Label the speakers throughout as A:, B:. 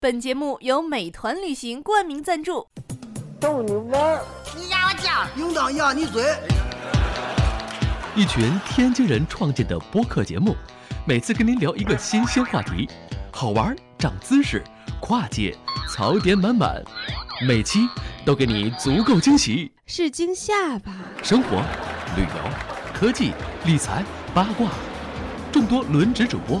A: 本节目由美团旅行冠名赞助。
B: 逗你玩儿，
C: 你压我脚，
D: 应当压你嘴。
E: 一群天津人创建的播客节目，每次跟您聊一个新鲜话题，好玩、长姿势、跨界、槽点满满，每期都给你足够惊喜。
F: 是惊吓吧？
E: 生活、旅游、科技、理财、八卦，众多轮值主播，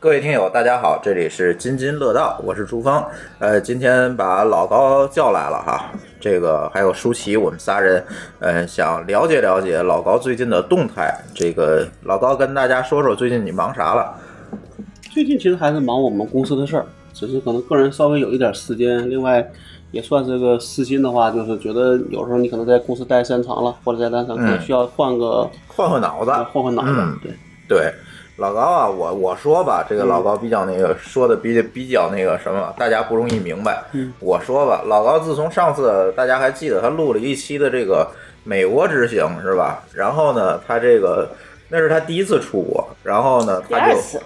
G: 各位听友，大家好，这里是津津乐道，我是朱芳。呃，今天把老高叫来了哈，这个还有舒淇，我们仨人，呃，想了解了解老高最近的动态。这个老高跟大家说说最近你忙啥了？
H: 最近其实还是忙我们公司的事儿，只是可能个人稍微有一点时间。另外，也算是个私心的话，就是觉得有时候你可能在公司待时间长了，或者在单场可能需要换个、呃
G: 换换脑子，
H: 换换脑子。
G: 嗯
H: 对，
G: 对，老高啊，我我说吧，这个老
C: 嗯
G: 高比较那个、说的比比较那个什么，大家不容易明白。
H: 嗯
G: 我说吧，老高自从上次大家还记得他录了一期的这个美国之行是吧？然后呢，他这个那是他第一次出国，然后呢，
C: 第
G: 他
C: 二
G: 就
C: 次，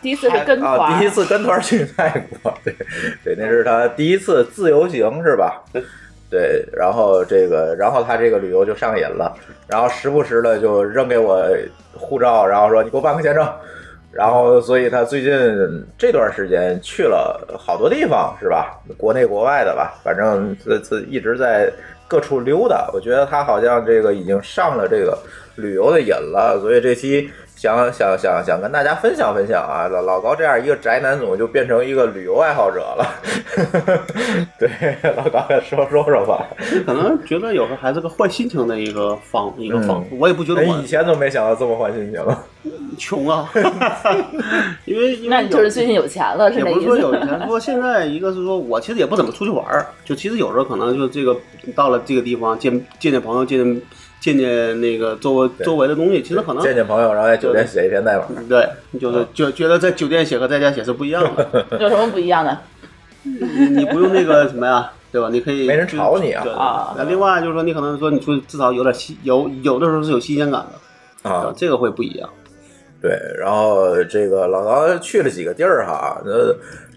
C: 第一次是跟团，
G: 啊，第一次跟团去泰国，对对，那是他第一次自由行是吧？
C: 嗯
G: 对，然后这个，然后他这个旅游就上瘾了，然后时不时的就扔给我护照，然后说你给我办个签证，然后所以他最近这段时间去了好多地方是吧？国内国外的吧，反正这这一直在各处溜达。我觉得他好像这个已经上了这个旅游的瘾了，所以这期想想想想跟大家分享分享啊，老老高这样一个宅男总就变成一个旅游爱好者了。对，老高说说说 吧，
H: 其实可能觉得有时候还是个换心情的一个方一个方，
G: 嗯
H: 我也不觉得
G: 人
H: 我
G: 以前都没想到这么换心情了。
H: 穷啊，因为因
C: 那
H: 为
C: 你
H: 有
C: 就是最近有钱了，是
H: 也
C: 那
H: 不
C: 意
H: 是说有
C: 思？
H: 钱，说现在一个是说我其实也不怎么出去玩儿，就其实有时候可能就这个到了这个地方见见见朋友，见见见见那个周围周围的东西，其实可能
G: 见见朋友，然后在酒店写一篇代码。
H: 对，就是觉觉得在酒店写和在家写是不一样的，
C: 有什么不一样的？
H: 你你不用那个什么呀，对吧？你可以
G: 没人吵你啊
H: 对
C: 啊
H: 那另外就是说，你可能说你出去至少有点新，有有的时候是有新鲜感的，
G: 啊
H: 对，这个会不一样。
G: 对，然后这个老高去了几个地儿哈，那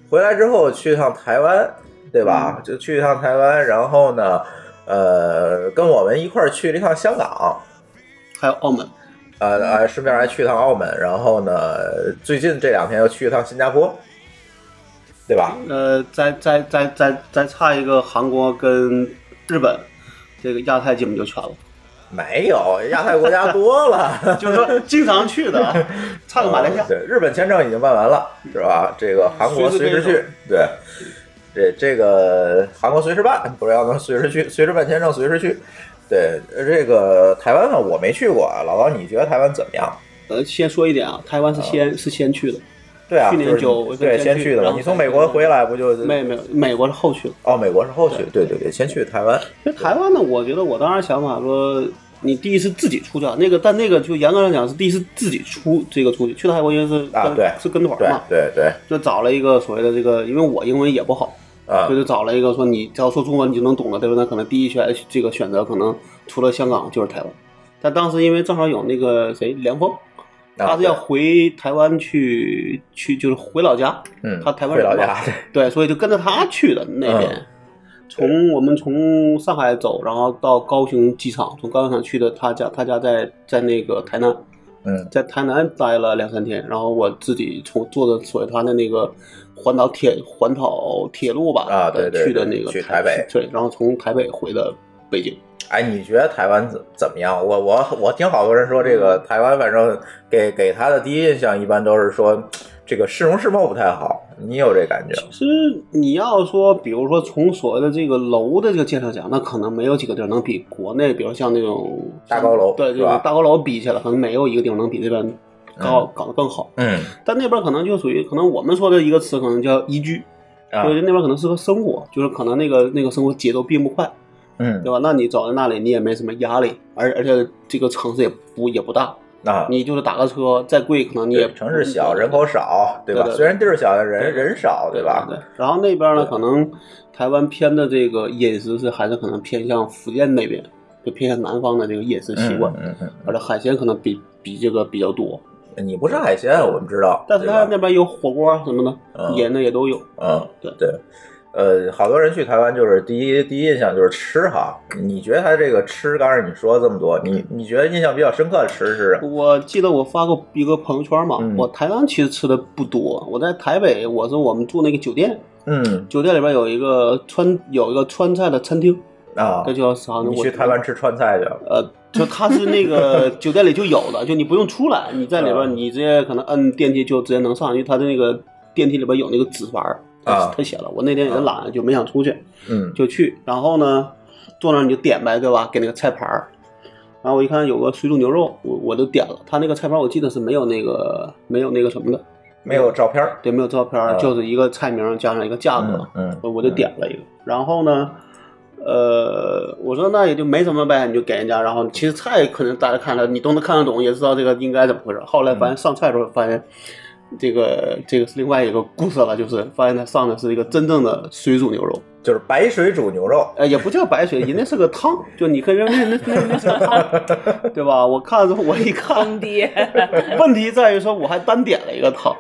G: 回来之后去一趟台湾，对吧？
H: 嗯
G: 就去一趟台湾，然后呢，呃，跟我们一块儿去了一趟香港，
H: 还有澳门，
G: 呃
H: 嗯
G: 呃，顺便还去一趟澳门，然后呢，最近这两天又去一趟新加坡，对吧？
H: 呃，再再再再再差一个韩国跟日本，这个亚太基本就全了。
G: 没有，亚太国家多了。
H: 就是说经常去的啊，差个马来西亚。
G: 呃对，日本签证已经办完了，是吧？这个韩国随
H: 随
G: 时
H: 时可以
G: 去，对，这这个韩国随时办，不是要能随时去，随时办签证，随时去。对，呃这个台湾呢，我没去过啊，老高，你觉得台湾怎么样？
H: 呃，先说一点啊，台湾是先是先去的，
G: 对啊，
H: 去年
G: 就是你
H: 九月份
G: 对
H: 先
G: 先
H: 去
G: 去的嘛
H: 然，后
G: 你从美国回来不就
H: 没没有，美国是后去的。
G: 哦，美国是后去，对对对，先去台湾，
H: 其实台湾呢，我觉得我当时想法说，你第一次自己出去啊，那个但那个就严格上讲是第一次自己出这个出去，去泰国因为是
G: 啊
H: 跟
G: 对
H: 是跟团
G: 对
H: 嘛，
G: 对对，
H: 就找了一个所谓的这个，因为我英文也不好，
G: 啊
H: 所以就找了一个说你只要说中文你就能懂的，对不对？那可能第一选这个选择可能除了香港就是台湾，但当时因为正好有那个谁梁峰，他是要
G: 啊
H: 回台湾去去就是回老家，
G: 对嗯，
H: 他台湾
G: 回
H: 人
G: 老
H: 嘛
G: 家，对
H: 对，所以就跟着他去的那边。
G: 嗯
H: 从我们从上海走，然后到高雄机场，从高雄机场去的他家，他家在在那个台南，
G: 嗯
H: 在台南待了两三天，然后我自己从坐的所谓他的那个环岛铁环岛铁路吧，呃
G: 啊对对
H: 去的
G: 对
H: 那个
G: 去台北
H: 对，然后从台北回的北京。
G: 哎，你觉得台湾怎怎么样？我我我听好多人说，这个
H: 嗯
G: 台湾反正给给他的第一印象一般都是说，这个市容市貌不太好。你有这感觉吗？
H: 其实你要说，比如说从所谓的这个楼的这个建设讲，那可能没有几个地儿能比国内，比如像那种
G: 大高楼
H: 对，
G: 是
H: 这种
G: 吧
H: 大高楼比起来，可能没有一个地方能比这边高、搞得更好。
G: 嗯
H: 但那边可能就属于可能我们说的一个词，可能叫宜居，
G: 啊
H: 我觉得那边可能是个生活，就是可能那个那个生活节奏并不快，
G: 嗯
H: 对吧？那你走在那里，你也没什么压力，而而且这个城市也不也不大，
G: 啊，
H: 你就是打个车，再贵可能你也嗯
G: 对城市小，人口少，对吧？
H: 对对
G: 虽然地儿小，但人
H: 对
G: 人少，
H: 对
G: 吧？嗯
H: 对。然后那边呢，
G: 对
H: 可能台湾偏的这个饮食是还是可能偏向福建那边，就偏向南方的这个饮食习惯，
G: 嗯嗯
H: 而且海鲜可能比比这个比较多。
G: 嗯，你不吃海鲜，我们知道，
H: 但是
G: 对
H: 它
G: 吧
H: 那边有火锅啊什么的，
G: 嗯
H: 盐的也都有。
G: 嗯，
H: 对
G: 对，呃，好多人去台湾就是第一第一印象就是吃哈。你觉得他这个吃，刚才你说这么多，你你觉得印象比较深刻的吃是什么？
H: 我记得我发过一个朋友圈嘛，
G: 嗯
H: 我台湾其实吃的不多，我在台北，我是我们住那个酒店，
G: 嗯
H: 酒店里边有一个川有一个川菜的餐厅，
G: 啊
H: 这，叫啥呢？
G: 你
H: 我
G: 去台湾吃川菜去了？
H: 呃，就它是 那个酒店里就有的，就你不用出来，你在里边
G: 嗯
H: 你直接可能摁电梯就直接能上，因为它的那个电梯里边有那个指牌儿，
G: 啊
H: 它写了。我那天也是懒，就没想出去，
G: 嗯
H: 就去，然后呢，坐那儿你就点呗，对吧？给那个菜盘儿。然后我一看有个水煮牛肉，我我就点了。他那个菜盘儿我记得是没有那个没有那个什么的，
G: 没有照片儿。
H: 对，没有照片儿，
G: 啊
H: 就是一个菜名儿加上一个价格。
G: 嗯嗯
H: 我我就点了一个，然后呢，呃，我说那也就没什么呗，你就给人家，然后其实菜可能大家看了你都能看得懂，也知道这个应该怎么回事。后来发现上菜的时候发现，这个这个是另外一个故事了，就是发现他上的是一个真正的水煮牛肉，
G: 就是白水煮牛肉。
H: 呃，也不叫白水，人家是个汤，就你可以认为那那那那是个汤，对吧？我看的时候我一看，
C: 爹，
H: 问题在于说我还单点了一个汤。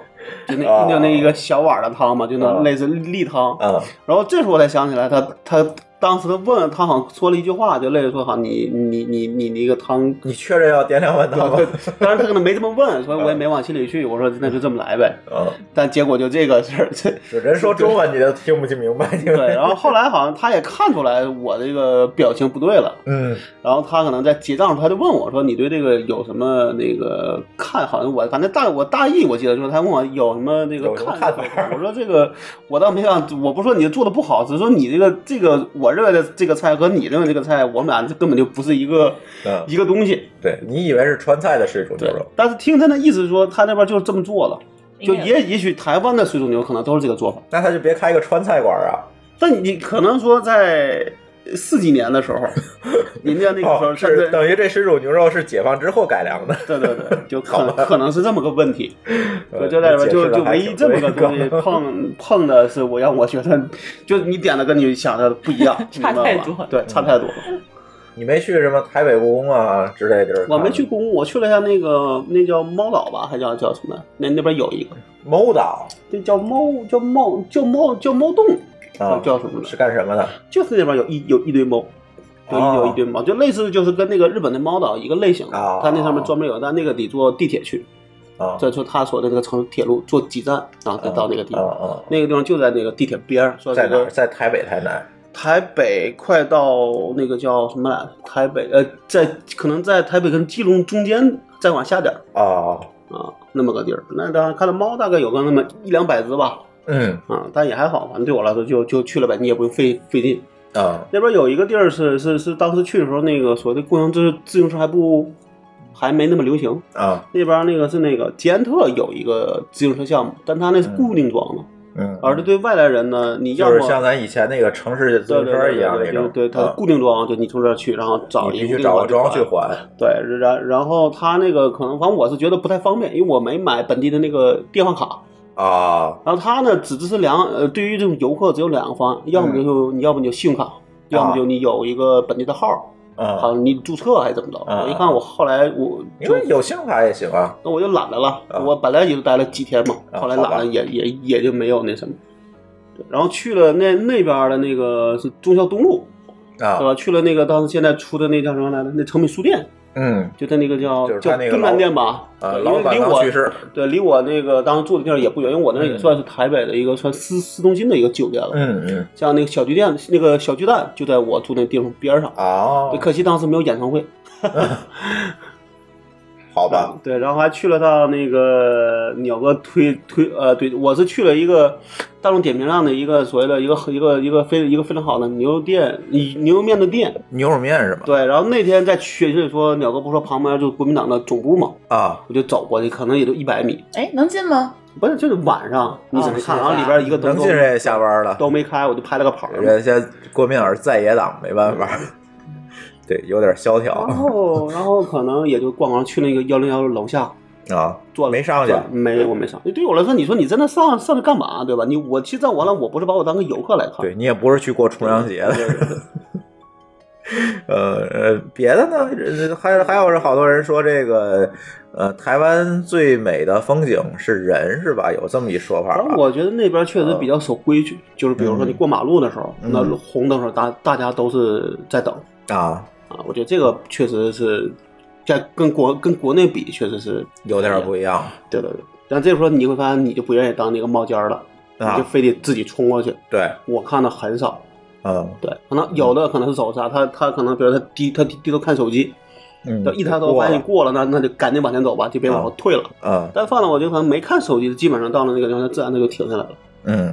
H: 就那
G: 哦
H: 就那一个小碗儿的汤嘛，就那类似例汤，
G: 嗯
H: 然后这时候我才想起来他，他当时他问他好像说了一句话，就类似说好像你你你你你一个汤，
G: 你确认要点两碗汤吗？
H: 当然他可能没这么问，所以我也没往心里去。我说那就这么来呗。
G: 嗯，
H: 但结果就这个事儿， 这
G: 人说中文你都听不清明白，因
H: 对。
G: 为
H: 然后后来好像他也看出来我这个表情不对了，
G: 嗯
H: 然后他可能在结账的时候他就问我说：“你对这个有什么那个看？”好像我反正大我大意我记得说他问我有什么那个
G: 有什么
H: 看
G: 看法
H: 我说这个我倒没想，我不说你做的不好，只是说你这个这个我认为的这个菜和你认为这个菜，我们俩这根本就不是一个、
G: 嗯，
H: 一个东西。
G: 对你以为是川菜的水煮牛
H: 对
G: 肉，，
H: 但是听他那意思说他那边就是这么做了，就
C: 应该有
H: 也也许台湾的水煮牛可能都是这个做法，
G: 那他就别开个川菜馆啊。
H: 但你可能说在。四几年 的时候，人家那个时候
G: 哦，
H: 甚至、
G: 是等于这水煮牛肉是解放之后改良的。
H: 对对对，就
G: 好
H: 可
G: 吧
H: 可能是这么个 问题，
G: 呃
H: 就就在里边
G: 解释
H: 就
G: 得
H: 就
G: 还
H: 唯一
G: 挺
H: 这么
G: 对
H: 个东西碰碰的是我让我觉得， 就你点的跟你想的不一样，明白
C: 差太
H: 吧
C: 多了
H: 对，差太多了。
G: 你没去什么台北故宫啊之类的地儿看吗？
H: 我没去故宫，我去了一下那个那叫猫岛吧，还叫叫什么？那那边有一个，
G: 猫岛
H: 那叫猫叫猫叫猫叫猫洞，
G: 啊，
H: 叫什么
G: 是
H: 的？
G: 干什么的？
H: 就是那边有一有一堆猫。有一
G: 哦
H: 有一堆猫，就类似就是跟那个日本的猫岛一个类型的
G: 哦，
H: 它那上面专门有，但那个得坐地铁去，
G: 啊，
H: 这就他说的那个城铁路坐几站，然后再到那个地方。
G: 啊
H: 那个地方就在那个地铁边儿，说
G: 在
H: 这
G: 哪儿？
H: 个
G: 在台北、台南。
H: 台北快到那个叫什么来着？台北呃，在可能在台北跟基隆中间再往下点儿
G: 啊，
H: 啊，那么个地儿。那当然看到猫大概有个那么一两百只吧，
G: 嗯
H: 啊，但也还好，反正对我来说就就去了呗，你也不用费费劲。
G: 啊，
H: 那边有一个地儿是是是当时去的时候，那个所谓的共享自自行车还不还没那么流行。
G: 啊，
H: 那边那个是那个捷安特有一个自行车项目，但它那是固定装的，
G: 嗯，
H: 而是对外来人呢，你要
G: 就
H: 么
G: 是像咱以前那个城市自
H: 对
G: 行
H: 对
G: 车
H: 对
G: 一样那
H: 对，就
G: 种
H: 是，对它
G: 啊
H: 固定装，就你从这儿去，然后找
G: 你
H: 一
G: 必
H: 个
G: 须找个
H: 固定
G: 桩
H: 装的
G: 去
H: 地方。
G: 还。
H: 对，然然后他那个可能，反正我是觉得不太方便，因为我没买本地的那个电话卡。
G: 啊，
H: 然后他呢，只支持两呃，对于这种游客只有两个方案，要
G: 嗯
H: 么就、你要不你就信用卡，要
G: 啊
H: 么就你有一个本地的号，好
G: 嗯，
H: 像你注册还是怎么着？
G: 啊
H: 我一看，我后来我
G: 因
H: 就
G: 为有信用卡也行啊。
H: 那我就懒得了，
G: 啊
H: 我本来也就待了几天嘛，
G: 啊
H: 后来
G: 好吧
H: 懒了也也也就没有那什么。对然后去了那那边的那个是忠孝东路，对
G: 啊，
H: 吧？呃去了那个当时现在出的那叫什么来着？那诚品书店，
G: 嗯，
H: 就在那个叫
G: 就是他
H: 叫
G: 那个
H: 东
G: 老
H: 南店吧，
G: 啊，
H: 对
G: 老
H: 因为
G: 板
H: 离
G: 刚
H: 我
G: 去世，
H: 对离我那个当时住的地儿也不远，因为我那儿也
G: 嗯
H: 算是台北的一个算市市中心的一个酒店了。
G: 嗯嗯，
H: 像那个小巨蛋，那个小巨蛋就在我
G: 哦
H: 住那地方边儿上。
G: 啊，
H: 可惜当时没有演唱会，
G: 好吧，
H: 对，然后还去了趟那个鸟哥推推呃，对我是去了一个大众点评上的一个所谓的一个一个一个非一个非常好的牛肉店牛肉面的店。
G: 牛肉面是吗？
H: 嗯对，然后那天在去就是说鸟哥不说旁边就是国民党的总部嘛，
G: 啊，
H: 我就走过去，可能也就一百米，
C: 哎，能进吗？
H: 不是就是晚上你怎么看？然后里边一个灯
G: 能
H: 都
G: 进人也下班了。
H: 都没开，我就拍了个跑。
G: 人家郭明老师在野党没办法， 对，有点萧条
H: 然后然后可能也就逛完去那个幺零幺楼下
G: 啊，
H: 坐了
G: 没上去
H: 坐没我没上。对于我来说，你说你在那上上去干嘛，对吧？你我其实在我来，我不是把我当个游客来看。
G: 对你也不是去过重阳节的，
H: 对对 对
G: 呃呃，别的呢，还还有是好多人说这个，呃，台湾最美的风景是人是吧？有这么一说法
H: 反
G: 吧
H: 正？我觉得那边确实比较守规矩，就是比如说你过马路的时候，
G: 嗯
H: 那红灯的时候，大大家都是在等
G: 啊，
H: 啊。我觉得这个确实是在跟国跟国内比，确实是
G: 有点不一样
H: 对对对。但这时候你会发现，你就不愿意当那个冒尖儿了，你哎就
G: 啊，
H: 非得自己冲过去。
G: 对，
H: 我看的很少，
G: 嗯
H: 对，可能有的可能是手刹，他他可能比如他低他低低头看手机，
G: 嗯，
H: 就一抬头发现过了，那啊那就赶紧往前走吧，就别往后退了。
G: 嗯
H: 但放了我就可能没看手机，基本上到了那个地方，它自然的就停下来了。
G: 嗯，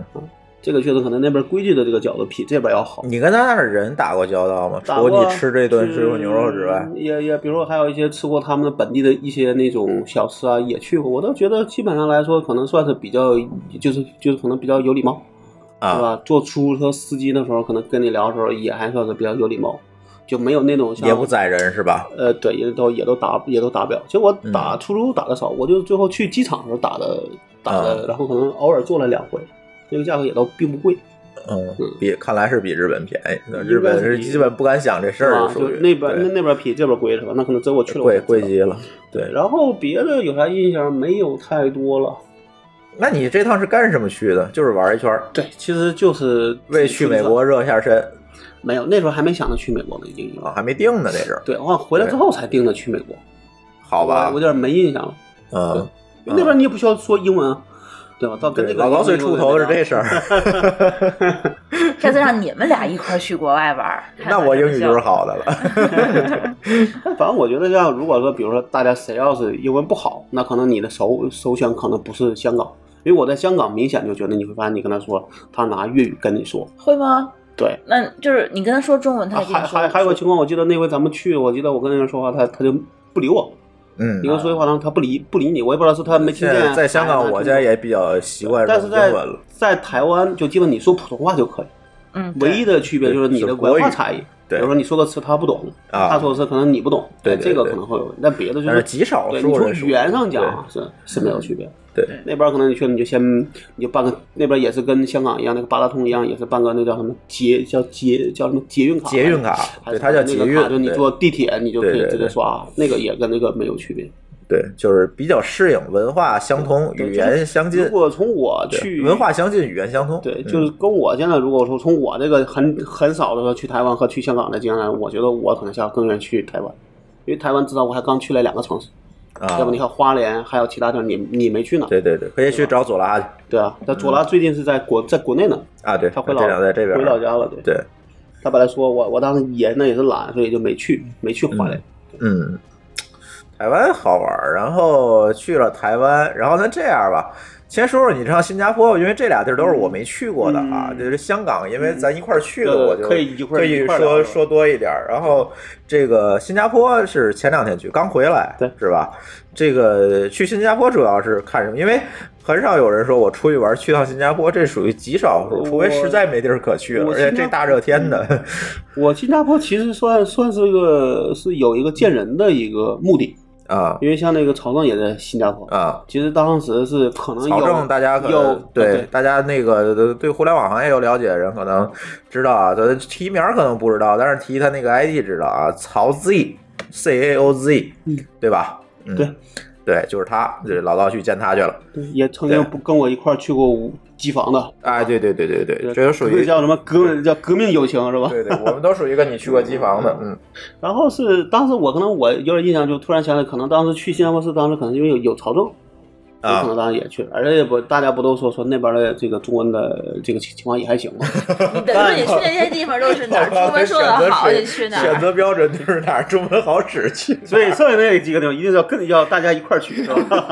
H: 这个确实可能那边规矩的这个角度比这边要好。
G: 你跟他那儿人打过交道吗？除
H: 打过
G: 了你吃这顿水煮牛肉之外
H: 嗯，也也比如说还有一些吃过他们的本地的一些那种小吃啊，也去过。我倒觉得基本上来说，可能算是比较，就是就是可能比较有礼貌，对
G: 啊，
H: 吧？坐出租车司机的时候，可能跟你聊的时候也还算是比较有礼貌，就没有那种像
G: 也不宰人是吧？
H: 呃，对，也都也都打也都打不了。其实我打
G: 嗯
H: 出租打的少，我就最后去机场的时候打的打
G: 啊
H: 的，然后可能偶尔做了两回，那个价格也都并不贵，
G: 嗯，比看来是比日本便宜。那
H: 应该
G: 日本
H: 是
G: 是
H: 比
G: 基本不敢想这事
H: 是
G: 儿，
H: 吧？就
G: 属于
H: 那边那
G: 对
H: 那边比这边贵是吧？那可能真我去了我
G: 贵
H: 才
G: 贵
H: 知道
G: 极了。
H: 对，然后别的有啥印象没有太多了。
G: 那你这趟是干什么去的？就是玩一圈儿，
H: 对，其实就是
G: 为去美国热一下身
H: 没有，那时候还没想着去美国呢，已经
G: 啊，还没定呢那阵儿，
H: 对，我回来之后才定的去美国，
G: 好吧
H: 我有？点没印象了。
G: 嗯，
H: 因为那边你也不需要说英文啊，对吧？到跟
G: 对
H: 这个
G: 老高最
H: 英文
G: 出头是这
H: 没啥
G: 事 儿，
C: 这次让你们俩一块儿去国外玩 儿，太
G: 那我英语就是
C: 搞笑了。
G: 好的了。
H: 但反正我觉得，像如果说，比如说大家谁要是英文不好，那可能你的首首选可能不是香港，因为我在香港明显就觉得你会发现，你跟他说，他拿粤语跟你说，
C: 会吗？
H: 对。
C: 那就是你跟他说中文，他
H: 啊
C: 也跟
H: 还
C: 你说
H: 还还有个情况，我记得那回咱们去，我记得我跟那人说话，他他就不理我，
G: 嗯
H: 你，跟他说句话，他他不理不理你，我也不知道是他没听
G: 现
H: 见啊。
G: 在在香
H: 还
G: 港，
H: 是他
G: 我
H: 听
G: 现在
H: 不
G: 也比较习惯
H: 懂，但
G: 这
H: 是
G: 种
H: 在
G: 英文了。
H: 在台湾，就基本你说普通话就可以，
C: 嗯，对
H: 唯一的区别就是你的
G: 对
H: 文化
G: 是国语
H: 差异。比
G: 对
H: 如说你说个词他不懂，
G: 啊
H: 他说的词可能你不懂，
G: 对
H: 哎
G: 对
H: 这个
G: 对
H: 可能会有，但别的就
G: 但是极少
H: 对，
G: 数
H: 你从
G: 人数
H: 语言上讲啊是是没有区别。
G: 对，
H: 那边可能你去你就先你就办个，那边也是跟香港一样，那个八达通一样，也是办个那叫什么捷叫捷叫什么捷运卡，
G: 捷运卡，
H: 还
G: 对，
H: 是
G: 它叫
H: 那
G: 捷
H: 个
G: 运
H: 卡，就你
G: 对
H: 坐地铁你就可
G: 对
H: 以
G: 对
H: 直接
G: 对
H: 刷，那个也跟那个没有区别。
G: 对，就是比较适应文化相同，
H: 对
G: 语言相近
H: 如。果从我
G: 对
H: 去
G: 文。化相近，语言相通。
H: 对，
G: 嗯
H: 就是跟我现在，如果说从我这个很很少的时候去台湾和去香港的经验来，我觉得我可能想更愿意去台湾，因为台湾至少我还刚去了两个城市，
G: 啊
H: 要不你看花莲还有其他地儿你你没去呢，
G: 对对对，可以去找左拉去
H: 对啊，但左拉最近是在国在国内呢，
G: 啊，对，
H: 他回
G: 这
H: 老
G: 俩在这边
H: 回老家了。对，
G: 对，
H: 他本来说我我当时也那也是懒，所以就没去没去花莲。
G: 嗯，台湾好玩儿，然后去了台湾，然后那这样吧，先说说你上新加坡吧，因为这俩地儿都是我没去过的啊。
H: 嗯
G: 就是香港，因为咱一块儿去的，
H: 嗯
G: 我就
H: 可以一会儿
G: 可
H: 一
G: 以
H: 块儿聊
G: 说
H: 聊
G: 说多一点儿。然后这个新加坡是前两天去，刚回来，
H: 对
G: 是吧？这个去新加坡主要是看什么？因为很少有人说我出去玩儿去趟新加坡，这属于极少数，
H: 我
G: 除非实在没地儿可去了，
H: 我
G: 而且
H: 新加
G: 这大热天的，
H: 我新加坡其实算算是个是有一个见人的一个目的，
G: 啊
H: 因为像那个曹正也在新加坡，
G: 啊。
H: 其实当时是可能
G: 曹
H: 有
G: 正，大家可
H: 有呃
G: 对
H: 对
G: 大家那个呃对互联网行业有了解的人可能知道啊，咱提名儿可能不知道，但是提他那个 ID 知道啊，曹 Z C A O Z，
H: 嗯
G: 对吧？嗯，
H: 对
G: 对，就是他，就是老高去见他去了。
H: 对也曾经
G: 对
H: 不跟我一块儿去过五机房的，
G: 哎，对对对对对，这就属
H: 这
G: 于
H: 叫什么革叫革命友情是吧？
G: 对对，我们都属于跟你去过机房的，嗯
H: 然后是当时我可能我有点印象，就突然想起，可能当时去新加坡是当时可能因为有有曹正，
G: 啊
H: 有可能当然也去，而且也不大家不都说说那边的这个中文的这个情情况也还行嘛，
C: 你等于说你去那些地方都是 哪儿中文说的好就去哪
G: 选
C: 儿。
G: 择标准就是哪儿中文好使去。
H: 所以剩下那几个地方一定要跟要大家一块儿去，是吧？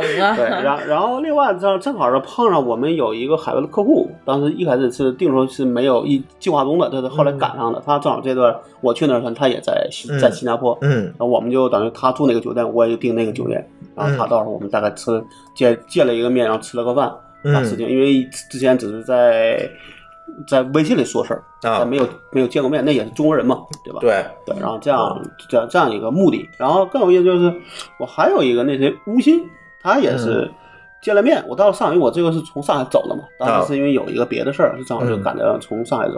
C: 啊
H: 对，然然后另外正正好是碰上我们有一个海外的客户，当时一开始是定时候是没有一计划中的，但是后来赶上了，他正好这段我去那儿的时候他也在新
G: 嗯
H: 在新加坡，
G: 嗯
H: 然后我们就等于他住那个酒店，我也就订那个酒店，然后他
G: 嗯
H: 到时候我们大概吃了见见了一个面，然后吃了个饭，把
G: 嗯
H: 事情，因为之前只是在在微信里说事儿，
G: 啊
H: 但，没有没有见过面，那也是中国人嘛，对吧？
G: 对，
H: 对，然后这样
G: 嗯
H: 这样这样一个目的。然后更有意思就是，我还有一个那谁吴昕，他也是
G: 嗯
H: 见了面。我到上海，因为我这个是从上海走了嘛，当时是因为有一个别的事儿，就正好就
G: 啊嗯
H: 赶着从上海走。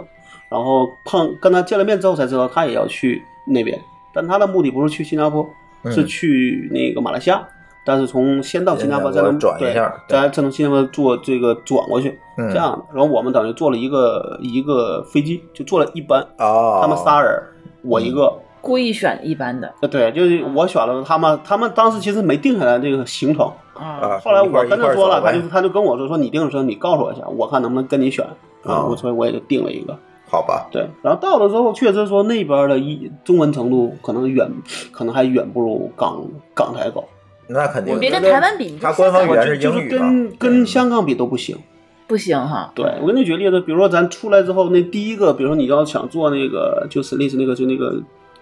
H: 然后碰跟他见了面之后才知道，他也要去那边，但他的目的不是去新加坡，
G: 嗯
H: 是去那个马来西亚。但是从先到新加坡，
G: 先
H: 再
G: 到
H: 能
G: 转一
H: 对
G: 下对
H: 再再从新加坡坐这个转过去，
G: 嗯
H: 这样的。然后我们等于坐了一个一个飞机，就坐了一班，
G: 哦，嗯
H: 他们仨人，我一个，
C: 故意选一般的
H: 呃，对，就是我选了他们，他们当时其实没定下来这个行程，
C: 啊，
G: 啊，
H: 后来
G: 一块
H: 我
G: 儿
H: 跟
G: 一块
H: 他
G: 儿
H: 说了，
G: 走哎
H: 他
G: 呗
H: 就他就跟我说说你定的时候你告诉我一下，我看能不能跟你选啊，
G: 哦
H: 我所以我也就定了一个，
G: 好吧，
H: 对，然后到了之后确实说那边的一中文程度可能远，可能还远不如港港台高，
G: 那肯定
C: 你别
G: 觉
C: 跟
G: 得
C: 台湾比，你
G: 他
C: 这
G: 官方语
H: 我
G: 言
H: 就是就是
G: 英语嗯嘛
H: 跟跟香港比都不行。
C: 不行哈。
H: 对，我跟你举个例子，比如说咱出来之后，那第一个，比如说你要想坐那个，就是类似那个，就那个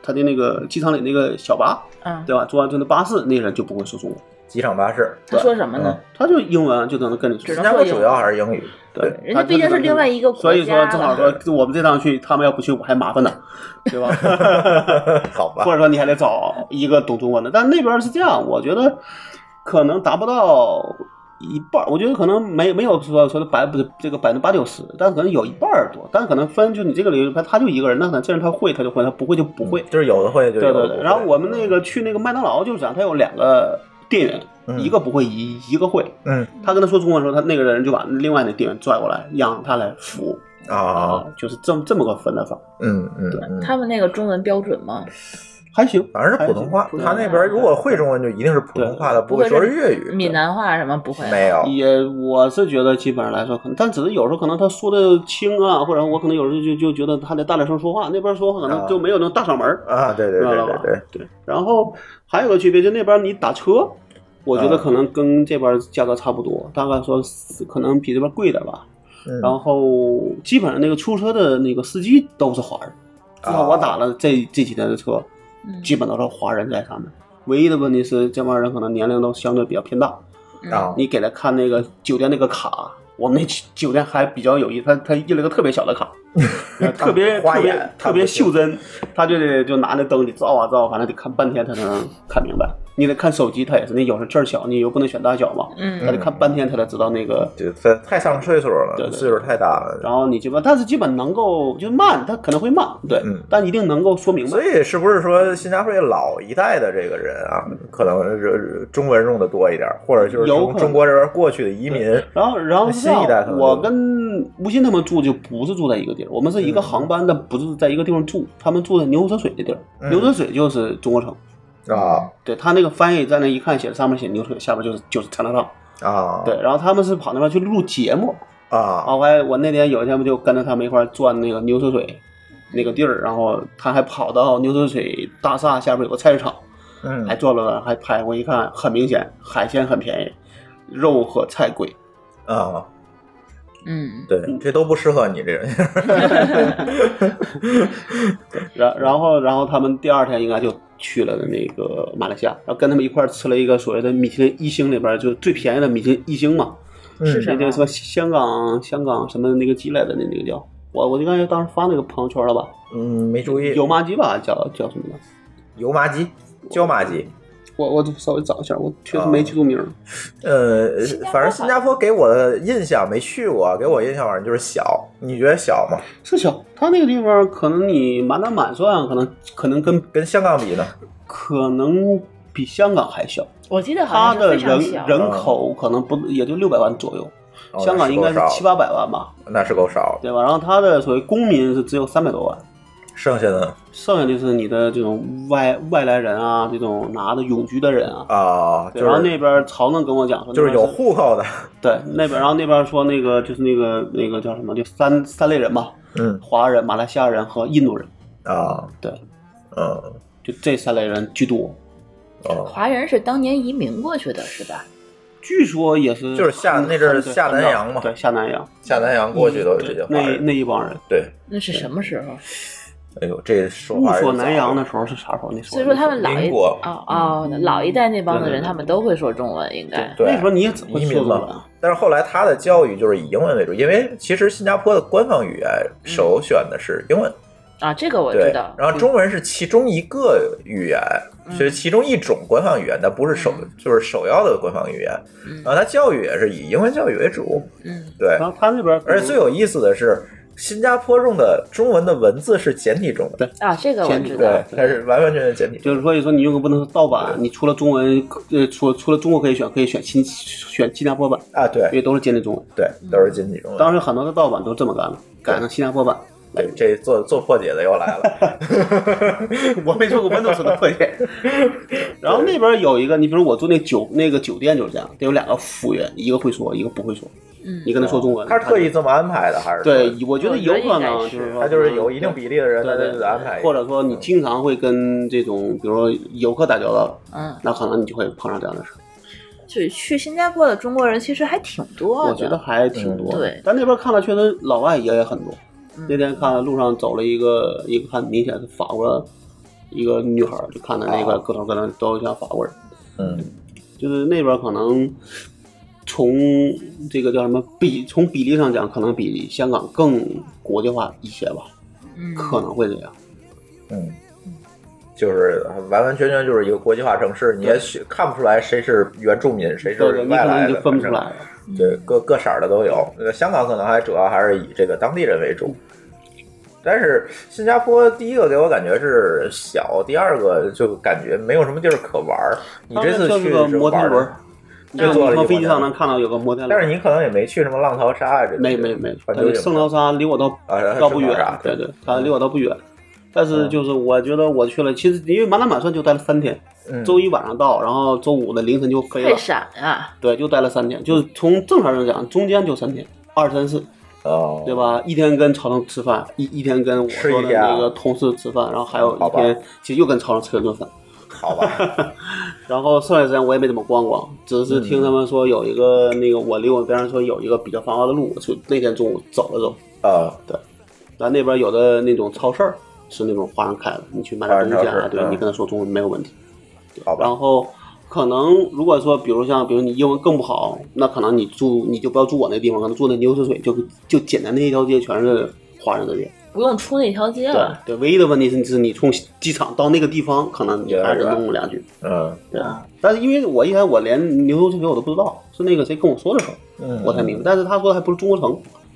H: 他的那个机场里那个小巴，
C: 嗯，
H: 对吧？坐完就那巴士，那人就不会说中文，
G: 机场巴士，
C: 他说什么呢？
H: 他就英文就能跟你说
C: 只
G: 新
C: 能。
G: 加坡主要还是英语，
H: 对，
C: 人家毕竟是另外一个国家
H: 所以说正好说
G: 了
H: 我们这趟去，他们要不去我还麻烦呢，对吧？
G: 好吧
H: 或，者说你还得找一个懂中文的，但那边是这样，我觉得可能达不到一半儿，我觉得可能没没有说说的百不是这个百分之八九十，但可能有一半儿多，但可能分就你这个领域，他他就一个人，那可能这人他会他就会，他不会就 不会。
G: 就是有的会就嗯
H: 对
G: 有
H: 对
G: 的
H: 对
G: 不，会
H: 然后我们那个去那个麦当劳就是这样，他有两个店员，
G: 嗯
H: 一个不会一一个会，
G: 嗯
H: 他跟他说中文的时候，他那个人就把另外那店员拽过来，让他来服务
G: 啊，，
H: 就是这么这么个分的法，
G: 嗯嗯嗯，
C: 他们那个中文标准吗？
H: 还行，
G: 反正是普通话
H: 还，行
G: 他那边如果会中文就一定是普通话，他不会说是粤语，
C: 闽南话什么不会？啊
G: 没有，
H: 也，我是觉得基本上来说，可能，但只是有时候可能他说的轻啊，或者我可能有时候就就觉得他得大点声说话，那边说话可能就没有那种大嗓门儿，
G: 啊，对对
H: 明白
G: 对
H: 了
G: 对
H: 吧？
G: 对，
H: 然后还有个区别，就那边你打车，我觉得
G: 啊
H: 可能跟这边价格差不多，大概说是可能比这边贵点吧。
G: 嗯
H: 然后基本上那个出租车的那个司机都是华人，
G: 啊
H: 至少我打了这这几天的车，
C: 嗯
H: 基本都是华人在上面。唯一的问题是，这帮人可能年龄都相对比较偏大，
G: 啊，
H: 你给他看那个酒店那个卡，我们那酒酒店还比较有意思，他他印了个特别小的卡，特别
G: 花
H: 特
G: 眼
H: 别特别袖珍，他就得就拿那灯你照啊照，反正得看半天他才能看明白。你得看手机，他也是，那有时候字儿小，你又不能选大小嘛，他
C: 嗯，
H: 得看半天他才知道那个。
G: 就他太上岁数了，
H: 对对对
G: 岁数太大了。
H: 然后你基本，但是基本能够就慢，他可能会慢，对，
G: 嗯
H: 但一定能够说明白
G: 所。以是不是说新加坡老一代的这个人啊，可能是中文用的多一点，或者就是
H: 有
G: 从
H: 可能
G: 中国这边过去的移民
H: 然后，然后是这样
G: 新一代可能就
H: 我跟吴昕他们住就不是住在一个地儿，我们是一个航班，但不是在一个地方住，他们住在牛车水的地儿。
G: 嗯
H: 牛车水就是中国城，
G: 啊
H: 对他那个翻译在那一看，写上面写牛车水，下边就是就是长大浪。
G: 啊
H: 对，哦然后他们是跑那边去录节目，然
G: 啊
H: 后我还我那天有一天不就跟着他们一块儿转那个牛车水那个地儿，然后他还跑到牛车水大厦下边有个菜市场，
G: 嗯
H: 还转了转，还拍，我一看很明显，海鲜很便宜，肉和菜贵。
G: 啊，
C: 嗯，
G: 对，这都不适合你这人。
H: 然然后然后他们第二天应该就去了那个马来西亚，然后跟他们一块儿吃了一个所谓的米其林一星里边儿就最便宜的米其林一星嘛，
G: 嗯
C: 是
H: 那
C: 什
H: 个
C: 么
H: 什？么香港香港什么那个鸡来的那那个叫。我我就刚才当时发那个朋友圈了吧，
G: 嗯，没注意
H: 油麻鸡吧，叫叫什么的，
G: 油麻鸡、椒麻鸡，
H: 我我稍微找一下，我确实没记住名儿。
G: 呃
C: 新加，坡
G: 反正新加坡给我的印象没去过，给我印象反正就是小。你觉得小吗？
H: 是小，他那个地方可能你满打满算，可能可能跟
G: 跟香港比呢？
H: 可能比香港还小，
C: 我记得
H: 它
C: 好像
H: 的
C: 是非常
H: 人
C: 小。
H: 人口可能不也就六百万左右，
G: 哦
H: 香港应该是七八，百万吧，
G: 那是够少的
H: 对吧？然后它的所谓公民是只有三百多万，
G: 剩下的
H: 剩下就是你的这种外外来人啊，这种拿着永居的人啊。
G: 啊，
H: 对
G: 就
H: 然后
G: 是
H: 那边曹能跟我讲说，
G: 就是有
H: 那边
G: 户口 的，
H: 对那边，然后那边说那个就是那个那个叫什么，就三三类人嘛，
G: 嗯
H: 华人、马来西亚人和印度人，
G: 啊，
H: 对，
G: 嗯
H: 就这三类人居多。
G: 哦，
C: 华人是当年移民过去的，是吧？
H: 据说也是很，
G: 就是下那阵儿
H: 很对
G: 下
H: 很
G: 南
H: 早
G: 洋嘛
H: 对下南洋
G: 下南洋过去都是这些
H: 对
G: 华
H: 那
G: 人，
H: 那一帮人。
G: 对，
C: 那是什么时候？
G: 哎呦，这说
H: 不
G: 话
H: 说
G: 也早
H: 南洋的时候是啥时候？你说
C: 所以说他们老一
G: 民国
C: 哦哦，老一代那帮的
H: 对对
C: 人，
H: 对
C: 他们都会说中文，应该
G: 对
H: 那时候你也只会
G: 移
H: 说
G: 民
H: 中文
G: 嘛。但是后来他的教育就是以英文为主，因为其实新加坡的官方语言首选的是英文，
C: 啊，这个我
G: 对
C: 知道，。嗯
G: 然后中文是其中一个语言，是其中一种官方语言，但不是首就是首要的官方语言。然后他教育也是以英文教育为主，
C: 嗯，
G: 对。
H: 然后他那边可能，
G: 而且最有意思的是，新加坡用的中文的文字是简体中的，
C: 啊，这个我知道
G: 对，它是完完全全简体中
H: 就是所以说你有可不能是盗版，你除了中文，呃，除除了中国可以选，可以选新选新加坡版，
G: 啊，
H: 因为
G: 对
H: 都是建立中文。
G: 对，都是简体中文。
H: 当时很多的盗版都这么干了，改成新加坡版。
G: 对，这做做破解的又来了，
H: 我没做过 Windows 的破解。 然后那边有一个，你比如我住那酒那个酒店就是这样，得有两个服务员，一个会说，一个不会说。
C: 嗯
H: 你跟 他说中文，
G: 哦他是特意这么安排的，还是说
H: 对，我觉得有可
G: 哦
H: 能
C: 我觉
H: 就
C: 得应该是
H: 是说，嗯
G: 他就是有一定比例的人，
H: 对
G: 他
H: 对
G: 就
H: 对
G: 安排一个，
H: 或者说你经常会跟这种，比如说游客打交道，
C: 嗯，
H: 那可能你就会碰上这样的事儿。
C: 就是去新加坡的中国人其实还挺多的，
H: 我觉得还挺多
C: 嗯
H: 的。
C: 哦对
H: 但那边看了确实老外也很多。那天看了路上走了一个一个，看明显是法国一个女孩儿，就看着那
C: 哦
H: 个个头个头都像法国人。
G: 嗯，
H: 就是那边可能从这个叫什么比从比例上讲，可能比香港更国际化一些吧，
C: 嗯
H: 可能会这样。
G: 嗯，就是完完全全就是一个国际化城市，你也许看不出来谁是原住民，谁是
H: 对对，你
G: 外
H: 可
G: 来
H: 能
G: 的，
H: 就分不出来
G: 反
H: 了。
G: 正。对，各各色儿的都有。呃，香港可能还主要还是以这个当地人为主，但是新加坡第一个给我感觉是小，第二个就感觉没有什么地儿可玩儿。你这次
H: 当然
G: 去
H: 这个
G: 是
H: 摩天
G: 玩
H: 轮
G: 儿
H: 儿，，你
G: 就
H: 看
G: 坐了
H: 你
G: 一
H: 从
G: 个
H: 飞机
G: 摩天
H: 上能
G: 轮
H: 看到有个摩天轮，
G: 但是你可能也没去什么浪淘沙啊，这
H: 没没没，
G: 反
H: 反
G: 正
H: 正圣淘沙离我倒
G: 啊
H: 倒不
G: 圣淘
H: 远
G: 沙，
H: 对
G: 对嗯
H: 对，它离我倒不远。但是就是我觉得我去了，其实因为满打满算就待了三天，
G: 嗯
H: 周一晚上到，然后周五的凌晨就飞
C: 快
H: 了，
C: 闪啊，
H: 对，就待了三天，就是从正常上讲，中间就三天，二三四，
G: 哦，
H: 对？吧？一天跟曹总吃饭，一一天跟我
G: 吃一
H: 说的
G: 天啊
H: 那个同事吃饭，然后还有
G: 好
H: 一
G: 吧
H: 天其实又跟曹总吃了顿饭，
G: 好吧，
H: 然后剩下时间我也没怎么逛逛，只是
G: 嗯
H: 听他们说有一个、那个我离我边上说有一个比较繁华的路，我就那天中午走了走，
G: 呃，
H: 咱那边有的那种超市儿是那种华人开的，你去买点东西
G: 华人超
H: 啊，
G: 市
H: 对
G: 嗯
H: 你跟他说中文没有问题。
G: 好吧，
H: 然后可能如果说，比如像，比如你英文更不好，那可能你住你就不要住我那地方，可能住那牛市水，就就简单那一条街全是华人的店。
C: 不用出那条街
H: 对
C: 了，
H: 对，唯一的问题是，是你从机场到那个地方，可能你还是弄不两句。
G: 嗯
H: 对，但是因为我一开始我连牛肉这个我都不知道，是那个谁跟我说的时候，
G: 嗯
H: 我才明白。但是他说还不是中国城，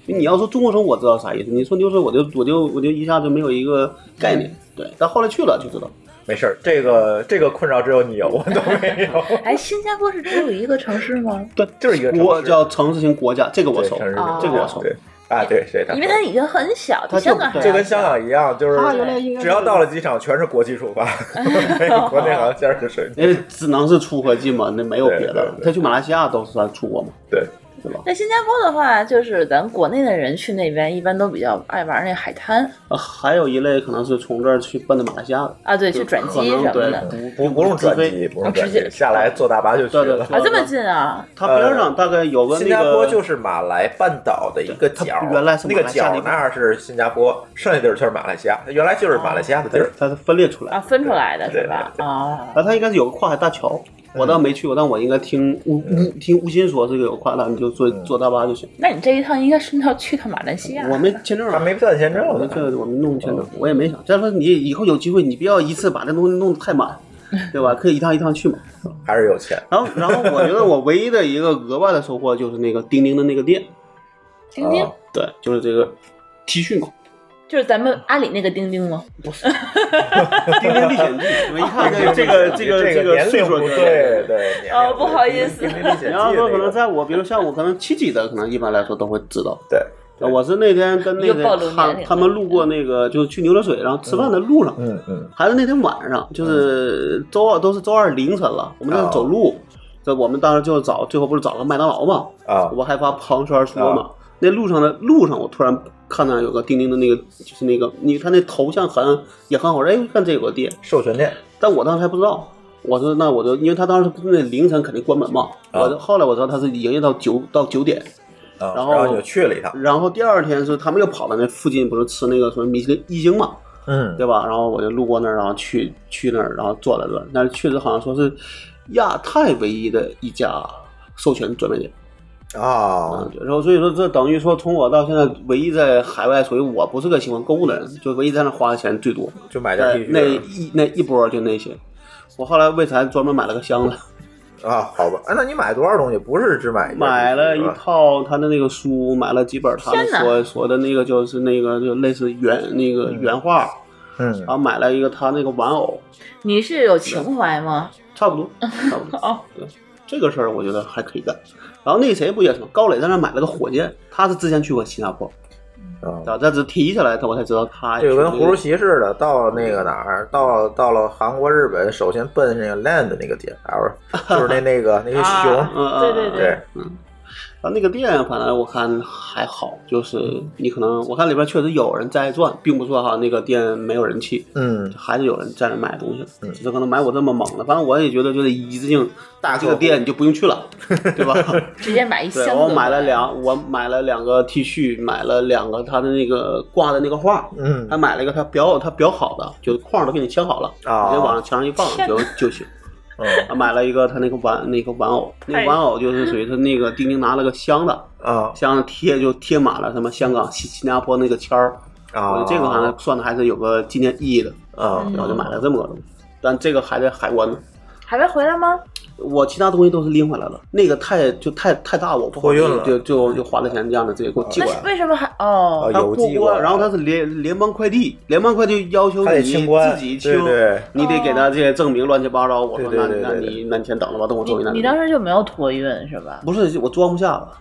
H: 因为你要说中国城，我知道啥意思。你说牛肉，我就我就我就一下就没有一个概念。对，但后来去了就知道。
G: 嗯没事儿，这个这个困扰只有你哦有，我都没 有，
C: 哎，新加坡是只有一个城市吗？
H: 对，
G: 就是一个城市
H: 国叫城市型国家，这个我
G: 对
H: 熟，
G: 城市
C: 啊
H: 这个我熟。
G: 对啊，对，谁的？
C: 因为它已经很小，比
H: 它就
C: 香港还
G: 这
C: 要
G: 跟香港一样，就是
H: 啊原来应该是
G: 只要到了机场，全是国际 出发，没有国内航线的水平。
H: 因为只能是出和进嘛，那没有别的了
G: 对对。对
H: 他去马来西亚都是算出国嘛，
G: 对，
H: 对吧？
C: 在新加坡的话，就是咱国内的人去那边一般都比较爱玩那海滩
H: 呃还有一类可能是从这儿去奔的马来西亚的，
C: 啊，对，去转
H: 可
C: 机
H: 能
C: 什么
H: 对
C: 的
G: 不不不用转机，不用转
C: 哦直
G: 机，
C: 接
G: 下来坐大巴就去
H: 对对
G: 了。
H: 对
C: 啊，这么近啊，
H: 它边上大概有个那个，
G: 呃新加坡就是马来半岛的一个角
H: 对，它原来是
G: 那
H: 马
G: 个
H: 来西亚
G: 角
H: 那边
G: 那儿是新加坡，剩下地儿全是马来西亚，它原来就是马来西亚的地
H: 对
G: 儿，。
H: 它是分裂出来
C: 啊，
H: 的。
C: 分出来的
G: 对
C: 是吧？
G: 对
C: 啊，
H: 啊，它应该是有个跨海大桥，我倒没去过，但我应该听吴吴听吴昕说这个有跨大，你就坐坐大巴就行。
C: 那你这一趟应该是要去趟马来西亚，
H: 我没签证
G: 他
H: 啊。
G: 没办签证
H: 我们
G: 呢，
H: 这我们弄签证，我也没想。再说你以后有机会，你不要一次把这东西弄得太满，对吧？可以一趟一趟去嘛。
G: 还是有钱。
H: 然后，然后我觉得我唯一的一个额外的收获就是那个钉钉的那个店，
C: 钉钉
G: 啊
H: 对，就是这个 T 恤嘛，
C: 就是咱们阿里那个钉钉吗？
H: 《 钉钉历险记》。你们一看这个这个
G: 这
H: 这个这
G: 年
H: 个岁
G: 龄
H: 数
G: 不
H: 就，
G: 对，对。年龄
C: 哦
G: 对
C: 不好意思
G: 因 为历险记
H: 你要说可
G: 那
H: 能
G: 个
H: 在我，比如像我可能七级的，可能一般来说都会知道。
G: 对，对
H: 啊我是那天跟那
C: 又暴露
H: 个
C: 年
H: 他
C: 龄了
H: 他们路过那个，就是去牛栏水，然后吃饭的路上，
G: 嗯嗯
H: 还是那天晚上，就是周二都是周二凌晨了，我们
G: 啊
H: 在那走路，这我们当时就找，最后不是找了麦当劳嘛，
G: 啊
H: 我还发朋友圈说嘛
G: 啊，
H: 那路上的路上，我突然看到有个钉钉的那个，就是那个你看那头像很也很好，哎，看这有个店，
G: 授权店
H: 但我当时还不知道。我说那我就，因为他当时那凌晨肯定关门嘛，
G: 啊
H: 我就后来我知道他是营业到九到九点，
G: 啊，
H: 然
G: 然
H: 后
G: 你就去了一趟，
H: 然后第二天是他们又跑到那附近，不是吃那个什么米其林一星嘛，
G: 嗯
H: 对吧？然后我就路过那儿，然后去去那儿，然后坐了坐。但是确实好像说是亚太唯一的一家授权专卖店啊
G: 啊，。
H: 对然后所以说这等于说从我到现在唯一在海外，属于我不是个喜欢购物的人，就唯一在那花的钱最多。
G: 就买件
H: 在
G: T
H: 那
G: 恤
H: 一那一波就那些。我后来为啥专门买了个 箱子？
G: 啊，好吧，哎，那你买多少东西？不是只买一件 T 恤
H: 买了一
G: 是吧
H: 套他的那个书，买了几本他们
C: 天哪
H: 所所的那个就是那个就类似原那个原画，
G: 嗯
H: 然后买了一个他那个玩偶，
C: 你是有情怀吗？
H: 差不多，差不多。对，这个事儿我觉得还可以干。然后那谁不也是吗？高磊在那买了个火箭，他是之前去过新加坡，
G: 啊
H: 啊，这只提起来他我才知道他
G: 这个
H: 个
G: 跟《葫芦骑士》的到那个哪儿，到到了韩国、日本，首先奔那个 land 那个点，啊就是那那个那个
C: 啊
G: 熊，
H: 嗯，
C: 对对
G: 对，
H: 然后那个店反正我看还好，就是你可能我看里边确实有人在转，并不是说哈那个店没有人气。
G: 嗯，
H: 还是有人在那买东西，只是可能买我这么猛的，反正我也觉得就是一次性大这个店你就不用去了，对吧？
C: 直接买一箱
H: 对，
C: 子。
H: 我买了，两，我买了两个 T 恤，买了两个他的那个挂的那个画，
G: 嗯
H: 还买了一个他裱他裱好的，就是框都给你签好了，
G: 啊
H: 你直接往上墙上一放
C: 天
H: 就
C: 哪
H: 就行。
G: 嗯
H: 还买了一个他那个玩那个玩偶，那个玩偶就是属于他那个丁丁拿了个箱子，
G: 啊
H: 箱子贴就贴满了什么香港、新新加坡那个签儿，我
G: 啊，
H: 觉得这个好像算的还是有个纪念意义的，
G: 啊
C: 嗯
H: 然后就买了这么个东西。但这个还在海关呢，
C: 还没回来吗？
H: 我其他东西都是拎回来了，那个太就太太大，我不好
G: 货运了
H: 就就就花了钱这样的直接给我寄
C: 那
H: 过
C: 是
H: 来。
C: 为什么还哦？
G: 啊
H: 他
G: 邮
H: 过
G: 寄过
H: 关，
G: 来
H: 然后他是联联邦快递，联邦快递要求
G: 他得
H: 你
G: 清关
H: 自己
G: 对
H: 清
G: 对，
H: 你得给他这些证明乱七八糟。我说
G: 对
H: 那
G: 对对
H: 你那
G: 对对
H: 你那你先等着吧，等我
C: 你
H: 终于拿。
C: 你当时就没有托运是吧？
H: 不是我装不下了，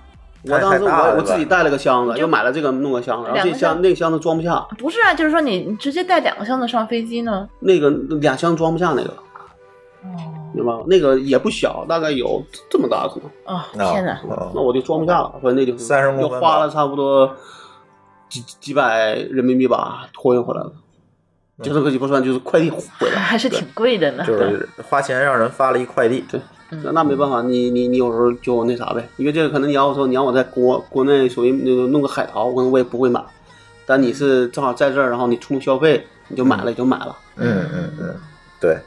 H: 我
G: 太
H: 当时
G: 太大了
H: 我我
G: 是吧
H: 自己带了个箱子，又买了这个弄个箱子，然后
C: 两
H: 这
C: 个
H: 箱
C: 箱
H: 那个箱子装不下，
C: 不是啊，就是说你你直接带两个箱子上飞机呢？
H: 那个俩箱装不下那个，
C: 哦
H: 明白吗？那个也不小，大概有这么大可能。
C: 啊、
G: 啊
C: 天哪！
G: 啊
H: 那我就装不下了，反正那就是
G: 30公
H: 就
G: 分
H: 花了差不多几几百人民币吧，托运回来了。
G: 嗯
H: 就这个也不算，就是快递回来，
C: 还是挺贵的呢。
G: 就是 花钱让人发了一快递，
H: 对。那那没办法，你你你有时候就那啥呗，因为这个可能你要说你让我在国国内属于那个弄个海淘，我可能我也不会买，但你是正好在这儿，然后你冲动消费，你就买了，你就买了。
G: 嗯嗯嗯，对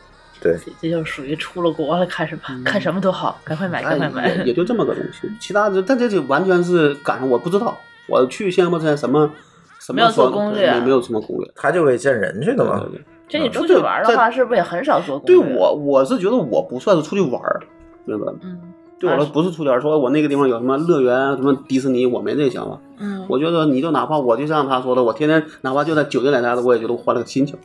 G: 对，
C: 这这就是属于出了国了，看什么、
H: 嗯
C: 看什么都好，赶快买，赶快
H: 哎也也
C: 买。
H: 就这么个东西，其他的但这就完全是赶上我不知道，我去新加坡之前什么什么
C: 没有做
H: 说
C: 攻略啊
H: 没没有什么攻略。
G: 他就为见人去的嘛
H: 对，对对
C: 就你嗯出去玩的
H: 在
C: 话，是不是也很少做攻
H: 对
C: 略？
H: 我，我是觉得我不算是出去玩儿，明白吗？
C: 嗯
H: 对我来说不是出去玩儿，说我那个地方有什么乐园啊，什么迪士尼，我没这想法。
C: 嗯，
H: 我觉得你就哪怕我就像他说的，我天天哪怕就在酒店里待着，我也觉得我换了个心情。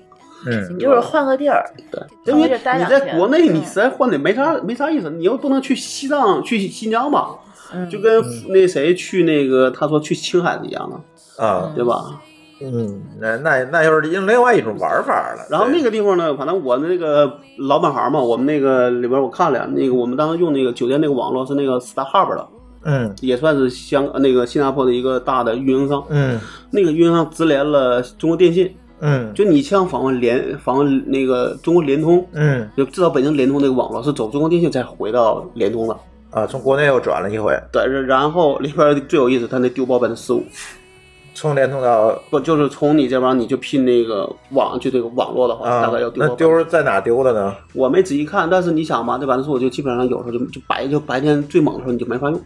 G: 嗯
C: 你就是换个地儿，
H: 对，因为
C: 在这
H: 你
C: 待两
H: 在
C: 天
H: 国内，你
C: 嗯
H: 实在换的没啥没啥意思，你又不能去西藏、去新疆吧？
C: 嗯，
H: 就跟那谁去那个他说去青海是一样的，
G: 啊
H: 对吧？
G: 嗯，那那那又是另另外一种玩法了。
H: 然后那
G: 对
H: 个地方呢，反正我那个老本行嘛，我们那个里边我看了那个我们当时用那个酒店那个网络是那个 StarHub 的，
G: 嗯
H: 也算是香呃那个新加坡的一个大的运营商，
G: 嗯
H: 那个运营商直连了中国电信，
G: 嗯
H: 就你像访问联访问那个中国联通，
G: 嗯
H: 就至少北京联通那个网络是走中国电信才回到联通的，
G: 啊，从国内又转了一回，
H: 对，然然后里边最有意思，他那丢包百分之十五，
G: 从联通到
H: 不就是从你这边你就拼那个网就这个网络的话，
G: 啊
H: 大概要，丢包
G: 那
H: 百分之
G: 丢是在哪丢的呢？
H: 我没仔细看，但是你想吧，这百分之十五就基本上有时候就就白就白天最猛的时候你就没法用，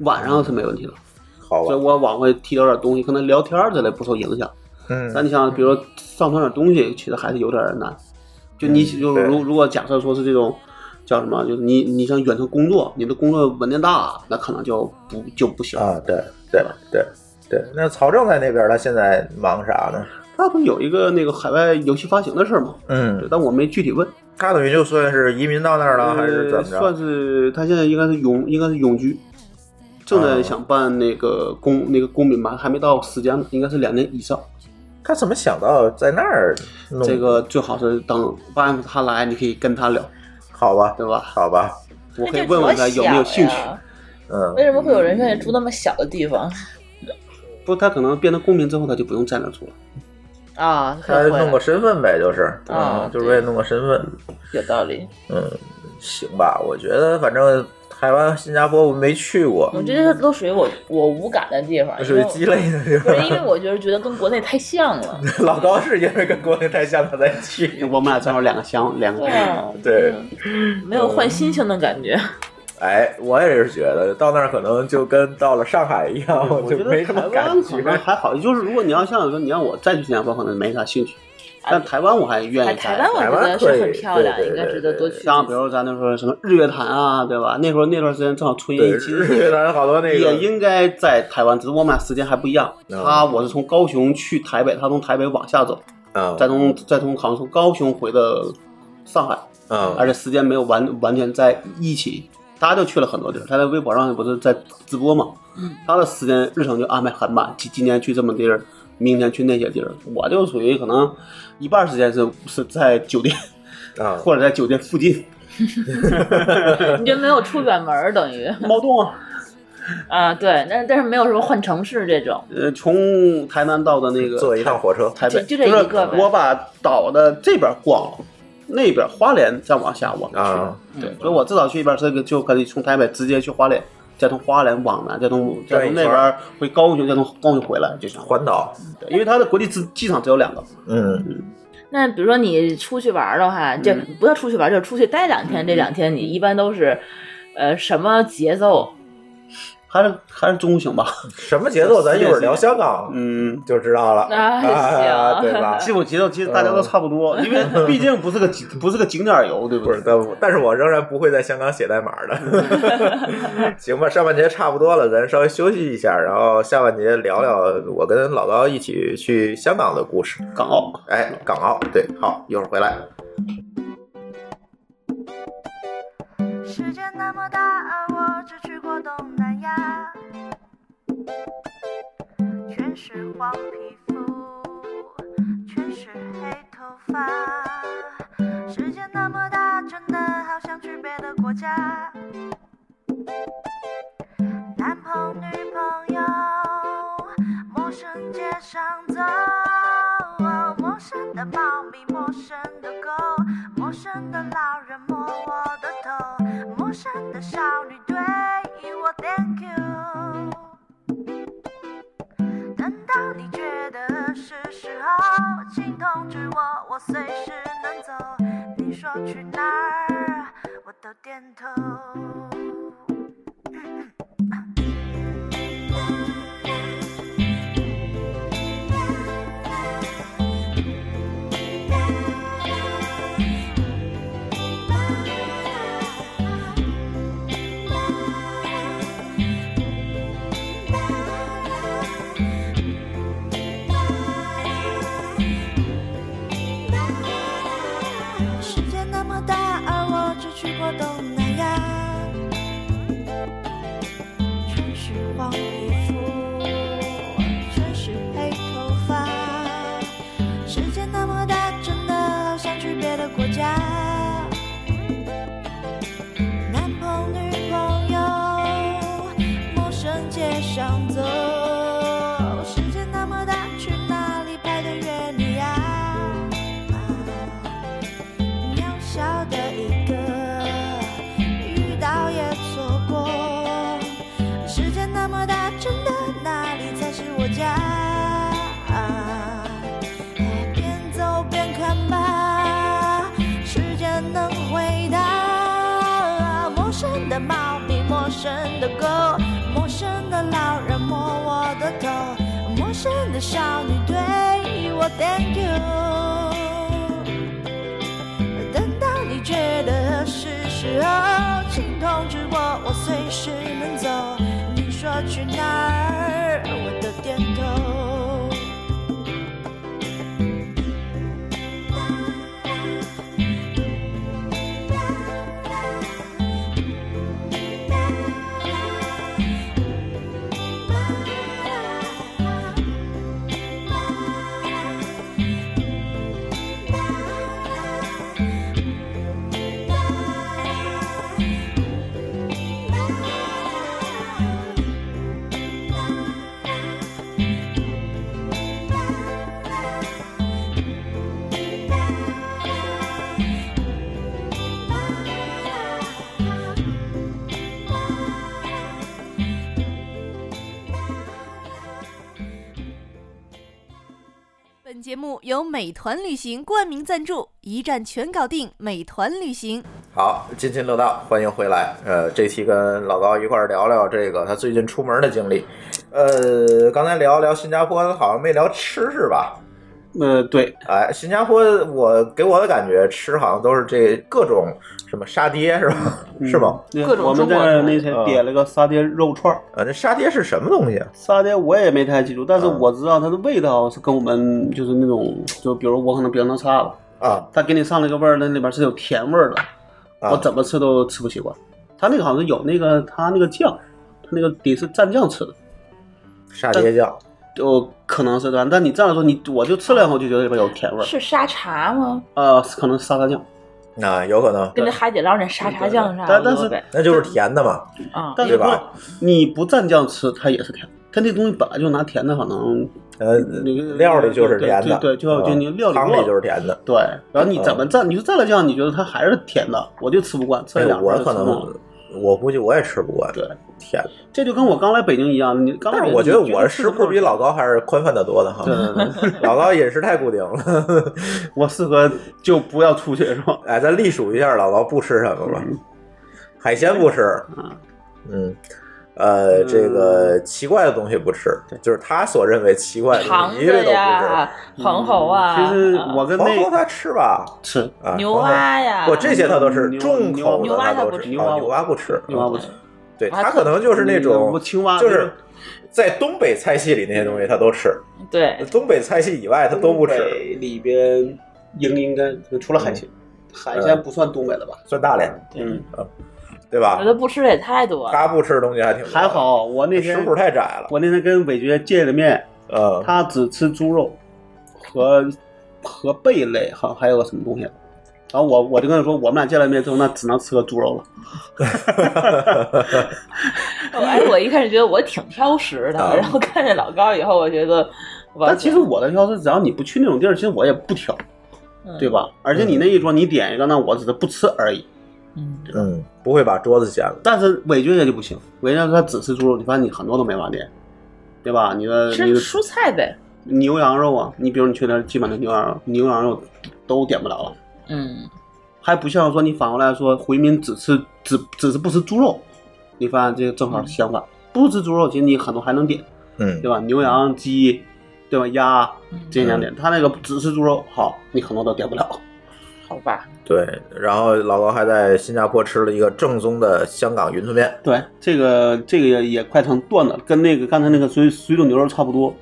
H: 晚上是没问题的，
G: 好
H: 所以
G: 吧，
H: 我往回提溜点东西，可能聊天儿之类不受影响。但
G: 嗯
H: 你想，比如说上传点东西，其实还是有点难。就你
G: 嗯
H: 就是如如果假设说是这种叫什么，就是你你想远程工作，你的工作文件大，那可能就不就不行。
G: 啊，对对对对，那曹正在那边，他现在忙啥呢？
H: 他不是有一个那个海外游戏发行的事儿吗？对
G: 嗯，
H: 但我没具体问。
G: 他等于就算是移民到那儿了，还是
H: 呃
G: 怎么
H: 算
G: 着？
H: 是他现在应该是永应该是永居，正
G: 啊
H: 在想办那个公那个公民吧，还没到时间呢，应该是两年以上。
G: 他怎么想到在那儿弄
H: 这个最好是等万夫他来，你可以跟他聊，
G: 好吧？
H: 对吧？
G: 好吧，
H: 我可以问问他有没有兴趣。
G: 嗯
C: 啊为，什么会有人愿意住那么小的地方
H: 不，他可能变成公民之后，他就不用再来住了。
C: 啊？可
G: 他
C: 能会
G: 弄个身份呗，就是，
C: 啊
G: 嗯，就是为了弄个身份，
C: 有道理，
H: 嗯
G: 行吧？我觉得反正台湾、新加坡我没去过，
C: 我觉得都属于我我无感的地方，
G: 属于鸡肋的地
C: 嗯因为。不是因为
G: 方。
C: 我觉得觉得跟国内太像了，
G: 老高是因为跟国内太像，他才去。
H: 我们俩正好两个乡，两个
C: 对啊，
G: 对，
C: 没有换心情的感觉。
G: 哎，我也是觉得到那儿可能就跟到了上海一样，
H: 我
G: 就
H: 觉得
G: 没什么
H: 台湾
G: 感
H: 可
G: 觉。
H: 能还好，就是如果你要像说你让我再去新加坡，可能没啥兴趣。但啊台湾我还愿
C: 台
H: 意
C: 台
H: 再
C: 湾我
H: 来。
C: 觉得是很漂亮，
G: 台湾可以
C: 应该值得多去几次。
H: 像比如咱那时候什么日月潭啊，对吧？那时候那段时间正好春
G: 对，
H: 运期间，
G: 日本好多那
H: 也
G: 个，
H: 应该在台湾，只是我们俩时间还不一样。
G: 嗯
H: 他我是从高雄去台北，他从台北往下走，
G: 嗯
H: 再从再从好像从高雄回的上海，
G: 嗯，
H: 而且时间没有完完全在一起。大家就去了很多地儿，他在微博上不是在直播嘛，他的时间日程就安排很满，今今天去这么地儿，明天去那些地儿。我就属于可能一半时间是是在酒店
G: 啊，
H: 或者在酒店附近
C: 你就没有出远门儿，等于
H: 猫洞啊，
C: 啊，对，但但是没有什么换城市这种，
H: 呃，从台南到的那个
G: 坐一趟火车，
H: 台北，
C: 就就这一个呗
H: 是我把岛的这边逛了，那边花莲再往下我没去，
G: 啊
C: 嗯
H: 对，所以我至少去一边这个就可以从台北直接去花莲，再从花莲往南，再从再从那边回高雄，再从高雄回来就行了。
G: 环岛，
H: 对因为它的国际机机场只有两个，
G: 嗯，
C: 那比如说你出去玩儿的话，就
H: 嗯
C: 不要出去玩儿，就是出去待两天。这两天你一般都是，呃，什么节奏？
H: 还是还是 中型吧，
G: 什么节奏？咱一会儿聊香港
H: 嗯。
G: 就知道了，
C: 啊
G: 啊，
C: 行
G: 对吧？
H: 这我节奏其实大家都差不多，因为毕竟不是个景不是个景点游，对不
G: 嗯不
H: 对
G: 是，？但 我但是我仍然不会在香港写代码的。 行吧，上半节差不多了，咱稍微休息一下，然后下半节聊聊我跟老高一起去香港的故事。
H: 港澳
G: 哎，港澳，对，好，一会儿回来。
I: 世界那么大，我只去过东南亚，全是黄皮肤，全是黑头发。世界那么大，真的好想去别的国家。男朋女朋友，陌生街上走，陌生的猫咪，陌生的狗，陌生的老人摸我的头，陌生的少女对我 Thank you。等到你觉得是时候，请通知我，我随时能走。你说去哪儿，我都点头。世界那么大，而我只去过东南亚，全是黄皮肤，全是黑头发。世界那么大，真的好想去别的国家。男朋女朋友，陌生街上走，世界那么大，去哪里排队约你呀？啊渺小的一个，遇到也错过。世界那么大，真的哪里才是我家？啊哎边走边看吧，时间能回答。陌生的猫咪，陌生的狗，陌生的老人摸我的头，陌生的少女对我 Thank you。等到你觉得是时候，请通知我，我随时能走。你说去哪儿，我都点头。
A: 本节目由美团旅行冠名赞助，一站全搞定。美团旅行，
G: 好，津津乐道，欢迎回来。呃，这期跟老高一块儿聊聊这个他最近出门的经历。呃，刚才聊聊新加坡，好像没聊吃是吧？
H: 呃，对，
G: 哎，新加坡我给我的感觉，吃好像都是这各种什么沙爹是吧？
H: 嗯
G: 是吗？嗯
H: 对
C: 各种
H: 我们
C: 中国菜
H: 在那天点了个沙爹肉串儿，
G: 啊，那沙爹是什么东西啊？
H: 沙爹我也没太记住，但是
G: 嗯
H: 我知道它的味道是跟我们就是那种，就比如我可能比较能差了，
G: 啊，
H: 它给你上了一个味儿，那里边是有甜味儿的，
G: 啊
H: 我怎么吃都吃不习惯。它那个好像有那个它那个酱，它那个得是蘸酱吃的，
G: 沙爹酱
H: 就可能是蘸。但你这样说，你我就吃了以后就觉得里边有甜味儿，
C: 是沙茶吗？
H: 呃，可能是沙拉酱。
G: 啊，有可能，
C: 跟那海底捞那沙茶酱啥
H: 对
C: 的
H: 但
C: 有呗？
G: 那就是甜的嘛。
C: 啊，
H: 但是
G: 对吧
H: 不你不蘸酱吃，它也是甜。它那东西本来就拿甜的，可能
G: 呃，
H: 那个
G: 料里就是甜的，
H: 对对对就
G: 啊
H: 就你料里
G: 汤
H: 过
G: 里
H: 了
G: 就是甜的。
H: 对。然后你怎么蘸，你就蘸了酱，你觉得它还是甜的，我就吃不惯，吃了
G: 嗯哎
H: 两
G: 我
H: 份就
G: 可
H: 吃不
G: 能
H: 了。，
G: 我估计我也吃不惯
H: 对，
G: 甜的。
H: 这就跟我刚来北京一样，你刚来
G: 但
H: 北
G: 是
H: 京
G: 我觉得我
H: 吃
G: 食谱比老高还是宽泛的多的哈。
H: 对对对，
G: 老高饮食太固定了。
H: 我适合就不要出去是吧？
G: 哎，咱隶属一下老高不吃什么吧。海鲜不吃，嗯，呃，
H: 嗯
G: 这个奇怪的东西不吃，就是他所认为奇怪的东
C: 肠
G: 西一律都
C: 子
G: 不吃。
C: 呀， 黄喉
H: 嗯
C: 啊，
H: 其实我跟
G: 黄喉
H: 那
G: 他吃吧，
H: 吃
G: 啊，
C: 牛
G: 黄喉
C: 蛙呀，嗯
G: 不，这些他都是
H: 牛
G: 重口
C: 牛
G: 的，
C: 蛙
G: 他
C: 他
G: 都
C: 不
G: 吃。
C: 吃
G: 牛蛙，牛蛙不吃，
H: 牛蛙不吃，
G: 对
C: 我还
G: 他
C: 特
G: 可能就是那种
H: 嗯青蛙
G: 就是在东北菜系里那些东西他都吃，
C: 对，
G: 东北菜系以外他都不吃，
H: 里边应应该除了海鲜，
G: 嗯
H: 海鲜不算东北的吧？
G: 算大连，
H: 嗯，
G: 对
C: 我
H: 啊
G: 吧？
C: 都不吃的也太多了。
G: 他不吃的东西还挺多的
H: 还，好我那
G: 食
H: 天
G: 谱太窄了。
H: 我那天跟伟觉见了面，
G: 嗯，
H: 他只吃猪肉和和贝类，好像还有个什么东西。啊然后我我就跟他说，我们俩见了面之后，那只能吃个猪肉了。
C: 哎，我一开始觉得我挺挑食的，
G: 啊
C: 然后看见老高以后，我觉得我，
H: 但其实我的挑是，只要你不去那种地儿，其实我也不挑，
C: 嗯
H: 对？吧？而且你那一桌你点一个，那我只是不吃而已。
C: 嗯，
G: 嗯，不会把桌子掀了。
H: 但是伟觉也就不行，伟觉他只吃猪肉，你发现你很多都没法点，对吧？你
G: 呃
H: 的你
C: 吃
H: 的
C: 蔬菜呗。
H: 牛羊肉啊，你比如你去那儿，基本的牛羊肉牛羊肉都点不了了，
C: 嗯，
H: 还不像说你反过来说回民只吃只只是不吃猪肉，你发现这个正好相反，不吃猪肉其实你很多还能点，
G: 嗯
H: 对，吧？牛羊鸡，对吧？鸭这两点，他那个只吃猪肉好，你很多都点不了。
C: 好吧，
G: 对。然后老高还在新加坡吃了一个正宗的香港云吞面，
H: 对，这个这个也也快成段子了，跟那个刚才那个水水煮牛肉差不多，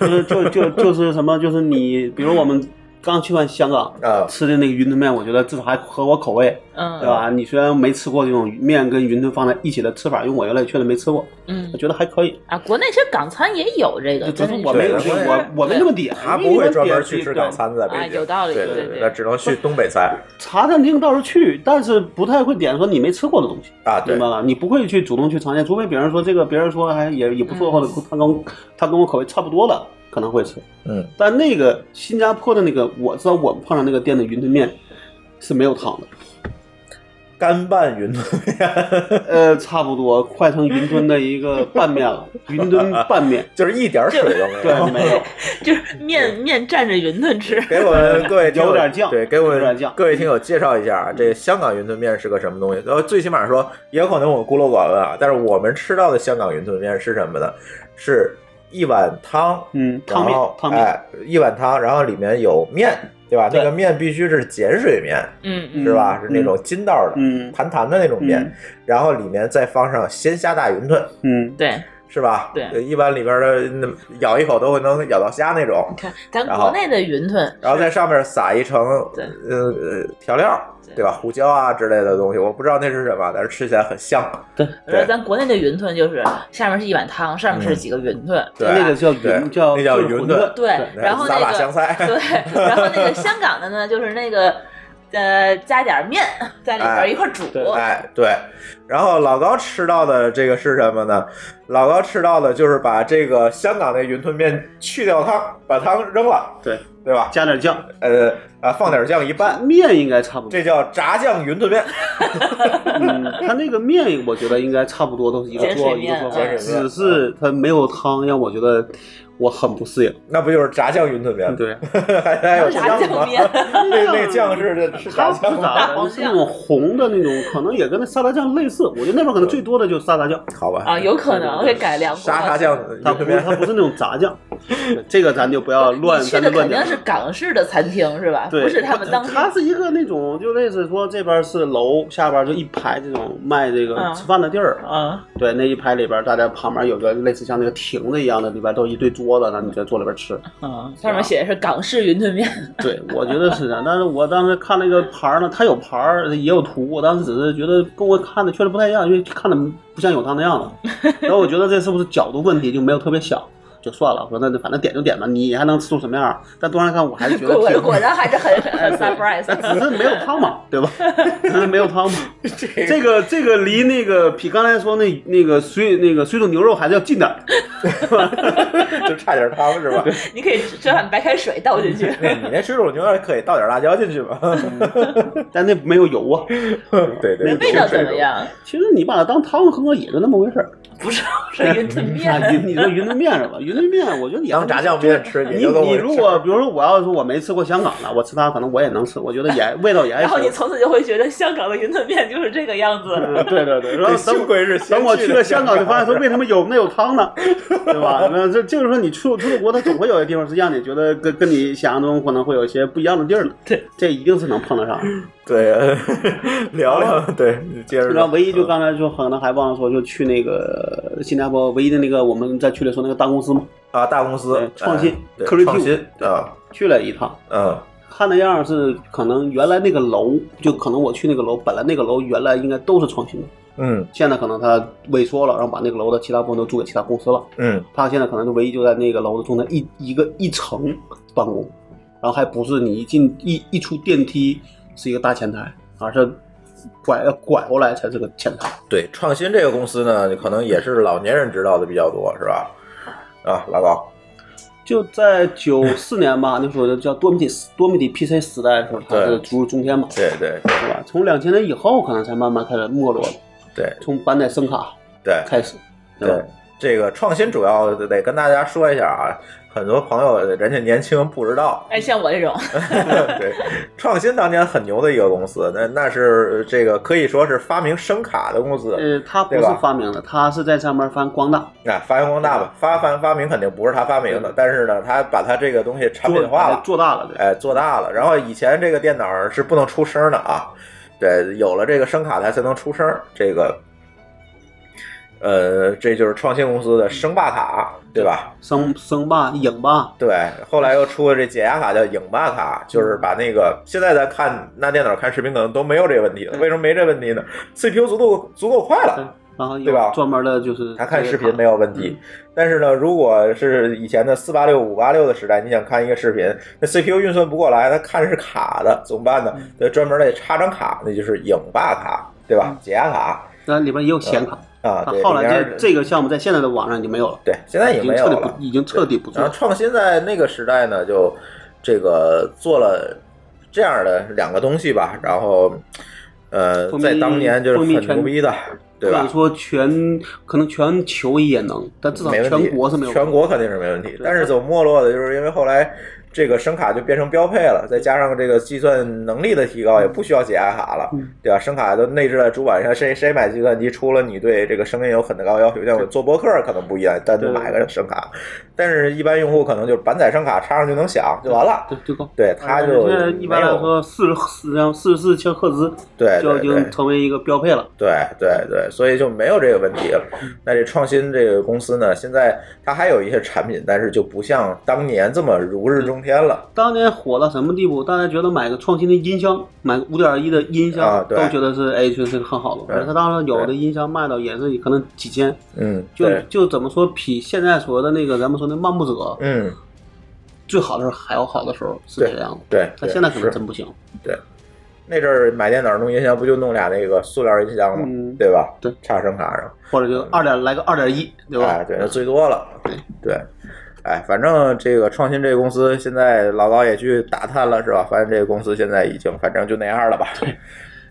H: 就是就就就是什么，就是你比如我们刚去完香港
G: 啊
H: 吃的那个云吞面，我觉得至少还合我口味，对
C: 嗯
H: 吧？你虽然没吃过这种面跟云吞放在一起的吃法，因为我原来确实没吃过，
C: 嗯
H: 我觉得还可以。
C: 啊，国内其实港餐也有这个，
H: 只是
C: 是
H: 我没有
G: 对
H: 去
G: 对
H: 我我没那么点，啊
G: 他
H: 因为
G: 不
H: 一
G: 会
H: 般
G: 专门
H: 点
G: 去
H: 对
G: 吃港餐的在
C: 啊
G: 北京，
C: 有道理
G: 对
C: 对
G: 对，
C: 对
G: 那只能去东北菜
H: 茶餐厅倒是去，但是不太会点说你没吃过的东西，
G: 啊，对
H: 明白，吧？你不会去主动去尝鲜，除非别人说这个，别人说还也也不错，
C: 嗯
H: 或者他跟我他跟我口味差不多了，可能会吃。
G: 嗯
H: 但那个新加坡的那个，我知道我们碰上那个店的云吞面是没有汤的，
G: 干拌云吞面，
H: 呃，差不多快成云吞的一个拌面了，云吞拌面。
G: 就是一点水都没有
H: 对，。没有。
C: 就是面面蘸着云 吞吃。
G: 给我们各位听友
H: 有点酱
G: 对，给我
H: 有点
G: 们
H: 酱嗯
G: 各位听友介绍一下，这香港云吞面是个什么东西？呃，最起码说，也有可能我孤陋寡闻啊，但是我们吃到的香港云吞面是什么呢？是一碗汤，
H: 嗯，汤面
G: 然后，
H: 汤面，
G: 哎，一碗汤，然后里面有面，对吧？
H: 对
G: 那个面必须是碱水面，
C: 嗯
H: 嗯
G: 是吧？是那种筋道的、
H: 嗯
G: 弹弹的那种面，
H: 嗯
G: 然后里面再放上鲜虾大云吞，
H: 嗯，
C: 对，
G: 是吧？
C: 对
G: 呃一般里边的那咬一口都会能咬到虾那种
C: 你，看咱
G: 然后
C: 国内的云吞，
G: 然后在上面撒一层
C: 对
G: 呃呃调料，
C: 对
G: 对吧？胡椒啊之类的东西，我不知道那是什么，但是吃起来很香。
C: 我说咱国内的云吞就是下面是一碗汤，上面是几个云吞，
G: 嗯对
H: 那个叫
G: 对
H: 云叫
G: 那叫
H: 就是
G: 云
H: 馄
G: 吞
H: 饨，
C: 对，哎然后
G: 撒
C: 那
G: 把
C: 个
G: 香菜
C: 对，然后那个香港的呢，就是那个呃加点面在里
G: 哎
C: 边一块煮，
H: 对
G: 哎，对，然后老高吃到的这个是什么呢？老高吃到的就是把这个香港的云吞面去掉汤，把汤扔了，
H: 对，
G: 对吧？
H: 加点酱，
G: 呃啊，放点酱一拌，
H: 呃面应该 差不多。
G: 这叫炸酱云吞面。
H: 嗯，它那个面我觉得应该差不多都是一个
C: 碱
H: 做
C: 水
H: 一个
C: 面
H: 做
C: 嗯碱
H: 法，
G: 水面
H: 只是它没有汤，让我觉得我很不适应。
G: 那不就是炸酱云吞面？，
H: 对，
G: 还还有
C: 炸
G: 酱
C: 酱
G: 吗？
C: 面，
G: 那那酱是的是炸
H: 啊
G: 酱吗？
H: 炸的是那种红的那种，可能也跟那沙拉酱类似。我觉得那边可能最多的就是沙拉酱，
G: 好 吧
C: 啊，有可能我给改良过。
G: 沙茶酱云
H: 它
G: 吞
H: 不是
G: 面
H: 它不是那种炸 酱，这个咱就不要乱，
C: 你去
H: 咱
C: 的
H: 就乱
C: 肯
H: 讲。
C: 定是港式的餐厅是吧？
H: 对，
C: 不是他们当地
H: 它是一个那种就类似说这边是楼，下边就一排这种卖这个
C: 嗯
H: 吃饭的地儿。
C: 啊，
H: 对，那一排里边，大家旁边有个类似像那个亭子一样的，里边都一堆桌子，然后你在坐里边吃。
C: 嗯，上面写的是港式云吞面，
H: 对，我觉得是这样。但是我当时看那个牌儿呢，它有牌儿也有图，我当时只是觉得跟我看的确实不太一样，因为看的不像有汤那样 的。然后我觉得这是不是角度问题，就没有特别想，就算了。我说那反正点就点吧，你还能吃出什么样儿？但端上看我还是觉得
C: 果
H: 挺。
C: 果然还是很很
H: 只
C: surprise。
H: 是没有汤嘛，对吧？ 只是没有汤嘛。
G: 这
H: 这个这个离那个比刚才说那那个水那个水煮牛肉还是要近点儿。
G: 就差点汤是吧？哎
C: 你可以整碗白开水倒 进去。
G: 那你那水煮牛肉可以倒点辣椒进去吗？
H: 嗯但那没有油啊。
G: 对对，
C: 味道怎么？样？
H: 其实你把它当汤喝也就那么回事儿。
C: 不是，是云吞
H: 啊，
C: 面。
H: 你你说云吞面是吧？云吞面，我觉得也
G: 当炸酱面吃也
H: 你
G: 就那么
H: 你
G: 回事
H: 如果比如说我要说我没吃过香港的，我吃它可能我也能吃，我觉得 也味道也还
C: 然后你
H: 行。
C: 从此就会觉得香港的云吞面就是这个样子了。
H: 嗯对对对，然
G: 对
H: 后等
G: 幸亏是先
H: 等我
G: 去
H: 去
G: 了
H: 了香港，
G: 香
H: 就发现说为什么有那有 汤呢，对吧？那这就是说你出出了国，它总会有些地方是让你觉得跟跟你想象中可能会有一些不一样的地儿的。
C: 对，，
H: 这一定是能碰得上的。
G: 对，聊聊对，你接着
H: 然
G: 聊。
H: 后唯一就刚才说可能还忘了说，就去那个新加坡唯一的那个我们在去的时候那个大公司嘛，
G: 啊，大公司
H: 对创新
G: 嗯对
H: creative
G: 创新啊，
H: 去了一趟。
G: 嗯
H: 看那样儿是可能原来那个楼，就可能我去那个楼，本来那个楼原来应该都是创新的，
G: 嗯
H: 现在可能它萎缩了，然后把那个楼的其他部分都租给其他公司了。
G: 嗯，
H: 他现在可能就唯一就在那个楼的中间一一个一层办公，然后还不是你一进一一出电梯是一个大前台，而是拐呃拐过来才是个前台。
G: 对，创新这个公司呢，可能也是老年人知道的比较多，是吧？啊，老高，
H: 就在九四年吧，那时候叫多媒体多媒体 PC 时代的时候，它是
G: 对
H: 逐日中天嘛，
G: 对对对
H: 是吧？从两千年以后，可能才慢慢开始没落了，
G: 对
H: 从板载声卡
G: 对，
H: 开始，呃吧
G: 对，这个创新主要得跟大家说一下啊，很多朋友人家年轻不知道
C: 哎，像我这
H: 啊
C: 种，
G: 对，创新当年很牛的一个公司，那那是这个可以说是发明声卡的公司，
H: 呃，他不
G: 对
H: 是
G: 吧
H: 发明的，他是在上面翻光大，
G: 那、啊发扬光大
H: 嗯
G: 吧，发发发明肯定不是他发明的，但是呢，他把他这个东西产
H: 做
G: 品化了，
H: 嗯做大了，对，
G: 哎，做大了。然后以前这个电脑是不能出声的啊，对，有了这个声卡它才能出声。这个，呃，这就是创新公司的声霸卡，对吧？
H: 声声霸、影霸，
G: 对，后来又出了这解压卡，叫影霸卡，就是把那个现在咱看拿电脑看视频，可能都没有这个问题了。
H: 嗯
G: 为什么没这问题呢？CPU 足够足够快了，
H: 然后有
G: 对吧
H: 专门的就是
G: 他看视频没
H: 有？
G: 有问题。但是呢，如果是以前的四八六、五八六的时代，你想看一个视频，那 CPU 运算不过来，它看是卡的，怎么办呢？
H: 嗯
G: 得专门得插张卡，那就是影霸卡，对吧？解压卡
H: 但里边也有显卡，
G: 啊，
H: 它
G: 对，
H: 嗯后来
G: 里
H: 这
G: 面
H: 这个项目在现在的网上已经没有了，
G: 对现在
H: 已
G: 也
H: 经
G: 没有
H: 彻底
G: 了
H: 不，已经彻底不做
G: 然后
H: 了。
G: 创新在那个时代呢，就这个做了这样的两个东西吧，然后呃，
H: 风靡
G: 在当年就是
H: 风靡
G: 很
H: 全
G: 牛逼的，对
H: 或
G: 吧
H: 者？说全可能全球也能，但至少
G: 没问题
H: 全国是没有。
G: 全国肯定是没问题
H: 对。
G: 但是走没落的，就是因为后来这个声卡就变成标配了，再加上这个计算能力的提高，也不需要解压卡
H: 嗯
G: 了，对吧？声卡都内置在主板上，谁谁买计算机，除了你对这个声音有很高要求，像我做播客可能不一样，单独
H: 对
G: 买个声卡，但是一般用户可能就是板载声卡插上就能响就完了。
H: 对，就够。
G: 对，它就
H: 现在哎一般来说，四十四四十四千赫兹
G: 对
H: 就
G: 对
H: 已
G: 对
H: 经成为一个标配了。
G: 对对对，所以就没有这个问题了。
H: 嗯
G: 那这创新这个公司呢，现在它还有一些产品，但是就不像当年这么如日中天了。
H: 当年火到什么地步？大家觉得买个创新的音箱，买五点一的音箱，
G: 啊
H: 都
G: 对
H: 觉得是哎，确实是个很好的。
G: 对
H: 而他当时有的音箱卖到也是可能几千，
G: 嗯，
H: 就
G: 对，
H: 就怎么说，比现在所谓的那个咱们说那漫步者、
G: 嗯，
H: 最好的时候还要好的时候是这样的。
G: 对。
H: 但
G: 对
H: 现在可能
G: 是
H: 真不行。
G: 那阵儿买电脑弄音箱，不就弄俩那个塑料音箱吗？
H: 嗯
G: 对吧？
H: 对，
G: 插声卡上。
H: 或者就二点来个二点一，对吧？啊
G: 哎，对，那最多了
H: 对。
G: 对，哎，反正这个创新这个公司，现在老高也去打探了，是吧？发现这个公司现在已经反正就那样了吧。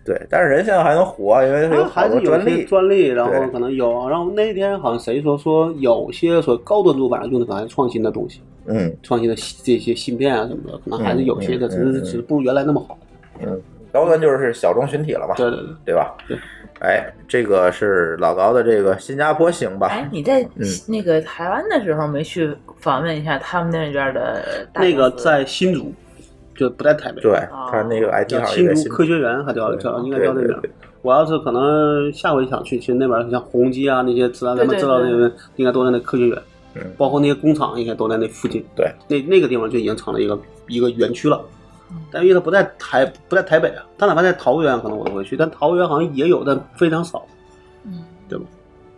G: 对，但是人现在还能活，因为它
H: 它
G: 好
H: 还
G: 多
H: 是有
G: 专
H: 一
G: 利
H: 些。专利，然后
G: 对
H: 可能有，啊然后那天好像谁说说有些说高端主板用的可能还是创新的东西，
G: 嗯
H: 创新的这些芯片啊什么的，可能还是有些的，
G: 嗯嗯
H: 只是
G: 嗯嗯
H: 只是不如原来那么好。
G: 嗯，高端就是小众群体了嘛，
H: 对对对，
G: 对吧
H: 对？
G: 哎，这个是老高的这个新加坡行吧？
C: 哎，你在
G: 嗯
C: 那个台湾的时候没去访问一下他们那边的大
H: 那个
C: 公司
H: 在新竹，就不在台北，
G: 对，他那个 IT
H: 叫
G: 行业
H: 新
G: 的
H: 竹
G: 新
H: 科学园还叫
G: 对
H: 叫应该
G: 对
H: 叫那
G: 对
H: 边
G: 对。
H: 我要是可能下回想去，其实那边儿像宏基啊那些，知道咱
C: 对
H: 们
C: 对
H: 知道那
C: 对
H: 边应该都在那科学园
G: 嗯，
H: 包括那些工厂应该都在那附近。
G: 对，
H: 那那个地方就已经成了一个一个园区了。
C: 嗯
H: 但因为它不在台不在台北啊，它哪怕在桃园可能我都会去，但桃园好像也有，但非常少。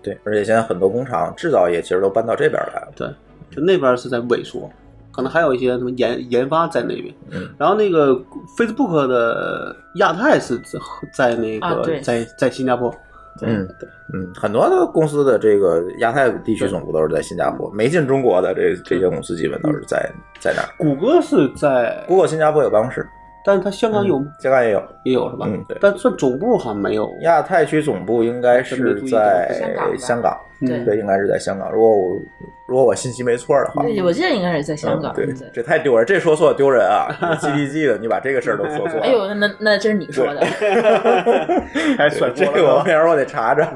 G: 对，而且现在很多工厂制造业其实都搬到这边来了。
H: 对，就那边是在萎缩，可能还有一些什么研研发在那边。
G: 嗯
H: 然后那个 Facebook 的亚太是在在那个、
C: 啊对
H: 在在新加坡。
G: 嗯嗯，很多的公司的这个亚太地区总部都是在新加坡，没进中国的这这些公司基本都是在在那儿。
H: 谷歌是在，
G: Google 新加坡有办公室，
H: 但是它香港有吗、
G: 嗯香港也有。
H: 也有是吧？
G: 嗯对
H: 但算总部好像 没有。
G: 亚太区总部应该是在
C: 香港吧
G: 香港，
H: 嗯
G: 对，应该是在香港。如果我如果我信息没错的话，
C: 对，我记得应该是在香港。
G: 嗯对，这太丢人，这说错丢人啊！GDG 的，你把这个事儿都说错了。
C: 哎呦，那那那这是你说的，
H: 还
G: 对这个我明儿我得查查，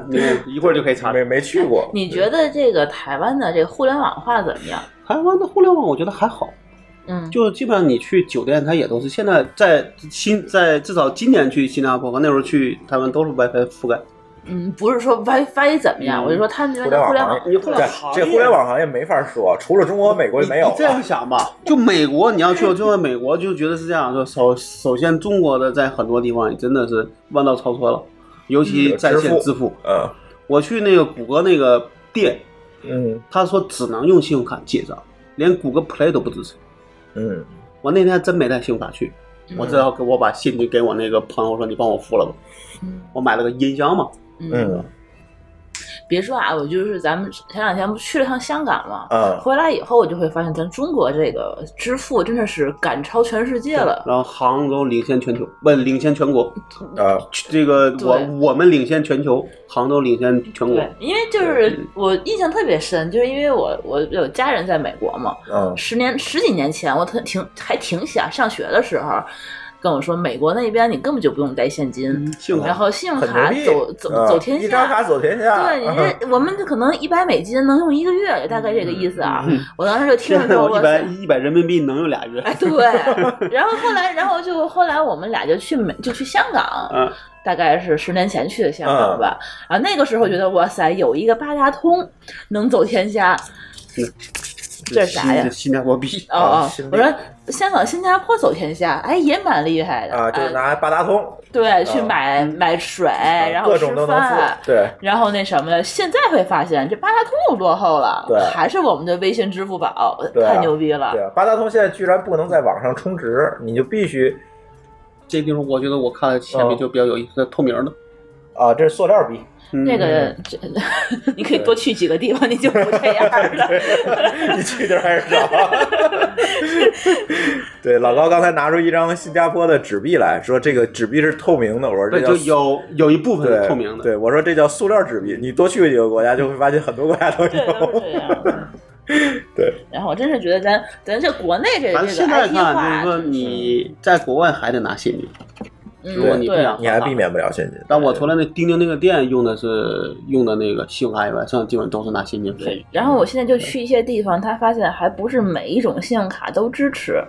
H: 一会儿就可以查。
G: 没没去过。
C: 你觉得这个台湾的这个互联网化怎么样？
H: 台湾的互联网我觉得还好，
C: 嗯，
H: 就基本上你去酒店，它也都是现在在新在至少今年去新加坡和那时候去台湾都是 WiFi 覆盖。
C: 嗯，不是说 WiFi 怎么样，
H: 嗯
C: 我就说他们那
G: 互
C: 边
G: 联
C: 的互
G: 网
C: 联
G: 行
C: 网
G: 业，，
H: 你
G: 这这
H: 互联网行业
G: 互联网行业没法说，除了中国，美国就没有啊
H: 你这样
G: 了。
H: 想吧，就美国，你要去最后美国，就觉得是这样说。首首先，中国的在很多地方真的是弯道超车了，尤其在线支付。
G: 嗯
H: 我去那个谷歌那个店，
G: 嗯
H: 他说只能用信用卡结账，连谷歌 Play 都不支持。
G: 嗯，
H: 我那天还真没带信用卡去，我只好给我把信就给我那个朋友说，你帮我付了吧。我买了个音箱嘛，
G: 嗯，
C: 别说啊，我就是咱们前两天不去了趟香港嘛，
G: 嗯
C: 回来以后我就会发现，咱中国这个支付真的是赶超全世界了。
H: 然后杭州领先全球，不领先全国，
G: 啊，
H: 这个
C: 对
H: 我我们领先全球，杭州领先全国
C: 对。，嗯因为就是我印象特别深，就是因为我我有家人在美国嘛，
G: 嗯
C: 十年十几年前，我特挺还挺想上学的时候，跟我说美国那边你根本就不用带现金，
H: 嗯信用卡
C: 然后信用
G: 很牛
C: 卡
G: 逼，
C: 走走、
H: 啊
G: 嗯
C: 走天
G: 一张卡
C: 下。
G: 走天下。嗯
C: 对，你这我们可能一百美金能用一个月，大概这个意思啊。我当时就听
H: 嗯现
C: 了之
H: 在
C: 后，
H: 我一
C: 哇
H: 百
C: 塞
H: 一百人民币能用俩月，
C: 哎，对。然后后来，然后就后来我们俩就去美，就去香港，
H: 嗯
C: 大概是十年前去的香
H: 啊
C: 港吧。然后那个时候觉得，哇塞，有一个八达通能走天下，这是啥呀
H: 新新加坡币
C: 哦
G: 啊
C: 哦
G: 新，
C: 我说香港、新加坡走天下，哎，也蛮厉害的
G: 啊，就是拿八达通，
C: 对，去
G: 啊
C: 买买水，哎然后
G: 各
C: 吃
G: 种都能付
C: 饭。。
G: 对，
C: 然后那什么，现在会发现这八达通又落后了，
G: 对
C: 还是我们的微信、支付宝
G: 对啊
C: 太牛逼了
G: 对。啊，八达通现在居然不能在网上充值，你就必须
H: 这地方我觉得我看前面就比较有意思，透明的。
G: 啊，这是塑料币，
H: 嗯
C: 那个，
G: 嗯
C: 这 你可以多去几个地方，你就不这样 了。
G: 你去地儿还少。 对，老高刚才拿出一张新加坡的纸币来说，这个纸币是透明的。我说这
H: 对，
G: 叫
H: 就有有一部分
G: 对
H: 是透明的。
G: 对，我说这叫塑料纸币。你多去几个国家，就会发现很多国家都
C: 对，都是
G: 有。
C: 这样的。
G: 对。
C: 然后我真是觉得咱咱这国内这这
H: 反
C: 个
H: 正现在
C: IT
H: 看，
C: 化
H: 就是，说你在国外还得拿现金，
C: 嗯
H: 如果你不
C: 对
H: 想，
G: 你还避。免不了现金。
H: 但我除了那钉钉那个店用的是用的那个信用卡以外，剩下基本都是拿现金付。
C: 对，然后我现在
G: 嗯
C: 就去一些地方，他发现还不是每一种信用卡都支持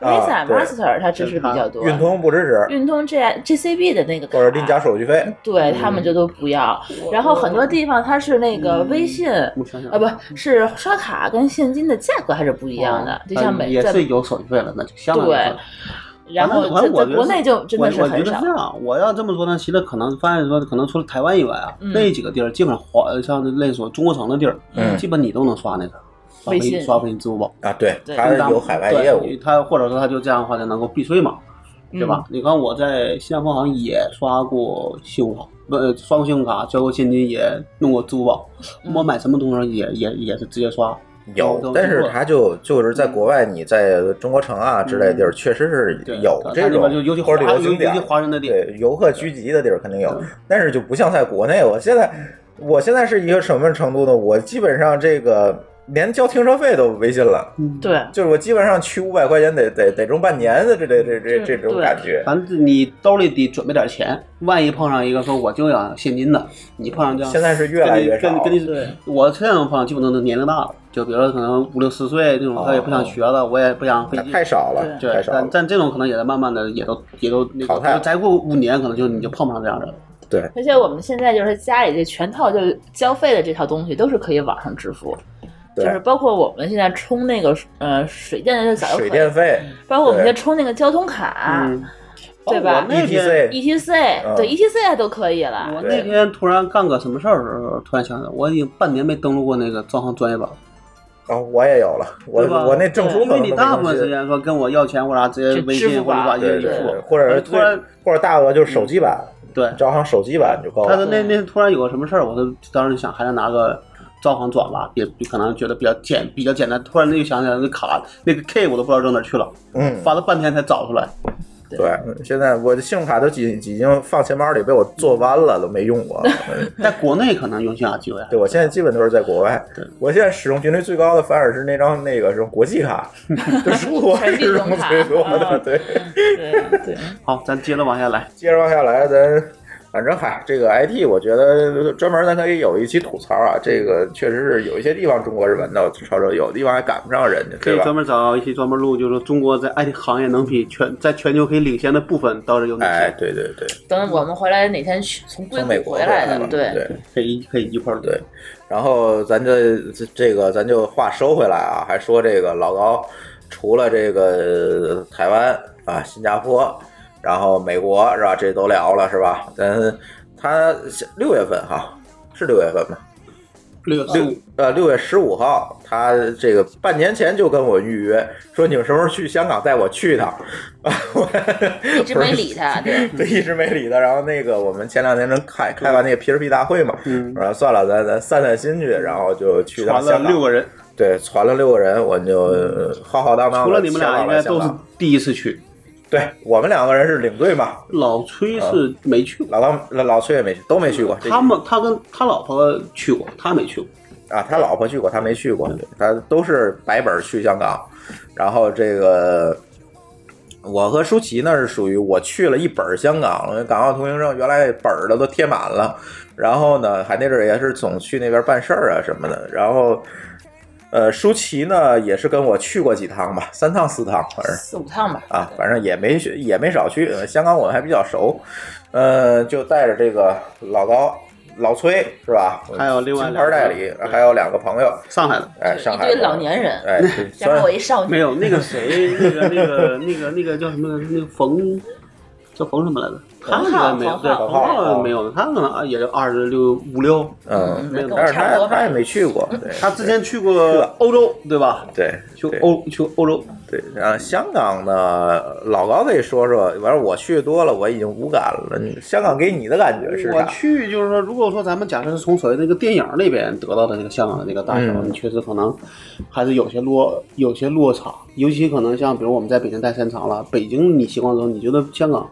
C: ，Visa、
G: 啊对
C: Master 它支持比较多，
G: 运通不支持，
C: 运通 G GCB 的那个卡
G: 或者另加嗯手续费。
C: 对他们就都不要。然后很多地方它是那个
H: 嗯
C: 微信。
H: 我想想
C: 啊，不是刷卡跟现金的价格还是不一样的，就像
H: 嗯
C: 美
H: 也
C: 在
H: 是有手续费了，那就相当于
C: 对然后
H: 反
C: 在
H: 正我
C: 在
H: 觉得
C: 国内就真的是
H: 我我
C: 很
H: 觉得
C: 少
H: 这。样，我要这么说呢，其实可能发现说，可能除了台湾以外啊，
C: 嗯
H: 那几个地儿基本上华像类似中国城的地儿，
G: 嗯
H: 基本你都能刷那个，刷
C: 微
H: 微
C: 信
H: 刷微信、支付宝，
G: 啊，对，
C: 对
G: 它有海外业务
H: 对，它或者说它就这样的话才能够避税嘛，
C: 嗯
H: 对吧？你看我在新加坡好像也刷过信用卡，不、呃，
C: 嗯
H: 刷过信用卡，交过现金，也弄过支付宝，我买什么东西也也也是直接刷。
G: 有，但是他就就是在国外，你在中国城啊之类的地儿，确实是
H: 嗯对
G: 有
H: 它它
G: 这
H: 那
G: 种
H: 边就尤其
G: 或者旅
H: 华
G: 游
H: 尤
G: 景点
H: 尤其华人的地儿
G: 对游客聚集的地儿肯定有
H: 对，
G: 但是就不像在国内。我现在我现在是一个什么程度呢？我基本上这个连交停车费都违心了，
C: 对，
G: 就是我基本上去五百块钱得得得中半年的这这这这这种
C: 对
G: 感觉。
H: 反正你兜里得准备点钱，万一碰上一个说我就想现金的，你碰上这样，
G: 现在是越来越少
H: 跟你跟跟你，我现在碰上基本都是年龄大了，就比如说可能五六十岁这种，他也不想学了，我也不想费
G: 哦
H: 劲。
G: 太少了，
H: 对
G: 太，少
H: 但
G: 了。
H: 但这种可能也在慢慢的也都也都那
G: 淘汰了
H: 个，再过五年可能就你就碰不上这样的人了。
G: 对，
C: 而且我们现在就是家里这全套就交费的这套东西都是可以网上支付，就
G: 对
C: 是包括我们现在充那个呃水电的早就可
G: 水
C: 以，
G: 电费
C: 包括我们
G: 对
C: 现在充那个交通卡、
H: 嗯，
C: 啊对吧
H: 哦我那天
G: ETC
C: ETC，、
G: 嗯
C: 对，E ETC 都可以了
H: 我。那天突然干个什么事儿的时候，突然想起来，我已经半年没登录过那个招行专业版了，
G: 啊，我也有了，我
H: 嗯对吧
G: 我那证书
H: 因
G: 可
H: 为
G: 能
H: 你
G: 都没
H: 大
G: 更
H: 部分
G: 新
H: 时间说跟我要钱或者直接微
C: 就支
H: 信
C: 付
H: 或
C: 宝
H: 者把一
G: 对
H: 一
G: 对
H: 付
G: 对，，或者
H: 哎
G: 是
H: 突然
G: 最或者大额就是手机版，
H: 对，
G: 招行手机版就够
H: 但是
G: 了。
H: 那那突然有个什么事儿，我就当时想还是拿个招行转吧，也可能觉得比较简比较简单。突然就想起来那卡那个 K 我都不知道扔哪儿去了，
G: 嗯，
H: 翻了半天才找出来。
G: 对，现在我的信用卡都已已经放钱包里被我做弯了，都没用 过。嗯
H: 在国内可能用信用卡机会啊还
G: 对，我现在基本都是在国外。我现在使用频率最高的反而是那张那个什么国际 卡，就是我
C: 全
G: 使
C: 地
G: 用
C: 用卡
G: 最多的。
C: 啊
G: 对，
C: 对对，
H: 好，咱接着往下来。
G: 接着往下来，咱反正嗨，这个 IT 我觉得专门咱可以有一期吐槽啊。这个确实是有一些地方中国是闻到吐槽者，有的地方还赶不上人家，
H: 可
G: 对
H: 以
G: 吧
H: 专？门找一期专门录，就是说中国在 IT 行业能比全在全球可以领先的部分到底有哪
G: 哎
H: 些？，
G: 对对对，
C: 等我们回来哪天去从硅
G: 从美
C: 谷
G: 国
C: 回来的，
G: 嘛
C: 对
G: 对。
H: 可以可以一块儿
G: 对，然后咱这这这个咱就话收回来啊，还说这个老高除了这个呃台湾啊、新加坡，然后美国是吧？这都聊了是吧？咱他六月份哈、是六月份吧？
H: 六月十
G: 六
H: 五，
G: 呃六月十五号，他这个半年前就跟我预约，说你们什么时候去香港，带我去一趟。啊， 我
C: 一直没理他，对，
G: 对，一直没理他。然后那个我们前两天正开开完那个 P2P 大会嘛，
H: 嗯
G: 然后算了，咱咱散散心去，然后就去趟
H: 传
G: 香
H: 了
G: 港。
H: 六个人，
G: 对，传了六个人，我就呃浩浩荡荡地
H: 除了你
G: 前
H: 们俩，
G: 往
H: 应
G: 了
H: 该
G: 香
H: 都是
G: 港
H: 第一次去。
G: 对我们两个人是领队嘛，
H: 老崔是没去过，
G: 老高老老崔也没去，啊都没去过。这
H: 他们他跟他老婆去过，他没去过。
G: 啊，他老婆去过，他没去过，他都是白本儿去香港。然后这个我和舒淇呢是属于我去了一本儿香港，港澳通行证原来本儿的都贴满了，然后呢还那阵儿也是总去那边办事儿啊什么的。然后呃，舒淇呢也是跟我去过几趟吧，三趟四趟反正。
C: 四五趟吧，
G: 啊，反正也没去也没少去。呃香港我们还比较熟，呃，就带着这个老高、老崔是吧？
H: 还有另外
G: 金
H: 两
G: 牌
H: 个
G: 代理
H: 对，
G: 还有两个朋友，
H: 上海的
G: 哎，
C: 对
G: 上
C: 一
G: 海
C: 堆
G: 的
C: 老年人，
G: 哎，对虽
C: 加上
G: 然
C: 我一 少
H: 没
C: 女，
H: 有那个谁，那个那个那个那个叫什么来着？那个冯叫冯什么来着？他应该没有，
C: 冯浩
H: 对，
C: 冯
H: 冯
G: 浩
H: 浩没有，他可能啊也就二十六五六。
G: 嗯，
C: 跟我
G: 但是
C: 差不
G: 他
C: 多嗯
G: 他
C: 吧
G: 也，没去过，对
H: 他之前去过欧洲，对吧？
G: 对
H: 去
G: 对
H: 欧去欧洲，
G: 对，然后香港呢，老高可以说说，反正我去多了，我已经无感了。你香港给你的感觉是
H: 我
G: 啥？
H: 去就是说，如果说咱们假设是从所谓那个电影那边得到的那个香港的那个大小，
G: 嗯
H: 你确实可能还是有些落有些落差，尤其可能像比如我们在北京待时间长了，北京你习惯之后，你觉得香港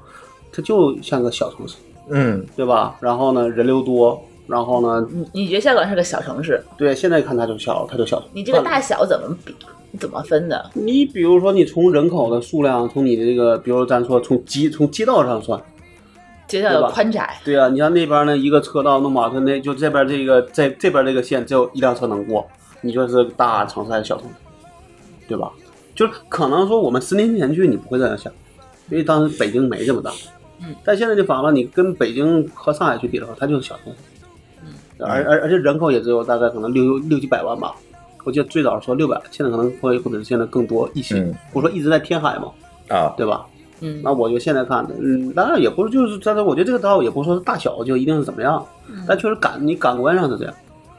H: 它就像个小城市，
G: 嗯，
H: 对吧？然后呢，人流多，然后呢，
C: 你你觉得香港是个小城市，
H: 对，现在看它就小，它就小。
C: 你这个大小怎么比，怎么分的？
H: 你比如说，你从人口的数量，从你的这个，比如咱说从街从街道上算，
C: 街道
H: 对
C: 要
H: 吧
C: 宽窄，
H: 对啊，你像那边呢，一个车道弄不好，它那就这边这个在这边这个线只有一辆车能过，你说是大城市还是小城市，对吧？就是可能说我们十年前去你不会这样想，因为当时北京没这么大，
C: 嗯，
H: 但现在就反了，你跟北京和上海去比的话，它就是小城市，而而而且人口也只有大概可能六六七百万吧，我记得最早说六百，现在可能会会比现在更多一些。
G: 嗯
H: 我说一直在天海嘛，
G: 啊，
H: 对吧？
C: 嗯，
H: 那我就现在看的，嗯，当然也不是，就是但是我觉得这个道也不是说大小就一定是怎么样，但确实感你感官上是这样。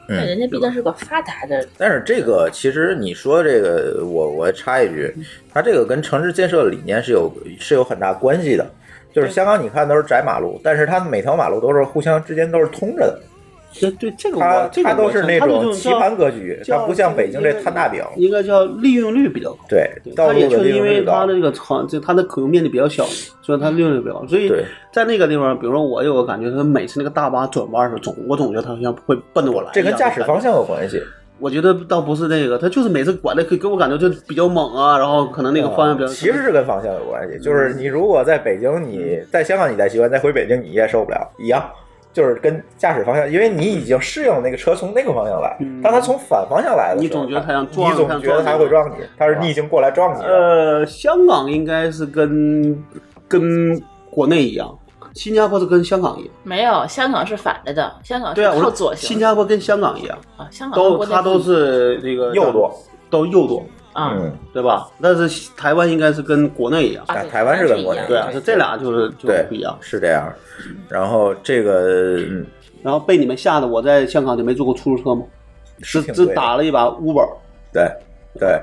C: 那
G: 嗯
C: 人家毕竟是个发达的，
G: 但是这个其实你说这个，我我插一句，它这个跟城市建设理念是有是有很大关系的。就是香港，你看都是窄马路，但是它每条马路都是互相之间都是通着的，
H: 这对这个
G: 它
H: 我这个
G: 它都是那种棋盘
H: 格，
G: 格局，
H: 叫
G: 它不像北京这摊大饼。
H: 应该叫利用率比较高。
G: 对，道
H: 它
G: 路
H: 也
G: 的
H: 确实
G: 利
H: 因
G: 用率
H: 为它
G: 高
H: 的。这个场，就它的可用面积比较小，所以它利用率比较高。所以
G: 对
H: 在那个地方，比如说我有个感觉，它每次那个大巴转弯的时候，总我总觉得它好像会奔着我来一样。
G: 这跟驾驶方向有关系，
H: 我觉得倒不是这个，他就是每次管的给给我感觉就比较猛啊，然后可能那个方向比嗯较。
G: 嗯啊其实是跟方向有关系。就是你如果在北京，你
H: 嗯
G: 在香港你在习惯，再回北京你也受不了，一样，就是跟驾驶方向，因为你已经适应那个车从那个方向来，当它从反方向来的时候，
H: 嗯你总觉得它想撞
G: 你总觉得它会撞你，它是逆行过来撞你的。
H: 呃，香港应该是跟跟国内一样，新加坡是跟香港一样。
C: 没有，香港是反着的，香港
H: 对
C: 是
H: 啊，我
C: 靠
H: 说
C: 左行。
H: 新加坡跟香港一样，
C: 啊，香港
H: 都
C: 跟国内
H: 它都
C: 不
H: 是这个
G: 右舵，
H: 都右舵，
C: 啊，
G: 嗯，
H: 对吧？但是台湾应该是跟国内一样。
C: 啊
G: 啊台湾是跟国内
H: 对啊，是这俩就是就是
G: 对
H: 不一样，。
G: 是这样。然后这个嗯
H: 然后被你们吓得，我在香港就没坐过出租车嘛，
G: 是
H: 只
G: 挺
H: 只
G: 贵的
H: 打了一把 Uber。
G: 对对，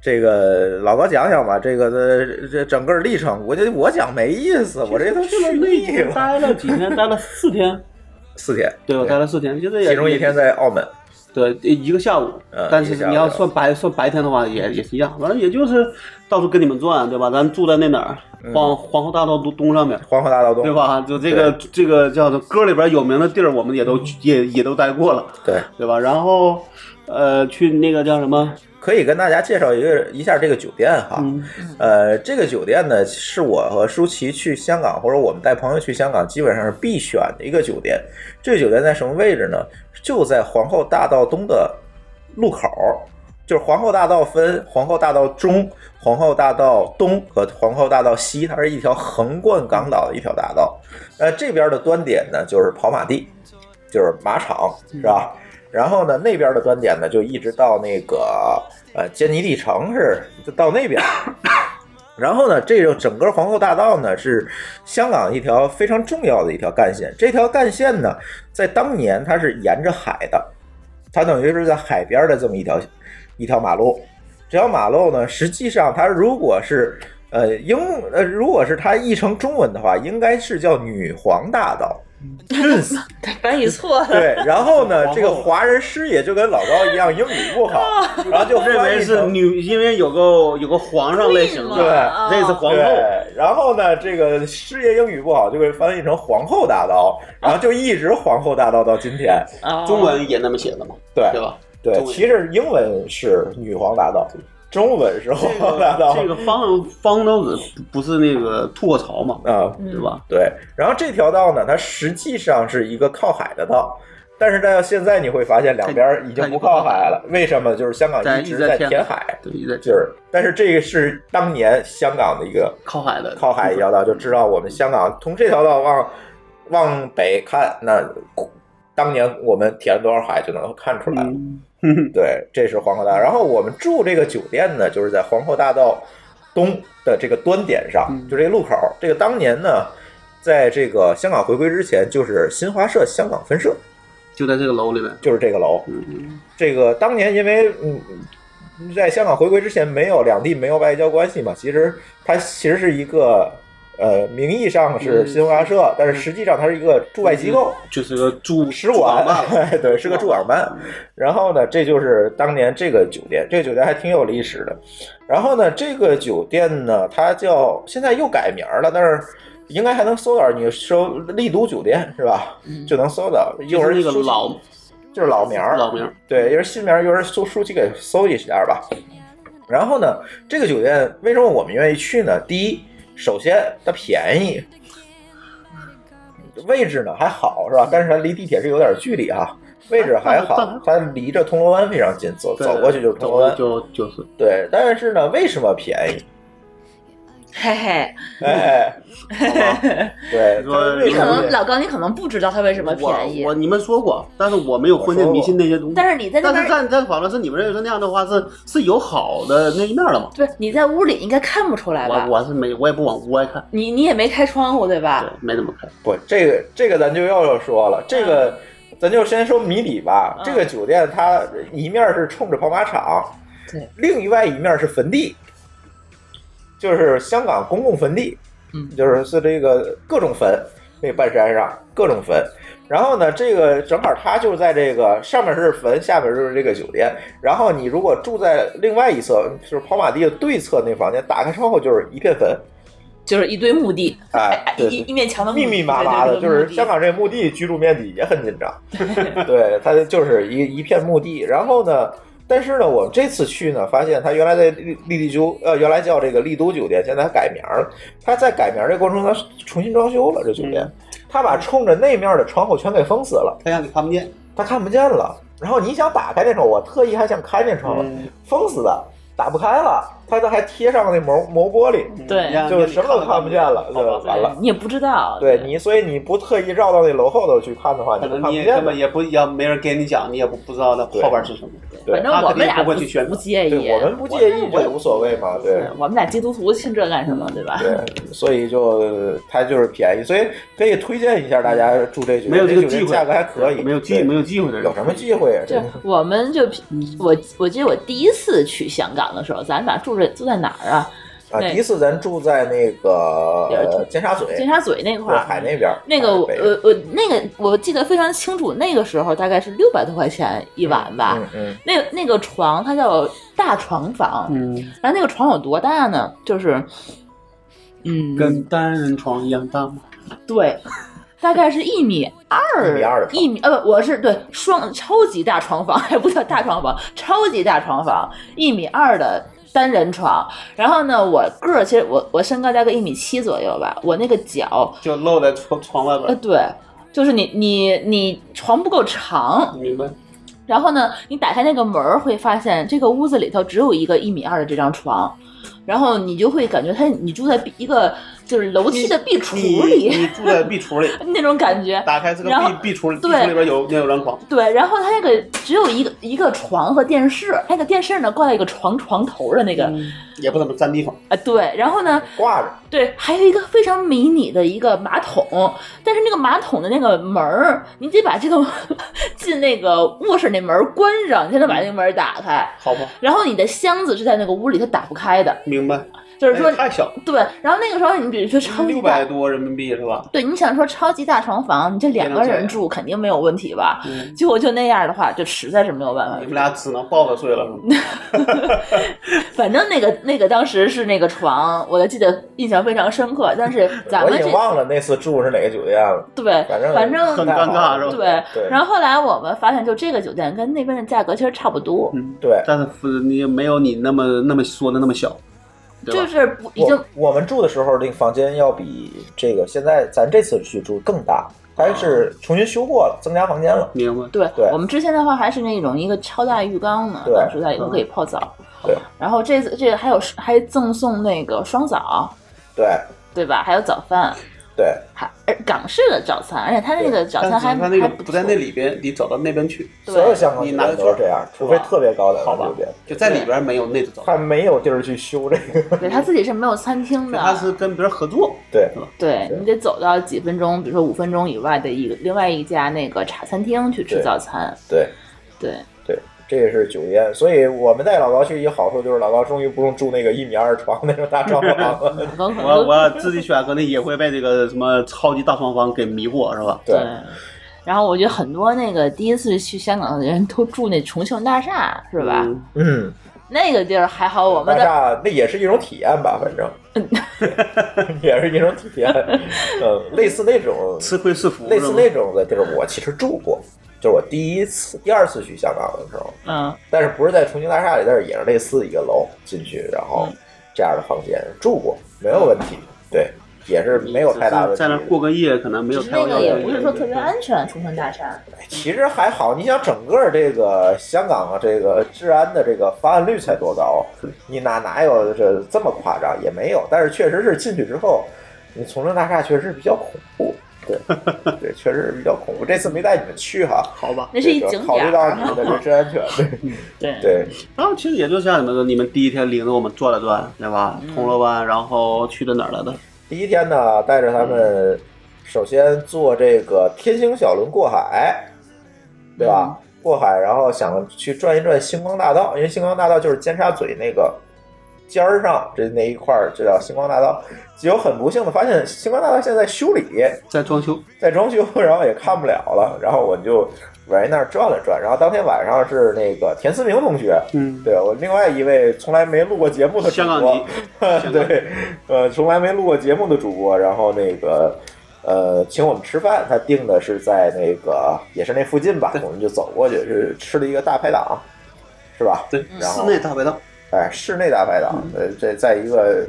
G: 这个老高讲讲吧，这个的这整个历程，我这我讲没意思，我这都
H: 去了
G: 去
H: 那
G: 腻
H: 天
G: 了。
H: 待了几 天，待了四天，
G: 四天，
H: 对我待了四天，其实也
G: 其中一天在澳门，
H: 对一个下午
G: 嗯，
H: 但
G: 一
H: 是
G: 个下午嗯
H: 你要算白算白天的话，也也是一样，反正也就是到处跟你们转，对吧？咱住在那哪儿，
G: 嗯
H: 皇皇后大道东东上面。
G: 黄河大道东，
H: 对？吧？就这个这个叫做歌里边有名的地儿，我们也都也也都待过了，
G: 嗯对，
H: 对吧？然后，呃，去那个叫什么？
G: 可以跟大家介绍一个一下这个酒店哈。
H: 嗯
G: 呃，这个酒店呢，是我和舒淇去香港，或者我们带朋友去香港，基本上是必选的一个酒店。这个酒店在什么位置呢？就在皇后大道东的路口，就是皇后大道分皇后大道中、皇后大道东和皇后大道西，它是一条横贯港岛的一条大道。呃，这边的端点呢，就是跑马地，就是马场，是吧？然后呢，那边的端点呢，就一直到那个呃坚尼地城是就到那边。 然后呢，这个整个皇后大道呢是香港一条非常重要的一条干线。这条干线呢，在当年它是沿着海的，它等于是在海边的这么一条一条马路。这条马路呢，实际上它如果是呃英呃，如果是它译成中文的话，应该是叫女皇大道。Prince
C: 翻译错 了。
G: 对，然后呢，
H: 皇后
G: 这个华人师爷就跟老高一样，英语不 好，然后就
H: 认
G: 翻
H: 为
G: 译
H: 是
G: 成
H: 女，因为有个有个皇上类型
C: Queen 嘛
H: 的，
C: 啊
H: 这是皇后。
G: 对，然后呢，这个师爷英语不好，就会翻译成皇后大道，
H: 啊
G: 然后就一直皇后大道到今天。
C: 哦
H: 中文也那么写的嘛，
G: 对
H: 对吧？
G: 对，
H: 中文
G: 其实英文是女皇大道，中文是皇后大道
H: 这个方方舟子不是那个吐过槽嘛，
G: 啊。
C: 嗯
H: 对吧？
G: 对，然后这条道呢，它实际上是一个靠海的道，但是到现在你会发现两边已经不靠海了。为什么？就是香港
H: 在
G: 一
H: 一
G: 直
H: 直
G: 在
H: 在
G: 填海，
H: 对，一直在
G: 就是，但是这个是当年香港的一个
H: 靠海的，
G: 靠海一条道，就知道我们香港从这条道往往北看，那当年我们填了多少海就能看出来了。
H: 嗯
G: 对，这是皇后大道。然后我们住这个酒店呢，就是在皇后大道东的这个端点上，
H: 嗯
G: 就这个路口。这个当年呢，在这个香港回归之前，就是新华社香港分社，
H: 就在这个楼里面。
G: 就是这个楼。
H: 嗯，
G: 这个当年因为嗯，在香港回归之前，没有两地没有外交关系嘛，其实它其实是一个呃，名义上是
H: 嗯
G: 新华社，但是实际上它是一个驻外机构。
H: 就是个驻
G: 使馆
H: 嗯
G: 哎
H: 驻港办嗯
G: 对，是个驻港办。然后呢，这就是当年这个酒店，这个酒店还挺有历史的。然后呢，这个酒店呢，它叫现在又改名了，但是应该还能搜到，你搜丽都酒店是吧？
C: 嗯
G: 就能搜到。一会
H: 就
G: 儿
H: 是那个
G: 舒淇
H: 老
G: 就是老名儿，
H: 老名儿
G: 对，一会儿新名儿，一会儿搜舒淇给搜一下吧。然后呢，这个酒店为什么我们愿意去呢？第一，首先它便宜，位置呢还好是吧？但是它离地铁是有点距离啊，位置还好，它离着铜锣湾非常近，走
H: 对
G: 走过去就是铜锣
H: 走过
G: 湾
H: 去。就就是
G: 对，但是呢，为什么便宜？
C: 嘿嘿，
G: 哎，对，
H: 说
G: 它为
C: 你
G: 什
C: 可
G: 么
C: 能
G: 便宜？
C: 老高，你可能不知道他为什么便宜
H: 我我，你们说过，但是我没有婚恋迷信那些东西。
C: 但是你在那
H: 但是
C: 边，
H: 在在反正是你们认为是那样的话，是是有好的那一面的嘛？
C: 对，你在屋里应该看不出来吧
H: 我？我是没我也不往屋外看，
C: 你你也没开窗户对吧？
H: 对，没怎么看。
G: 不，这个这个咱就要说了，这个、咱就先说谜底吧。
C: 嗯
G: 这个酒店它一面是冲着跑马场，
C: 对，
G: 另外一面是坟地，就是香港公共坟地，
C: 嗯
G: 就是是这个各种坟。那半山上各种坟。然后呢，这个正好它就在这个上面是坟，下面就是这个酒店。然后你如果住在另外一侧，就是跑马地的对侧那房间，打开窗户就是一片坟，
C: 就是一堆墓地，
G: 哎
C: 哎
G: 对
C: 一一面墙的墓地
G: 密密麻麻的，就是香。港这墓地居住面积也很紧 张，对，它就是一一片墓地。然后呢，但是呢，我们这次去呢，发现它原来在丽丽丽酒呃，原来叫这个丽都酒店，现在它改名儿了。它在改名儿这过程中，它重新装修了这酒店
H: 嗯，
G: 它把冲着那面的窗户全给封死了，
H: 他让你看不见，
G: 它看不见了。然后你想打开那窗，我特意还想开那窗了，
H: 嗯
G: 封死的，打不开了。它都还贴上那膜膜玻璃，
H: 嗯
C: 对
H: 让
G: 就是什么都看不见了，
H: 好吧
G: 对，完了。
C: 你也不知道，
G: 对你，所以你不特意绕到那楼后头去看的话，
H: 可
G: 你就
H: 能
G: 看不
H: 你也
G: 见
H: 根本
G: 了。
H: 也不也没人给你讲，你也不不知道那
G: 对
H: 后边是什么。
G: 对
C: 反正
H: 他
C: 我
H: 肯
C: 们
H: 定
C: 俩
H: 不会去宣
C: 不
H: 传
C: 介意嗯
G: 对，我们不介意，这无所谓嘛，对
C: 我们俩基督徒信这干什么，对吧？
G: 对，所以就它就是便宜，所以可以推荐一下大家住这酒店，
H: 没有这
G: 这
H: 个
G: 酒店
H: 忌讳
G: 价格还可以，
H: 没有忌
G: 对
H: 没有忌讳的人，
G: 有什么忌讳啊？
C: 就
G: 这
C: 我们就我我记得我第一次去香港的时候，咱俩住着住在哪儿啊？
G: 啊，
C: 对
G: 第一次咱住在那个
C: 也是
G: 呃尖沙咀，
C: 尖沙咀那块
G: 对
C: 儿，
G: 海那边儿，
C: 那个
G: 海
C: 我呃
G: 北
C: 我我那个我记得非常清楚，那个时候大概是六百多块钱一晚吧。
G: 嗯嗯，
C: 那那个床它叫大床房，
H: 嗯，
C: 然后那个床有多大呢？就是，嗯，
H: 跟单人床一样大吗？
C: 对，大概是一米二，
G: 一米二的床
C: 一米呃，不，我是对双超级大床房，还不叫大床房，超级大床房，一米二的单人床。然后呢，我个儿其实我我身高大概一米七左右吧，我那个脚
H: 就露在床床外
C: 呃
H: 边，
C: 对，就是你你你床不够长，
H: 明白？
C: 然后呢，你打开那个门儿，会发现这个屋子里头只有一个一米二的这张床，然后你就会感觉它，你住在一个就是楼梯的壁
H: 你
C: 橱里
H: 你住在壁橱里，
C: 那种感觉。
H: 打开这个
C: 然后
H: 壁壁橱，壁
C: 对
H: 橱里边有有张床，
C: 对，然后它那个只有一个一个床和电视，那个电视呢挂在一个床床头的那个，啊、
H: 嗯
C: 啊
H: 也不怎么占地方。
C: 对，然后呢，
G: 挂着，
C: 对，还有一个非常迷你的一个马桶，但是那个马桶的那个门儿，你得把这个 进那个卧室那门儿关上，你才能把那个门儿打开。
H: 好吧，
C: 然后你的箱子是在那个屋里，它打不开的，
H: 明白。
C: 就是说
H: 哎、太小，
C: 对。然后那个时候，你比如说超级
H: 六
C: 大
H: 百，多人民币是吧？
C: 对，你想说超级大床房，你这两个人住肯定没有问题吧？
H: 嗯，
C: 结果就那样的话，就实在是没有办法
H: 你。们俩只能抱着睡了是 吗？
C: 反正那个那个当时是那个床，我记得印象非常深刻。但是咱
G: 我
C: 们
G: 已
C: 这
G: 经忘了那次住是哪个酒店了，
C: 对，
G: 反正
C: 反
H: 很
C: 正
H: 尴尬是吧
C: 对。
G: 对
C: 然后后来我们发现，就这个酒店跟那边的价格其实差不多，
H: 嗯
G: 对。
H: 但是你没有你那么那么说的那么小，对吧？
C: 就是不已经
G: 我我们住的时候，那个房间要比这个现在咱这次去住更大，
C: 啊
G: 它是重新修过了，增加房间了。
H: 明白。
C: 对，
G: 对
C: 我们之前的话还是那种一个超大浴缸呢，
G: 对
C: 当时在里头可以泡澡。
G: 对，
C: 然后这次这个还有还赠送那个双早，
G: 对
C: 对吧？还有早饭，
G: 对，
C: 还呃港式的早餐，而且他那个早餐
H: 但
C: 还
H: 是它那个
C: 还不
H: 不在那
C: 错，
H: 里边，你找到那边去，
G: 所有
C: 对，
G: 香港酒店都是这样，除非特别高档
H: 好
G: 的
H: 吧
G: 酒店，？
H: 就在里边没有那种。
G: 它没有地儿去修这个。
C: 对他自己是没有餐厅的，
H: 它是跟别人合作，
G: 对
C: 对
G: 对
C: 你得走到几分钟，比如说五分钟以外的一个另外一家那个茶餐厅去吃
G: 对
C: 早餐。
G: 对
C: 对，
G: 对，这也是酒店。所以我们带老高去一个好处就是老高终于不用住那个一米二床那种大床房了。
C: 可能 可
H: 我
C: 能
H: 我自己选，可能也会被这个什么超级大床房给迷惑，是吧？
G: 对
C: 然后我觉得很多那个第一次去香港的人都住那重庆大厦，是吧？
H: 嗯
G: 嗯，
C: 那个地儿还好，我
G: 大
C: 们的
G: 厦那也是一种体验吧，反正也是一种体验。嗯，类似那种
H: 吃亏是福，
G: 类
H: 是
G: 似
H: 吗
G: 那种的地儿，我其实住过，就是我第一次、第二次去香港的时候，
C: 嗯，
G: 但是不是在重庆大厦里，但是也是类似一个楼进去，然后
C: 嗯
G: 这样的房间住过，没有问题，对，也是没有太大问题。
H: 只是在那儿过个夜，可能没有
C: 只是
H: 太
C: 那
H: 大
C: 个
H: 的
C: 也
H: 问题
C: 不是说特别安全，重庆大厦。
G: 哎其实还好，你想整个这个香港啊，这个治安的这个发案率才多高
H: 对，
G: 你哪哪有这这么夸张？也没有，但是确实是进去之后，你重庆大厦确实比较恐怖。 对，对，确实是比较恐怖。这次没带你们去哈，
H: 好吧？
C: 那是一景
G: 考虑
C: 点
G: 到
C: 儿，
G: 你们的人身安全，
C: 对
G: 对
H: 然后其实也就像你们说，你们第一天领着我们转了转，对吧？铜锣湾，然后去的哪儿来的？
G: 第一天呢，带着他们，首先坐这个天星小轮过海，对吧？过海，然后想去转一转星光大道，因为星光大道就是尖沙咀那个尖儿上这那一块儿，这叫星光大道。结果很不幸的发现，星光大道现在修理，
H: 在装修，
G: 在装修，然后也看不了了。 然后我就在那儿转了转。然后当天晚上是那个田思明同学，
H: 嗯，
G: 对我另外一位从来没录过节目的主
H: 香港
G: 播
H: 籍，
G: 对，呃，从来没录过节目的主播，然后那个呃，请我们吃饭，他定的是在那个也是那附近吧，我们就走过去，是吃了一个大排档，是吧？
H: 对，嗯
G: 然后
H: 室内大排档，
G: 哎，室内大排档，呃，这在一个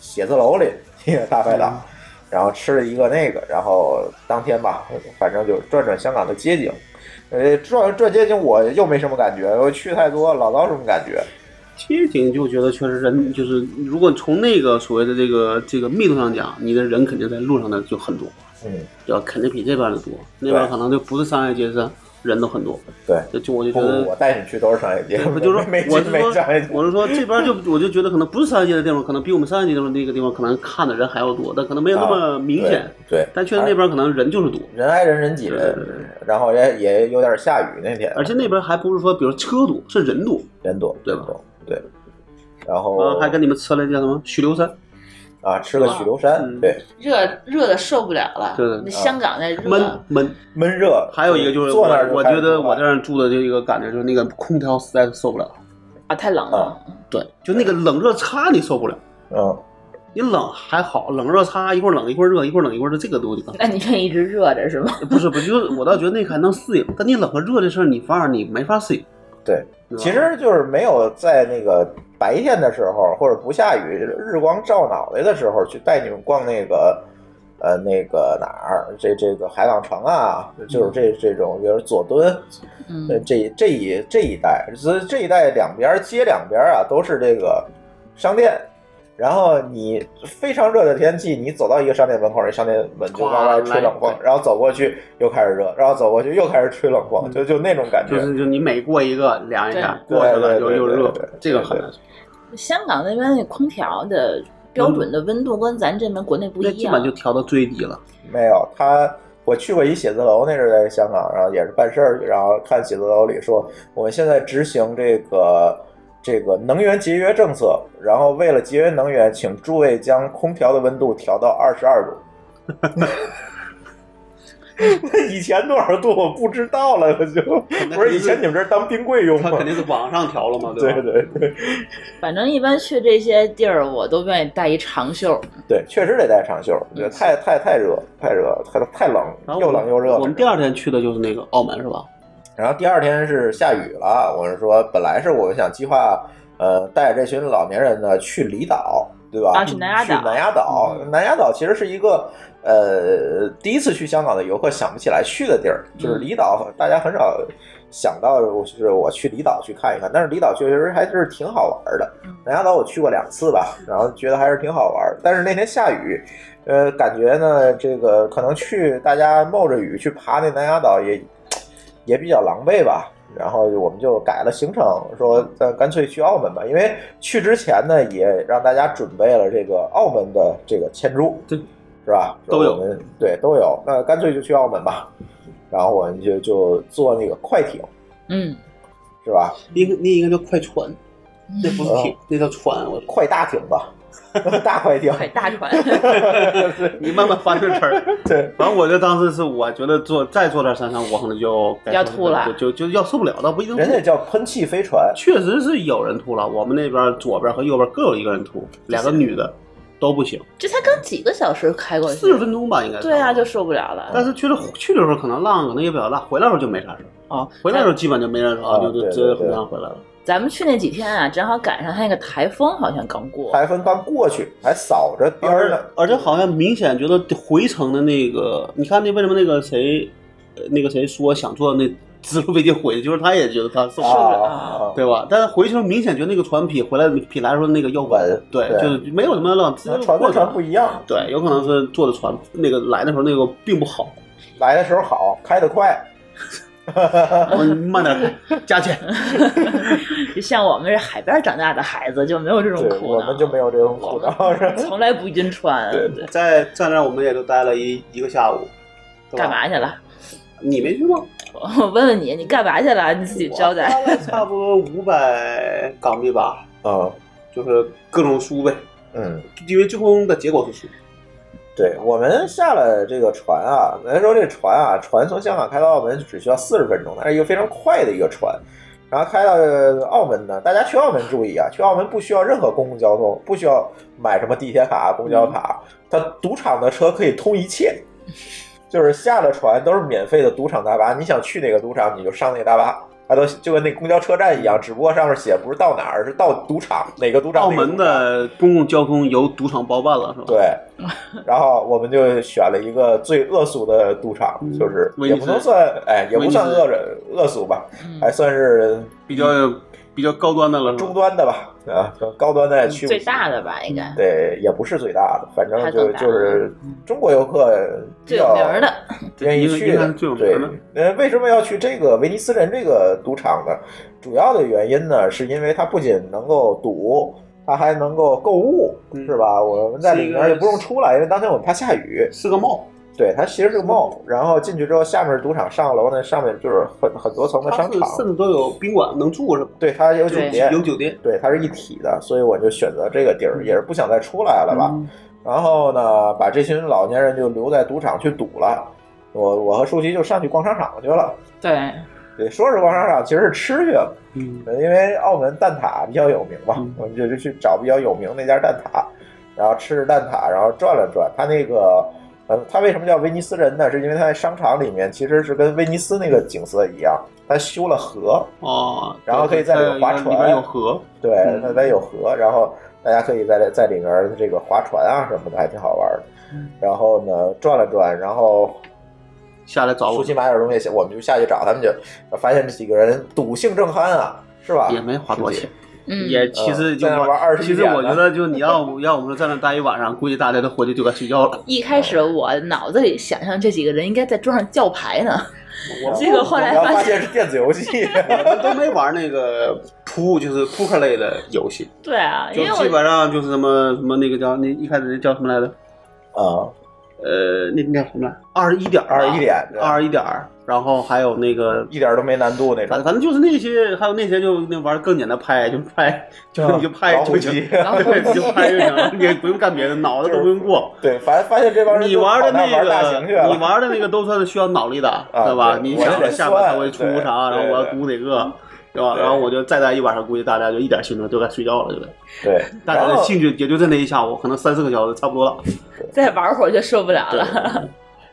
G: 写字楼里一个大排档，
H: 嗯
G: 然后吃了一个那个，然后当天吧，反正就转转香港的街景，呃，转转街景我又没什么感觉，我去太多老高什么感觉，
H: 街景就觉得确实人就是，如果从那个所谓的这个这个密度上讲，你的人肯定在路上的就很多，
G: 嗯，
H: 对吧？肯定比这边的多，那边可能就不是商业街上人都很多，
G: 对。
H: 就就我就
G: 不
H: 觉得
G: 我带你去都是商业街，
H: 不就是说，
G: 没
H: 我
G: 没
H: 是
G: 没商业街
H: 说，我是说这边就我就觉得可能不是商业街的地方，可能比我们商业街的地方那个地方可能看的人还要多，但可能没有那么明显。
G: 啊对，对
H: 但确实那边可能人就是多，
G: 人挨人人挤人
H: 对对对，
G: 然后也也有点下雨那天，
H: 而且那边还不是说比如车多，是人多。
G: 人多，
H: 对
G: 人
H: 吧
G: 多对，然
H: 啊，
G: 后
H: 还跟你们吃了一叫什么许留山，
G: 啊吃个许留山，
H: 嗯
G: 对，
C: 热热的受不了了，
H: 对对
C: 那香港那热，
H: 闷闷。
G: 闷热。
H: 还有一个就是
G: 坐
H: 我
G: 那儿就
H: 我
G: 开始
H: 觉得我
G: 出汗
H: 在那儿住的这个感觉就是那个空调实在是受不了，
C: 啊，太冷了。
H: 对，就那个冷热差你受不了。
G: 嗯，
H: 你冷还好，冷热差一会儿冷一会儿热，一会儿冷一会儿热，这个东 西
C: 那你愿意一直热着是吗？
H: 不是不是就是我倒觉得那个还能适应，但你冷和热这事儿你反而你没法适应。
G: 对，
H: 对吧
G: 其实就是没有在那个白天的时候，或者不下雨、日光照脑袋的时候，去带你们逛那个呃那个哪儿，这这个海港城啊，就是这这种，比如左敦，
C: 嗯
G: 呃，这这一这一带，所以这一带两边儿街两边儿啊都是这个商店。然后你非常热的天气，你走到一个商店门口，那商店门就
H: 哗
G: 往外吹
H: 来
G: 冷风，
H: 对
G: 然后走过去又开始热，然后走过去又开始吹冷风，就就那种感觉。
H: 嗯就是就你每过一个凉一下，
G: 对
H: 过去了
G: 对
H: 又
G: 对
H: 又
G: 对
H: 热
G: 对对，
H: 这个很难受。
C: 香港那边那空调的标准的温度跟咱这边国内不
H: 那
C: 一
H: 基
C: 样，
H: 本就调到最低了。
G: 没有，他我去过一写字楼，那是在香港，然后也是办事儿去，然后看写字楼里说，我们现在执行这个这个能源节约政策，然后为了节约能源，请诸位将空调的温度调到二十二度。以前多少度我不知道了，我就不是以前你们这儿当冰柜用吗？
H: 是往上调了嘛，
G: 对对对
C: 反正一般去这些地儿，我都愿意带一长袖。
G: 对，确实得带长袖，对太太太热，太热，太太冷，
H: 然后
G: 又
H: 我们
G: 冷又热。
H: 我们第二天去的就是那个澳门，是吧？
G: 然后第二天是下雨了，我是说，本来是我们想计划，呃，带着这群老年人呢去离岛，对吧？
C: 啊去南丫岛嗯
G: 去南丫岛，南丫岛其实是一个呃，第一次去香港的游客想不起来去的地儿，就是离岛，大家很少想到就是我去离岛去看一看。但是离岛确实还是挺好玩的，
C: 嗯
G: 南丫岛我去过两次吧，然后觉得还是挺好玩。但是那天下雨，呃，感觉呢，这个可能去大家冒着雨去爬那南丫岛也也比较狼狈吧。然后我们就改了行程，说咱干脆去澳门吧，因为去之前呢也让大家准备了这个澳门的这个签注，
H: 对，
G: 是吧？
H: 都有
G: 说我们，对，都有。那干脆就去澳门吧。然后我们就就坐那个快艇，
C: 嗯，
G: 是吧？
H: 那个那应该叫快船，那不是艇，那叫船。我
G: 快大艇吧， 大快艇。
C: 快大船，
H: 你慢慢翻这词儿。
G: 对，
H: 反正我就当时是，我觉得坐再坐点山上，我可能就该
C: 要吐了
H: 就就就要受不了，倒不一定吐。
G: 人家叫喷气飞船，
H: 确实是有人吐了，我们那边左边和右边各有一个人吐，两个女的都不行，
C: 这才刚几个小时开过去，
H: 四十分钟吧，应该是。
C: 对啊，就受不了了。
H: 但是去了去的时候可能浪可能也比较大，回来的时候就没啥事儿。
C: 哦，
H: 回来的时候基本就没人说，
G: 啊
H: 就就
G: 对
H: 直接
G: 对
H: 回
G: 对
H: 上回来了。
C: 咱们去那几天啊，正好赶上他那个台风，好像刚过。
G: 台风刚过去，还扫着边儿
H: 而
G: 呢。
H: 而且好像明显觉得回程的那个，你看那为什么那个谁，呃那个谁说想坐那直飞机回去，就是他也觉得他受不了。
C: 啊
G: 啊
H: 对吧？但是回去时候明显觉得那个船比回来比来的时候那个要稳
G: 稳，
H: 对，
G: 对
H: 就是没有什么浪，直接
G: 那
H: 就
G: 船
H: 过
G: 跟
H: 去
G: 船
H: 了
G: 不。一样，
H: 对，有可能是坐的船那个来的时候那个并 不好，
G: 来的时候好，开得快，
H: 我嗯慢点开，加 钱。
C: 就像我们这海边长大的孩子，就没有这种
G: 对，
C: 苦
G: 我
C: 恼，
G: 们就没有这种苦 恼。是吧
C: 从来不晕船。对
H: 在在那儿我们也就待了一一个下午，对吧
C: 干？嘛去了？
H: 你没去吗？
C: 我 问问你，你干嘛去了？你自己交代。
H: 我花了差不多五百港币吧，
G: 啊，
H: 就是各种书呗，
G: 嗯，
H: 因为最终的结果是书。
G: 对我们下了这个船啊，咱说这船啊，船从香港开到澳门只需要四十分钟，它是一个非常快的一个船。然后开到澳门呢，大家去澳门注意啊，去澳门不需要任何公共交通，不需要买什么地铁
H: 嗯
G: 卡、公交卡，它赌场的车可以通一切，就是下了船都是免费的赌场大巴，你想去哪个赌场你就上那个大巴。它都就跟那公交车站一样，只不过上面写不是到哪儿，是到赌场哪个赌场。
H: 嗯澳
G: 哪个赌场
H: 门的公共交通由赌场包办了，是吧？，
G: 对，然后我们就选了一个最恶俗的赌场，
H: 嗯
G: 就是
H: 威
G: 也
H: 尼
G: 不
H: 斯
G: 能算，哎，也
H: 威
G: 不
H: 尼
G: 算
H: 斯
G: 恶人恶俗吧，
C: 嗯
G: 还算是
H: 比较比较高端的了，是
G: 中
H: 吧？
G: 端的吧，啊，高端的也去不
C: 嗯最
G: 起
C: 大的吧，应该
G: 对，也不是最大的，反正
C: 还
G: 就
C: 更大嗯
G: 就是
H: 嗯
G: 中国游客比
C: 最有
G: 较
C: 名儿的，
G: 愿意
H: 应该
G: 去
H: 应该
G: 的
H: 是最有。名
G: 对
H: 儿的，
G: 呃，为什么要去这个威尼斯人这个赌场呢？主要的原因呢，是因为它不仅能够赌，它还能够购物，
H: 嗯
G: 是吧？我们在
H: 是一
G: 里面
H: 个
G: 也不用出来，因为当天我们怕下雨。
H: 是个帽，
G: 对，它其实是个 mall，然
H: 嗯
G: 后进去之后，下面是赌场，上楼呢上面就是很很多层的
H: 它
G: 商
H: 是
G: 场，
H: 甚至都有宾馆能住，是吧？
G: 对，它有酒
C: 对
G: 店，
H: 有酒店，
G: 对，它是一体的，所以我就选择这个地儿，也是不想再出来了吧。
H: 嗯
G: 然后呢，把这群老年人就留在赌场去赌了，我我和舒淇就上去逛商场去了。
C: 对，
G: 对，说是逛商场，其实是吃去了，
H: 嗯，
G: 因为澳门蛋挞比较有名嘛
H: 嗯，
G: 我们就就去找比较有名那家蛋挞，然后吃着蛋挞，然后转了转。它那个，呃，它为什么叫威尼斯人呢？是因为它在商场里面其实是跟威尼斯那个景色一样，它修了河，
H: 哦，
G: 然后可以在里
H: 里
G: 面划船
H: 里边有河，
G: 对，
H: 嗯
G: 那它有河，然后大家可以在这在里面这个划船啊什么的，还挺好玩的。
H: 嗯
G: 然后呢，转了转，然后
H: 下来找
G: 舒
H: 我
G: 淇买点东西，我们就下去找他们去，发现这几个人赌性正酣啊，是吧？
H: 也没花多少钱，
C: 嗯，
H: 也其实就
G: 在那玩二十一
H: 其实
G: 点
H: 我
G: 呢
H: 觉得，就你要我要我们在那待一晚上，估计大家都回去就该睡觉了。
C: 一开始我脑子里想象这几个人应该在桌上叫牌呢，
H: 我
C: 结果后来
G: 然后
C: 发
G: 发
C: 现，
G: 现是电子游 戏，
H: 我们都没玩那个扑，就是扑克类的游戏，
C: 对啊，因
H: 就
C: 为
H: 基
C: 我
H: 本上就是什么什么那个叫那一开始那叫什么来着？
G: 啊，
H: 呃，那那叫什么来？二十一点，
G: 二十一，点，对
H: 二十一点儿，然后还有那个。
G: 一点都没难度那
H: 反
G: 种
H: 正，反正就是那些，还有那些就那玩儿更简单拍，就拍，就
G: 啊
H: 你就拍
G: 老
H: 就
G: 虎
H: 行，
G: 机
H: 对，你就拍就行了，你也不用干别的，脑子都不用过。
G: 对，反正发现这帮人
H: 你
G: 都
H: 玩
G: 跑
H: 的
G: 那
H: 那
G: 儿玩大型去
H: 个，
G: 了，
H: 你玩的那个都算是需要脑力的，
G: 啊
H: 对吧？
G: 对
H: 你
G: 我
H: 想
G: 得
H: 想下面它
G: 算
H: 会出
G: 对
H: 啥，然后
G: 对
H: 我要
G: 对
H: 估哪个，对吧？
G: 对
H: 然后我就再待一晚上，估计大家就一点兴趣都该睡觉了，对不对？
G: 对，
H: 大
G: 然
H: 家的
G: 后
H: 兴趣也就在那一下午，可能三四个小时差 不多了。
C: 再玩会儿就受不了了，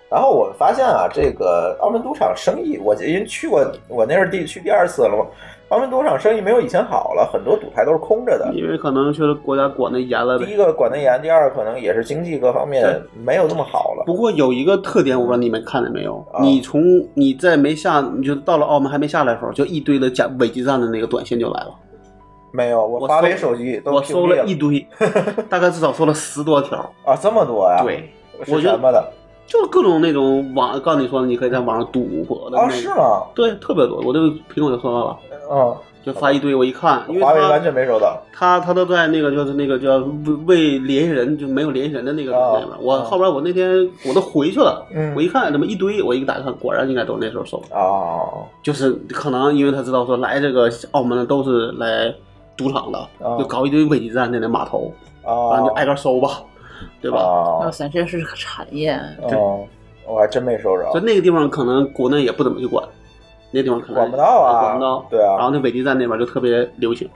G: 然后我们发现啊，这个澳门赌场生意，我因为去过，我那是第去第二次了嘛。澳门赌场生意没有以前好了，很多赌台都是空着的。
H: 因为可能确实国家管的严了
G: 第一
H: 呗。
G: 个管得严，第二个可能也是经济各方面没有那么好了。
H: 不过有一个特点，我不知道你们看见没有？
G: 啊
H: 你从你在没下，你就到了澳门还没下来的时候，就一堆的假伪基站的那个短信就来了。
G: 没有，我
H: 我
G: 华为
H: 搜
G: 手机都
H: 我
G: 屏
H: 搜
G: 蔽
H: 了一堆， 大概至少搜了十多条。
G: 啊，这么多呀？，
H: 对，
G: 是
H: 我觉
G: 什
H: 得
G: 么的？
H: 就是各种那种网，告诉你说你可以在网上赌博的那
G: 哦，
H: 个
G: 是？吗？
H: 对，特别多，我这个苹果就收到了，
G: 嗯，
H: 就发一堆，我一看，因为
G: 华为哦完
H: 他
G: 全没收到。
H: 他他都在那个就是那个叫未联系人就没有联系人的那个
G: 哦
H: 那边，我
G: 哦
H: 后边我那天我都回去了。
G: 嗯
H: 我一看，那么一堆，我一打开，果然应该都是那时候收的，
G: 哦，
H: 就是可能因为他知道说来这个澳门的都是来赌场的，
G: 哦
H: 就搞一堆伪基站在那码头，然后就
G: 哦，
H: 挨个收吧，对吧？呃
C: 哇
G: 哦，
C: 塞，这是个产业，
G: 哦，我还真没收着
H: 所，以那个地方可能国内也不怎么去管，那地方可能
G: 管不到啊，
H: 管不到。
G: 对啊，
H: 然后那伪基站那边就特别流行，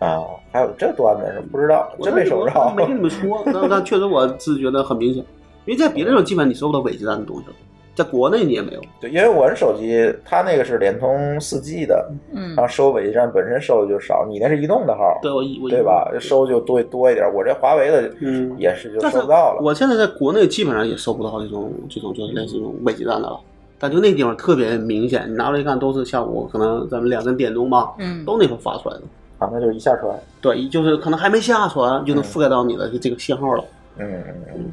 G: 啊，还有这段子是不知道，真没收
H: 我
G: 着。
H: 没跟你们说，但但确实我是觉得很明显，因为在别的地方基本上你搜不到伪基站的东西了，在国内你也没有。
G: 对，因为我是手机，它那个是联通四 G 的，
C: 嗯
G: 然，后收尾站本身收的就少，你那是移动的号，
H: 对我一我一
G: 对吧？收就多多一点。我这华为的
H: 嗯。
G: 也是就
H: 但是
G: 收不到了。
H: 我现在在国内基本上也搜不到这种这种就是类似这种伪基站的了，但就那地方特别明显，你拿出来看都是下午可能咱们两三点钟吧，
C: 嗯
H: 都那会儿发出来的。
G: 啊，那就一下传。
H: 对，就是可能还没下船就能覆盖到你的这个信号了。
G: 嗯嗯嗯，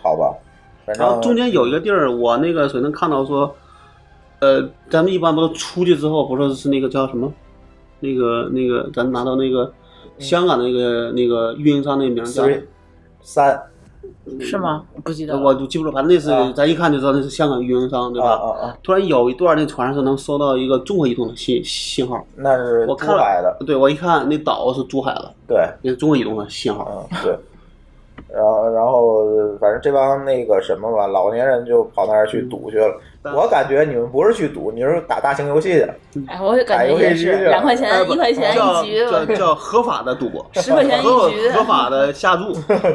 G: 好吧，反
H: 然后
G: 正
H: 中间有一个地儿，我那个谁能看到说，呃，咱们一般不是出去之后，不是是那个叫什么，那个那个，
G: 嗯
H: 咱拿到那个香港那个、那个运营商那名儿叫
G: 三三
C: 是吗？不记得了。
H: 我就记不住，反正那次
G: 啊
H: 咱一看就知道那是香港运营商，对
G: 啊
H: 吧？
G: 啊啊！
H: 突然有一段那船上能收到一个中国移动的信信号，
G: 那是
H: 我
G: 珠
H: 看了
G: 海的，
H: 对我一看那岛是珠海的，
G: 对，
H: 那是中国移动的信号。
G: 嗯，对。然后，然后，反正这帮那个什么吧，老年人就跑那儿去赌去了。
H: 但
G: 我感觉你们不是去赌，你是打大型游戏去。
C: 哎，我也感
G: 打游
C: 觉
G: 戏机
C: 也
G: 去
C: 是，
G: 了
C: 两块钱、
H: 哎
C: 一块钱
H: 叫
C: 一局，
H: 叫叫合法的赌博，
C: 十块钱一
H: 合
C: 局，
H: 合法的下注，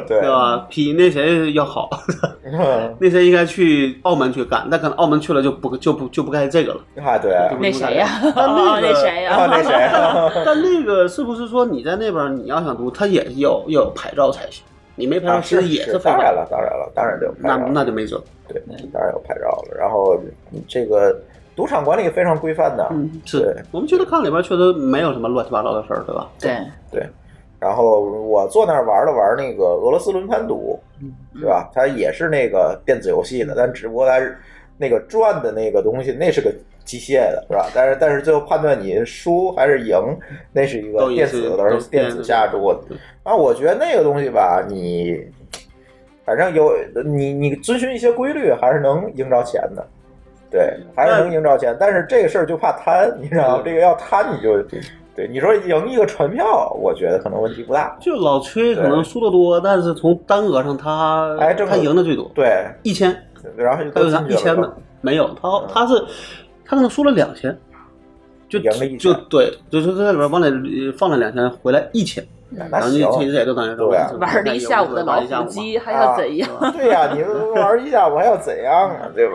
G: 对
H: 对吧？比那谁要好，
G: 嗯
H: 那谁应该去澳门去干，但可能澳门去了就不就不就不干这个了。
G: 啊，对，
H: 就不
C: 那谁呀？
H: 就不干这个但那
C: 哦，那
H: 个
C: 谁
G: 啊，
C: 呀？
G: 那 谁，
H: 但那个是不是说你在那边你要想读，他也要要有牌照才行？你没牌照
G: 啊，
H: 其实也
G: 是
H: 非
G: 当
H: 法
G: 然
H: 的，
G: 了，当然了，当然得有拍
H: 那
G: 照了，
H: 那就没辙。
G: 对，当然有拍照了。然后这个赌场管理非常规范的，
H: 嗯，
G: 对
H: 是我们觉得看里边确实没有什么乱七八糟的事儿，对吧？
C: 对，
G: 然后我坐那儿玩了玩那个俄罗斯轮盘赌，对
H: 嗯
G: 吧？它也是那个电子游戏的，但只不过它是那个转的那个东西，那是个机械的，是吧？但是但是最后判断你输还是赢，那是一个
H: 都也
G: 电
H: 是
G: 子的，而
H: 都
G: 是
H: 是
G: 电子下注的
H: 对。
G: 啊，我觉得那个东西吧，你反正有你你遵循一些规律，还是能赢着钱的。对，还是能赢着钱，但是这个事儿就怕贪，你知道吗？
H: 嗯
G: 这个要贪你就，对你说赢一个船票，我觉得可能问题不大。
H: 就老崔可能输的多，但是从单额上他
G: 哎这个
H: 他赢的最多，
G: 对，
H: 一千，
G: 然后就
H: 还有
G: 都
H: 啥
G: 进去
H: 一
G: 了
H: 千
G: 是吧嗯
H: 的没有，他他是他可能输了两千，就
G: 赢了一千
H: 就对，就是在里边往里呃放了两千，回来一千，
G: 那
C: 嗯
H: 然后就
G: 行
H: 其实。也就等于说
G: 对啊
C: 玩了一下午的老虎，机，还要怎样？
G: 对呀、你玩一下我还要怎样啊？对吧？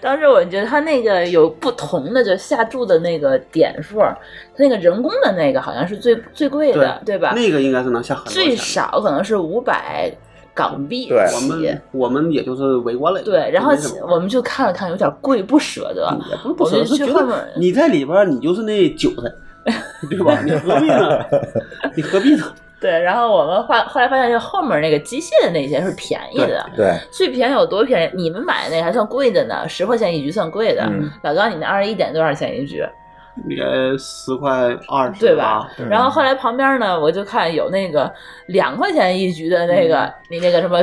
C: 当时我觉得他那个有不同的，就下注的那个点数，他那个人工的那个好像是最最贵的，对吧？
H: 那个应该是能下很多
C: 最
H: 钱。
C: 少可能是五百港币
G: 对
H: 我
C: 起
H: 们。我们也就是围观了一下，
C: 对，然后
H: 就没什么嗯
C: 我们就看了看，有点贵，不舍得。
H: 也不是不
C: 我
H: 舍，
C: 哦就是
H: 觉
C: 去后面
H: 得你在里边儿，你就是那韭 菜，对吧？你何必呢？你何必呢？
C: 对，然后我们后后来发现，这后面那个机械的那些是便宜的，
G: 对，
C: 最便宜有多便宜？你们买的那个还算贵的呢，十块钱一局算贵的。
G: 嗯
C: 老高，你那二十一点多少钱一局？
H: 你该十块二十啊
C: 对吧？然后后来旁边呢，我就看有那个两块钱一局的那
H: 嗯
C: 个，你那个什么，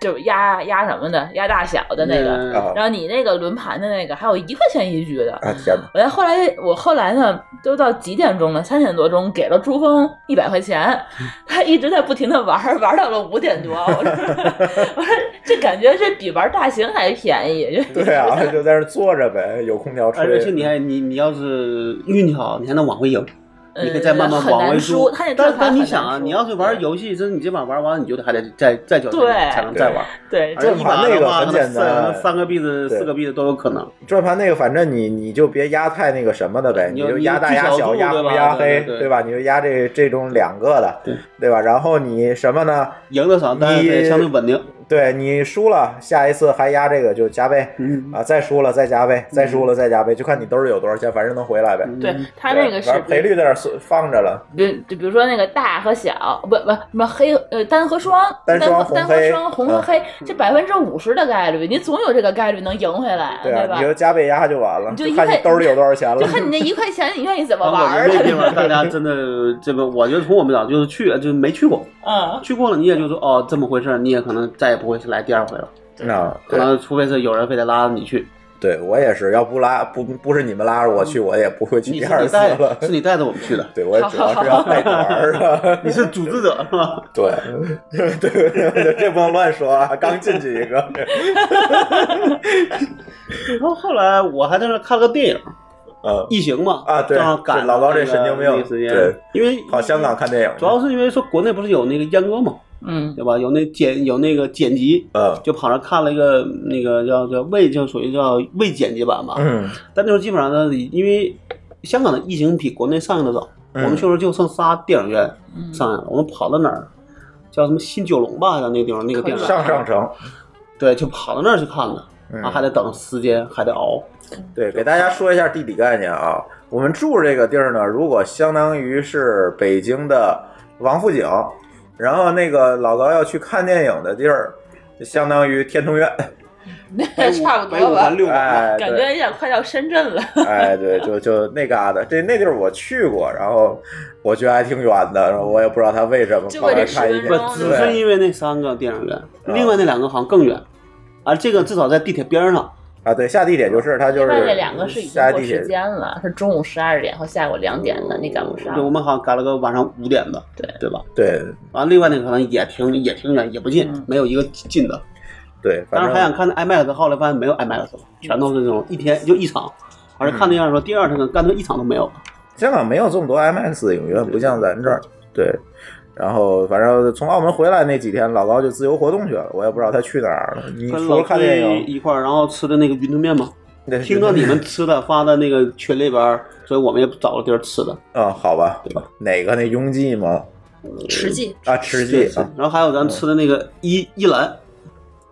C: 就是压压什么的，压大小的那个。
H: 嗯
G: 啊
C: 然后你那个轮盘的那个，还有一块钱一局的。
G: 啊天哪！
C: 我在后来，我后来呢，都到几点钟了？三点多钟给了朱峰一百块钱，
H: 嗯
C: 他一直在不停的玩儿，玩到了五 点多。我说，我说这感觉这比玩大型还便宜。就
G: 对啊，就在那儿坐着呗，有空调吹。
H: 而且你还你你要是运气好，你还能往回赢，你可以再慢慢
C: 呃很
H: 往回
C: 难输他那
H: 但
C: 转法
H: 但你
C: 很
H: 想
C: 难
H: 啊，
C: 输
H: 你要是玩游戏，真是你这把玩完，你就得还得再再交钱
C: 对
H: 才能再玩。
C: 对，
H: 而
C: 这
H: 一把
G: 那个
H: 的话
G: 很
H: 可能
G: 简单
H: 三三个币子、
G: 对
H: 四个币子都有可能。
G: 转盘那个，反正你你就别压太那个什么的呗，
H: 你
G: 你
H: 就
G: 就压大、
H: 你
G: 压
H: 小
G: 小、
H: 度
G: 压
H: 对
G: 红、
H: 吧
G: 压
H: 对
G: 黑，
H: 对对
G: 对吧？你就压这这种两个的
H: 对，
G: 对吧？然后你什么呢？
H: 赢的少，但是
G: 你
H: 得相对稳定。
G: 对你输了，下一次还压这个就加倍
H: 嗯，
G: 啊，再输了再加倍，再输了再加倍，就看你兜里有多少钱，反正能回来呗。
C: 对他那
G: 对
C: 个是
G: 反正赔率在那儿放着了。
C: 比就比如说那个大和小，不不什么黑呃单和双，
G: 单
C: 单
G: 双
C: 和单
G: 红黑
C: 和双红和
G: 嗯
C: 黑，这百分之五十的概率，你总有这个概率能赢回来，
G: 对啊，
C: 吧
G: 你？就加倍压就完了，
C: 你就
G: 看
C: 一
G: 你
C: 块
G: 兜里有多少钱了
C: 就。看你那一块钱，你愿意怎么
H: 然后
C: 玩
H: 我觉
C: 儿
H: 得这 地
C: 了。
H: 方大家真的这个，我觉得从我们讲就是去就是没去过，
C: 嗯，
H: 去过了你也就说哦这么回事儿，你也可能再也不会来第二回了，
G: 啊，
H: 可能除非是有人非得拉着你去，
G: 对我也是，要不拉不不是你们拉着我去，我也不会去
H: 嗯你
G: 第
H: 是
G: 二
H: 你
G: 次
H: 带
G: 了。
H: 是你带着我们去的，
G: 对，我主要 是要带团儿的。
H: 你是组织者是吧？
G: 对， 对对对，这不能乱说啊！刚进去一个，
H: 然后后来我还在那看了个电影《
G: 嗯，
H: 异形》嘛，
G: 啊对
H: 正好赶
G: 这老高这
H: 那个
G: 神经病
H: 那个时间
G: 对，
H: 因为
G: 跑香港看电影，
H: 主要是因为说国内不是有那个阉割嘛，
C: 嗯，
H: 对吧？有那剪有那个剪辑，
G: 嗯
H: 就跑那看了一个那个叫叫未就属于叫未剪辑版嘛，
G: 嗯
H: 但那时候基本上呢，因为香港的疫情比国内上映的早，
G: 嗯
H: 我们去的时候就剩仨电影院
C: 嗯
H: 上映了，我们跑到哪儿？叫什么新九龙吧，叫那个地方那个电影院
G: 上上城，
H: 对，就跑到那儿去看的，
G: 嗯
H: 啊啊，还得等时间，还得熬，
G: 对，给大家说一下地理概念啊。我们住这个地儿呢，如果相当于是北京的王府井，然后那个老高要去看电影的地儿，就相当于天通苑。
H: 白五
C: 差不
H: 白
C: 多
H: 五
C: 吧
H: 环，六环，
G: 哎，
C: 感
G: 对
C: 觉有点快到深圳了。
G: 哎，对，就就那嘎达，这那地儿我去过，然后我觉得还挺远的，然后我也不知道它为什么。
C: 就
G: 后来
C: 为这
G: 看一
C: 10
G: 篇
C: 分钟
H: 不，只是
G: 对嗯
H: 因为那三个电影院，另外那两个好像更远。啊，这个至少在地铁边上，
G: 啊，对，下地铁就是它就
C: 另
G: 是
C: 外那两个是已经
G: 下
C: 过
G: 地
C: 时
G: 铁，
C: 间了，是中午十二点和下午两点的，你赶嗯不上
H: 对，。我们好像赶了个晚上五点的，
C: 对
H: 对吧？
G: 对
H: 完、了，另外那个可能也挺也挺远，也不近，
C: 嗯
H: 没有一个近的。
G: 对，
H: 当
G: 反
H: 时还想
G: 正
H: 看那 IMAX，后来发现没有 IMAX 了，全都是这种一天就一场。而且
G: 嗯
H: 看那样说，第二天干脆一场都没有了。
G: 香港没有这么多 IMAX 影院，不像咱这儿。对，然后反正从澳门回来那几天，老高就自由活动去了，我也不知道他去哪儿了。你
H: 跟
G: 除了
H: 老
G: 看电
H: 崔
G: 影，
H: 一块儿，然后吃的那个云吞面嘛，
G: 对
H: 听到 你们吃的发的那个群里边儿，所以我们也找了地儿吃的。
G: 嗯，好吧，哪个那拥挤吗？
H: 呃
J: 实际
G: 啊，吃鸡啊，嗯
H: 然后还有咱吃的那个一一兰，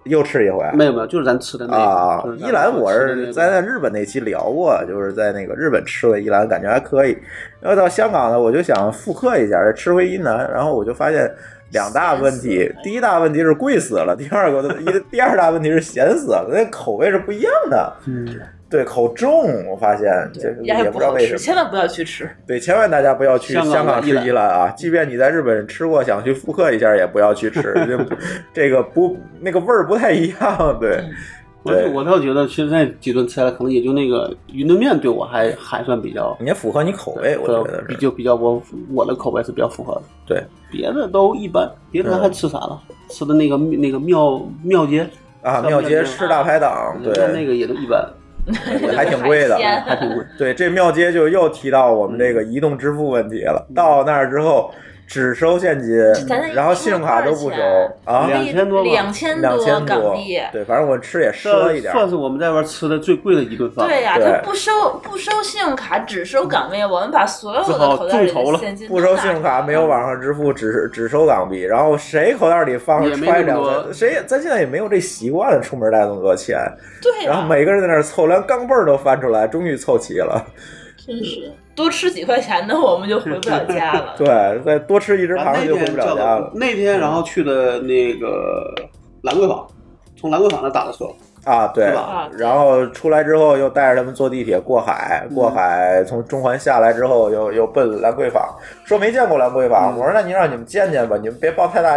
G: 又吃一回。
H: 没有没有，就是咱吃的那个
G: 啊
H: 就，是咱
G: 依兰我
H: 吃的那
G: 是
H: 个
G: 咱在日本那期聊过，就是在那个日本吃的依兰，感觉还可以。然后到香港呢，我就想复刻一下吃回依兰，然后我就发现两大问题：第一大问题是贵死了，第二个一第二大问题是 咸死了，那口味是不一样的。
H: 嗯，
G: 对，口重，我发现这
C: 也
G: 也不
C: 不
G: 知道
C: 好
G: 为
C: 吃，
G: 什
C: 千
G: 么。
C: 万不要去吃。
G: 对，千万大家不要去
H: 香港的
G: 香港吃
H: 依兰
G: 依兰啊！即便你在日本吃过，想去复刻一下，也不要去 吃，这这个不那个味儿不太一样。
H: 嗯
G: 对，
H: 我
G: 对
H: 我倒觉得，其实那几顿吃下来，可能也就那个云吞面对我还还算比较，呃
G: 也符合你口味，哎我觉得
H: 比
G: 是。
H: 就比较我我的口味是比较符合的。
G: 对，
H: 别的都一般。别的咱
G: 嗯
H: 还吃啥了？吃的那个那个庙庙街，
G: 啊，
H: 咱
G: 庙
H: 们
G: 街
H: 那个
G: 是大排档，对，
H: 那个也都一般，
G: 还挺贵的
C: 海。鲜
H: 还挺贵。嗯
G: 对，这庙街就又提到我们这个移动支付问题了。到那儿之后，只收现金
C: 咱那，一
G: 嗯然后信用卡都不收
C: 块儿
G: 啊，
H: 两千多吧
C: 两千
G: 两千
C: 港
G: 多
C: 币。。
G: 对，反正我吃也奢一
H: 这
G: 点儿。
H: 算是我们在外吃的最贵的一顿饭。
C: 对呀、
G: 对
C: 他不收不收信用卡，只收港币。我们把所有
H: 只
C: 的
H: 好
C: 口袋里
H: 众筹
C: 的
H: 了
C: 现金
G: 不收信用卡，没有网上支付，只只收港币。然后谁口袋里放着
H: 也没
G: 揣
H: 那么
G: 两
H: 多
G: 千，谁咱现在也没有这习惯了，出门带那么多钱。
C: 对啊呀、
G: 然后每个人在那儿凑，连钢镚儿都翻出来，终于凑齐了。
C: 真是多吃几块钱的，我们就回不了家了。
G: 对，再多吃一只
H: 然后
G: 螃蟹
H: 啊那
G: 就回不
H: 天
G: 了
H: 叫
G: 家了嗯
H: 的，那天然后去的那个兰桂坊，从兰桂坊那打的车，
G: 啊！对
H: 是，吧？
C: 啊，
G: 然后出来之后又带着他们坐地铁过
H: 嗯
G: 海，过海从中环下来之后又又奔兰桂坊，说没见过兰桂坊，
H: 嗯
G: 我说那您让你们见见吧，你们别抱太大。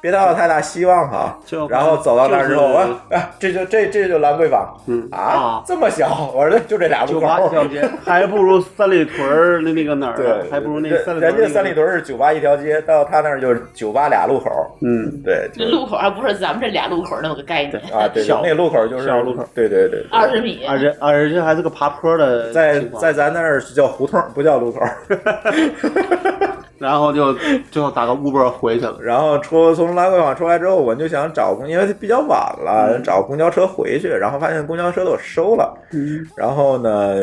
G: 别抱太大希望哈
H: 就，
G: 然后走到那儿之后，
H: 嗯就是
G: 啊啊，这就这这就兰桂坊
H: 嗯
G: 啊，这么小，我说就这俩路
H: 酒
G: 口
H: 吧一条
G: 儿，
H: 街，还不如三里屯儿那那个哪儿呢，
G: 对，
H: 还不如那
G: 人
H: 三里屯儿
G: 人
H: 那个
G: 家三里，屯是酒吧一条街，到他那儿就是酒吧俩路口儿，
H: 嗯，
G: 对，
C: 这路口还不是咱们这俩路口那么个概念，
G: 啊，对，
H: 小
G: 那路口就是
H: 小路口，
G: 对对对，对
C: 二十米。
H: 而且而且还是个爬坡的
G: 在
H: 情况
G: 在咱那儿叫胡同，不叫路口。
H: 然后就最后打个 Uber 回去了。
G: 然后出从兰桂坊出来之后，我就想找公，因为比较晚了，找公交车回去，然后发现公交车都收了。
H: 嗯，
G: 然后呢，